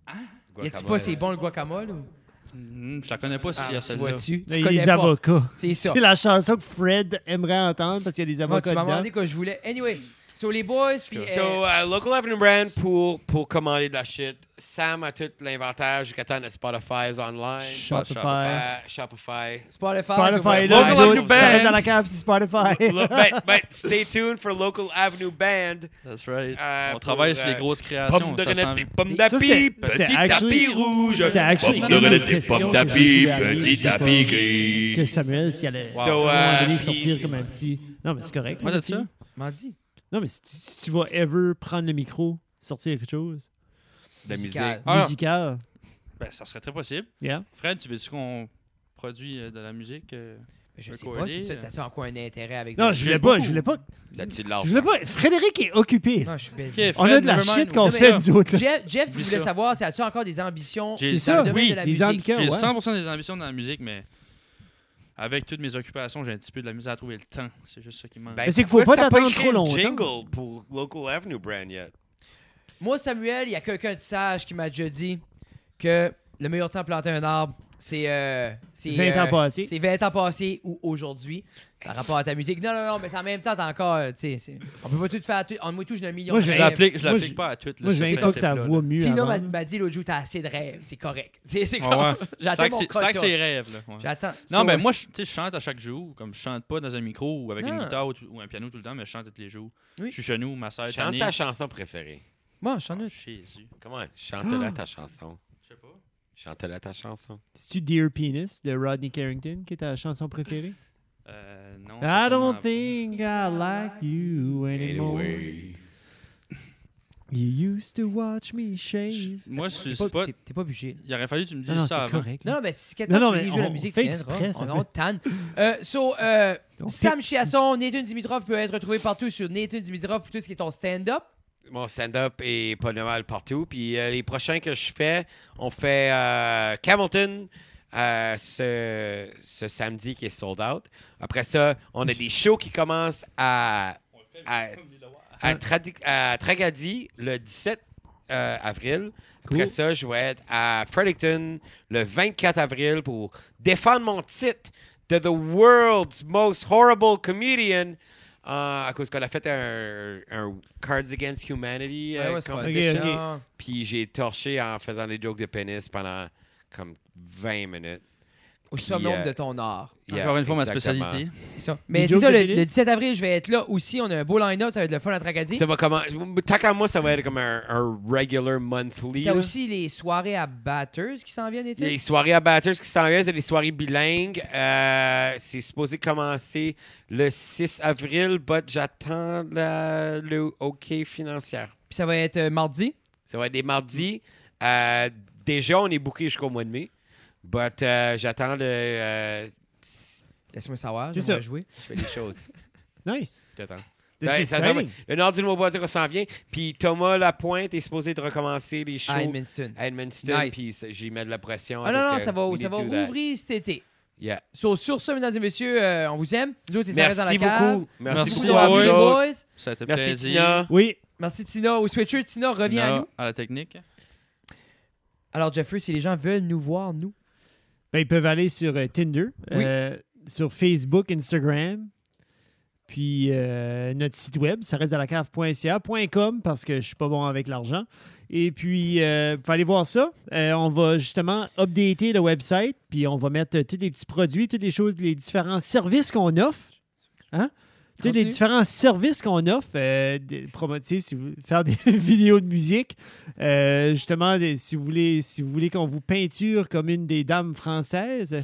[SPEAKER 1] Y a-tu
[SPEAKER 4] Guacamole.
[SPEAKER 1] pas c'est bon le guacamole ou
[SPEAKER 3] Hmm, Je la connais pas si y a
[SPEAKER 1] tu
[SPEAKER 3] celle-là.
[SPEAKER 1] Ah, vois-tu? Tu
[SPEAKER 2] Les
[SPEAKER 1] connais pas.
[SPEAKER 2] avocats.
[SPEAKER 1] C'est ça.
[SPEAKER 2] C'est la chanson que Fred aimerait entendre parce qu'il y a des
[SPEAKER 1] Moi,
[SPEAKER 2] avocats
[SPEAKER 1] tu m'as
[SPEAKER 2] dedans.
[SPEAKER 1] demandé que je voulais. Anyway, sur les boys, puis. euh,
[SPEAKER 4] So, euh, Local Avenue Brand pour, pour commander de la shit. Sam a tout l'inventaire jusqu'à temps que Spotify est online.
[SPEAKER 2] Shopify.
[SPEAKER 4] Euh, Shopify.
[SPEAKER 1] Spotify.
[SPEAKER 2] Spotify,
[SPEAKER 1] Spotify.
[SPEAKER 2] là,
[SPEAKER 4] Local
[SPEAKER 2] vous
[SPEAKER 4] Avenue
[SPEAKER 2] autres, ça reste
[SPEAKER 3] Band.
[SPEAKER 2] à la cave sur Spotify.
[SPEAKER 4] Look, but, but stay tuned for Local Avenue Band.
[SPEAKER 3] That's right.
[SPEAKER 4] Euh,
[SPEAKER 3] On travaille
[SPEAKER 4] pour,
[SPEAKER 3] sur les
[SPEAKER 4] euh,
[SPEAKER 3] grosses créations.
[SPEAKER 4] Pommes de
[SPEAKER 3] ça sent-
[SPEAKER 4] renette, des pommes
[SPEAKER 2] Ça, c'était-
[SPEAKER 4] d'api,
[SPEAKER 2] c'était
[SPEAKER 4] petit
[SPEAKER 2] actually-
[SPEAKER 4] tapis rouge.
[SPEAKER 2] c'était actually
[SPEAKER 4] Pommes de
[SPEAKER 2] une
[SPEAKER 4] renette, des
[SPEAKER 2] question que
[SPEAKER 4] pommes
[SPEAKER 2] je
[SPEAKER 4] d'api,
[SPEAKER 2] voulais aller,
[SPEAKER 4] petit
[SPEAKER 2] j'ai pas-
[SPEAKER 4] tapis gris.
[SPEAKER 2] que Samuel, s'il allait
[SPEAKER 4] Wow.
[SPEAKER 2] à un
[SPEAKER 4] So,
[SPEAKER 2] moment donné,
[SPEAKER 4] euh,
[SPEAKER 2] sortir
[SPEAKER 4] il-
[SPEAKER 2] comme un petit. Non, mais c'est correct.
[SPEAKER 3] Moi,
[SPEAKER 2] là,
[SPEAKER 3] t'as dit ça?
[SPEAKER 1] Mandy.
[SPEAKER 2] Non, mais si, tu- si tu vas ever prendre le micro, sortir quelque chose
[SPEAKER 4] La musique.
[SPEAKER 1] Musical.
[SPEAKER 3] Ah.
[SPEAKER 2] musical,
[SPEAKER 3] Ben, ça serait très possible.
[SPEAKER 2] yeah.
[SPEAKER 3] Fred, tu veux-tu qu'on produit euh, de la musique? euh?
[SPEAKER 1] Je
[SPEAKER 3] Le
[SPEAKER 1] sais pas si
[SPEAKER 3] collier,
[SPEAKER 1] ça- t'as-tu encore un intérêt avec.
[SPEAKER 2] Non,
[SPEAKER 1] le-
[SPEAKER 2] je
[SPEAKER 3] J'ai
[SPEAKER 2] voulais pas,
[SPEAKER 3] beaucoup.
[SPEAKER 2] je voulais pas,
[SPEAKER 4] Là-dessus de
[SPEAKER 2] je voulais
[SPEAKER 4] l'argent.
[SPEAKER 2] pas. Frédéric est occupé.
[SPEAKER 1] Non, je suis
[SPEAKER 3] Ok,
[SPEAKER 1] busy.
[SPEAKER 3] Fred,
[SPEAKER 2] On a de la
[SPEAKER 3] never mind, euh,
[SPEAKER 2] shit
[SPEAKER 3] on
[SPEAKER 2] qu'on
[SPEAKER 3] fait
[SPEAKER 2] fait,
[SPEAKER 3] ça.
[SPEAKER 2] nous autres. là.
[SPEAKER 1] Jeff, Jeff, ce qu'il
[SPEAKER 3] Oublie
[SPEAKER 1] voulait
[SPEAKER 3] ça.
[SPEAKER 1] savoir, c'est as-tu encore des ambitions
[SPEAKER 3] J'ai-
[SPEAKER 2] C'est
[SPEAKER 1] dans le
[SPEAKER 2] ça,
[SPEAKER 1] domaine
[SPEAKER 3] oui,
[SPEAKER 1] de la
[SPEAKER 2] les
[SPEAKER 1] musique?
[SPEAKER 2] ambitions. ouais.
[SPEAKER 3] J'ai 100% des ambitions dans la musique, mais avec toutes mes occupations, j'ai un petit peu de la misère à trouver le temps. C'est juste ça qui manque.
[SPEAKER 4] Ben,
[SPEAKER 2] Mais c'est qu'il faut
[SPEAKER 4] pourquoi
[SPEAKER 2] pas
[SPEAKER 4] t'as
[SPEAKER 2] t'attendre
[SPEAKER 4] écrit
[SPEAKER 2] trop
[SPEAKER 4] une
[SPEAKER 2] longtemps?
[SPEAKER 4] jingle pour Local Avenue Brand yet.
[SPEAKER 1] Moi, Samuel, il y a quelqu'un de sage qui m'a déjà dit que le meilleur temps de planter un arbre, c'est. euh, c'est,
[SPEAKER 2] 20 ans passés.
[SPEAKER 1] C'est 20 ans passés ou aujourd'hui. Par rapport à ta musique. Non, non, non, mais c'est en même temps, t'as encore. euh, tu sais, c'est- on peut pas tout faire. tout- en moi, tout, j'ai un million
[SPEAKER 2] Moi,
[SPEAKER 1] de
[SPEAKER 2] je
[SPEAKER 3] je
[SPEAKER 1] rêves.
[SPEAKER 3] l'applique, je
[SPEAKER 2] moi,
[SPEAKER 3] l'applique
[SPEAKER 2] je-
[SPEAKER 3] pas à toutes.
[SPEAKER 2] Moi, je
[SPEAKER 3] ce
[SPEAKER 2] viens pas que ça
[SPEAKER 3] concept-là,
[SPEAKER 2] vaut mieux.
[SPEAKER 1] Tina
[SPEAKER 2] avant.
[SPEAKER 1] m'a m'a dit l'autre jour, t'as assez de rêves. C'est correct. Tu sais, C'est
[SPEAKER 3] là.
[SPEAKER 1] comme.
[SPEAKER 3] Ah Ouais, ouais.
[SPEAKER 1] J'attends
[SPEAKER 3] C'est que
[SPEAKER 1] mon
[SPEAKER 3] c'est- c'est que
[SPEAKER 1] quota.
[SPEAKER 3] c'est rêve. là, ouais.
[SPEAKER 1] J'attends.
[SPEAKER 3] Non,
[SPEAKER 1] So,
[SPEAKER 3] mais
[SPEAKER 1] euh,
[SPEAKER 3] moi, je tu sais, je chante à chaque jour. Comme je chante pas dans un micro ou avec une
[SPEAKER 2] Ah.
[SPEAKER 1] Non.
[SPEAKER 3] guitare ou, tout- ou un piano tout le temps, mais je chante tous les jours.
[SPEAKER 1] Oui.
[SPEAKER 3] Je suis chez nous, ma soeur est
[SPEAKER 4] Chante
[SPEAKER 3] tannée. Ah,
[SPEAKER 4] ta chanson préférée.
[SPEAKER 1] Moi, je suis en ai-
[SPEAKER 3] Jésus.
[SPEAKER 4] Comment? Chante-la ta chanson.
[SPEAKER 3] Je sais pas.
[SPEAKER 4] Chante-la ta chanson.
[SPEAKER 2] C'est-tu Dear Penis de Rodney Carrington qui est ta chanson préférée?
[SPEAKER 3] Euh, non.
[SPEAKER 2] I
[SPEAKER 3] certainement
[SPEAKER 2] don't
[SPEAKER 3] pas.
[SPEAKER 2] think I like you anymore.
[SPEAKER 4] Anyway.
[SPEAKER 2] You used to watch me shave.
[SPEAKER 3] Moi, je
[SPEAKER 1] T'es pas,
[SPEAKER 3] suis pas.
[SPEAKER 1] t'es- t'es pas obligé.
[SPEAKER 3] Il aurait fallu que tu me
[SPEAKER 2] Non,
[SPEAKER 3] dises
[SPEAKER 2] non,
[SPEAKER 3] ça
[SPEAKER 2] c'est
[SPEAKER 3] avant.
[SPEAKER 2] correct.
[SPEAKER 1] Non, non, mais si
[SPEAKER 2] Non,
[SPEAKER 1] quelqu'un
[SPEAKER 2] non,
[SPEAKER 1] qui
[SPEAKER 2] mais
[SPEAKER 1] veut jouer la
[SPEAKER 2] on
[SPEAKER 1] musique,
[SPEAKER 2] fait
[SPEAKER 1] tu viendras.
[SPEAKER 2] exprès, ça
[SPEAKER 1] on, on
[SPEAKER 2] fait-
[SPEAKER 1] te tanne. Euh, so, euh,
[SPEAKER 2] On fait-
[SPEAKER 1] Sam Chiasson, Nathan Dimitrov peut être retrouvé partout sur Nathan Dimitrov pour tout ce qui est ton stand-up.
[SPEAKER 4] Mon stand-up est pas normal partout. Puis euh, les prochains que je fais, on fait euh, Camelton euh, ce, ce samedi qui est sold out. Après ça, on a des shows qui commencent à, à, à, Tradi- à Tracadie le 17 euh, avril. Après
[SPEAKER 2] Cool.
[SPEAKER 4] ça, je vais être à Fredericton le 24 avril pour défendre mon titre de The World's Most Horrible Comedian. euh, à cause qu'on a fait un, un Cards Against Humanity euh,
[SPEAKER 1] Ouais, ouais, c'est
[SPEAKER 4] competition.
[SPEAKER 2] Ok, ok.
[SPEAKER 4] Puis j'ai torché en faisant des jokes de pénis pendant comme 20 minutes.
[SPEAKER 1] Au
[SPEAKER 4] Puis,
[SPEAKER 1] summum
[SPEAKER 4] euh,
[SPEAKER 1] de ton art.
[SPEAKER 4] Yeah,
[SPEAKER 3] Encore une fois, ma
[SPEAKER 4] exactement.
[SPEAKER 3] spécialité.
[SPEAKER 1] C'est ça. Mais c'est
[SPEAKER 2] jokes
[SPEAKER 1] ça,
[SPEAKER 2] de
[SPEAKER 1] le,
[SPEAKER 2] Billy?
[SPEAKER 1] le 17 avril, je vais être là aussi. On a un beau line-up, ça va être le fun à Tracadie.
[SPEAKER 4] Ça va comment... Tant qu'à moi, ça va être comme un, un regular monthly.
[SPEAKER 1] T'as
[SPEAKER 4] là.
[SPEAKER 1] aussi les soirées à batteuses qui s'en viennent et tout.
[SPEAKER 4] Les soirées à Batters qui s'en viennent, c'est des soirées bilingues. Euh, c'est supposé commencer le 6 avril, but j'attends la- le OK financière.
[SPEAKER 1] Puis ça va être euh, mardi.
[SPEAKER 4] Ça va être des mardis. Euh, déjà, on est booké jusqu'au mois de mai, but euh, j'attends le... euh,
[SPEAKER 1] Laisse-moi savoir,
[SPEAKER 2] C'est
[SPEAKER 1] j'aimerais
[SPEAKER 2] ça.
[SPEAKER 1] jouer.
[SPEAKER 4] je fais des choses.
[SPEAKER 2] Nice.
[SPEAKER 4] J'attends.
[SPEAKER 2] C'est
[SPEAKER 4] Ça- ça s'en va.
[SPEAKER 2] exciting.
[SPEAKER 4] Le nord du Nouveau-Brunswick, on s'en vient. Puis Thomas Lapointe est supposé de recommencer les shows
[SPEAKER 1] À Edmundston.
[SPEAKER 4] à Edmundston.
[SPEAKER 1] Nice.
[SPEAKER 4] Puis ça- j'y mets de la pression.
[SPEAKER 1] Ah non,
[SPEAKER 4] Ah, parce
[SPEAKER 1] non,
[SPEAKER 4] que
[SPEAKER 1] ça va,
[SPEAKER 4] we
[SPEAKER 1] ça
[SPEAKER 4] need
[SPEAKER 1] va
[SPEAKER 4] to do that.
[SPEAKER 1] rouvrir cet été.
[SPEAKER 4] Yeah.
[SPEAKER 1] So, sur ce, mesdames et messieurs, euh, on vous aime. Nous autres, c'est Sarah dans la
[SPEAKER 4] Merci
[SPEAKER 1] cave.
[SPEAKER 4] beaucoup. Merci,
[SPEAKER 3] Merci
[SPEAKER 4] beaucoup,
[SPEAKER 1] à
[SPEAKER 3] beaucoup.
[SPEAKER 1] vous, les
[SPEAKER 4] Hamza.
[SPEAKER 3] Hamza.
[SPEAKER 1] boys.
[SPEAKER 3] Ça a été
[SPEAKER 4] Merci,
[SPEAKER 3] plaisir.
[SPEAKER 4] Tina.
[SPEAKER 2] Oui.
[SPEAKER 1] Merci, Tina. Au Switcher, Tina, reviens à
[SPEAKER 3] Tina,
[SPEAKER 1] nous.
[SPEAKER 3] À la technique.
[SPEAKER 1] Alors, Jeffrey, si les gens veulent nous voir, nous.
[SPEAKER 2] Ben, ils peuvent aller sur euh, Tinder,
[SPEAKER 1] Oui.
[SPEAKER 2] euh, sur Facebook, Instagram, puis euh, notre site web, ça reste dans la cave.ca, .com, parce que je suis pas bon avec l'argent. Et puis, euh, vous pouvez aller voir ça. Euh, on va justement updater le website, puis on va mettre euh, tous les petits produits, toutes les choses, les différents services qu'on offre. Hein? Tu sais, les
[SPEAKER 1] Continue.
[SPEAKER 2] différents services qu'on offre, euh, des- promo- tu sais, si vous faire des vidéos de musique, euh, justement, des- si vous voulez, si vous voulez qu'on vous peinture comme une des dames françaises, euh,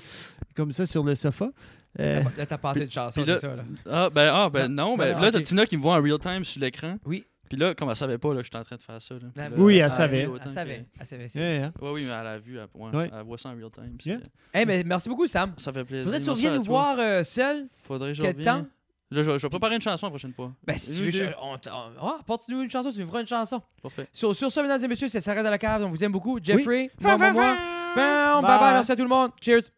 [SPEAKER 2] comme ça sur le sofa. euh,
[SPEAKER 1] T'as
[SPEAKER 4] Eh.
[SPEAKER 1] pas- Là, t'as passé une chanson,
[SPEAKER 3] puis là-
[SPEAKER 1] c'est ça. Là.
[SPEAKER 3] Ah, ben, ah, ben
[SPEAKER 1] Non,
[SPEAKER 3] non,
[SPEAKER 1] non,
[SPEAKER 3] ben
[SPEAKER 1] non,
[SPEAKER 3] là,
[SPEAKER 1] ok.
[SPEAKER 3] t'as Tina qui me voit en real time sur l'écran.
[SPEAKER 1] Oui. Ben,
[SPEAKER 3] Puis là, comme elle savait pas là, que j'étais en train de faire ça. là. Puis là,
[SPEAKER 4] ah,
[SPEAKER 2] Oui, elle
[SPEAKER 3] a
[SPEAKER 2] savait.
[SPEAKER 3] vu
[SPEAKER 1] Elle,
[SPEAKER 3] autant que-
[SPEAKER 1] savait. Elle savait.
[SPEAKER 4] Eh,
[SPEAKER 1] c'est-
[SPEAKER 2] ouais, hein.
[SPEAKER 3] Ouais, oui, mais elle a vu, elle, ouais,
[SPEAKER 2] Ouais.
[SPEAKER 3] elle voit ça en real time.
[SPEAKER 2] Bien.
[SPEAKER 3] c'est-
[SPEAKER 1] Eh, mais merci beaucoup, Sam.
[SPEAKER 3] Ça fait plaisir.
[SPEAKER 1] Faudrait que tu
[SPEAKER 3] Merci à
[SPEAKER 1] reviennes nous
[SPEAKER 3] toi.
[SPEAKER 1] voir euh, seul.
[SPEAKER 3] Faudrait que je
[SPEAKER 1] Quel
[SPEAKER 3] revienne.
[SPEAKER 1] temps?
[SPEAKER 3] Là, je, je vais préparer une chanson la prochaine fois.
[SPEAKER 1] Ben, si tu veux,
[SPEAKER 3] Nous deux.
[SPEAKER 1] je- on, t- on- oh, apporte-nous une chanson, tu nous feras une chanson.
[SPEAKER 3] Parfait.
[SPEAKER 1] Sur, sur ce, mesdames et messieurs, c'est Sarah de la cave. On vous aime beaucoup. Jeffrey, moi,
[SPEAKER 2] Fin,
[SPEAKER 1] moi,
[SPEAKER 2] fin,
[SPEAKER 1] moi.
[SPEAKER 2] fin.
[SPEAKER 1] Bam,
[SPEAKER 2] Bye.
[SPEAKER 1] bye bye, merci à tout le monde. Cheers.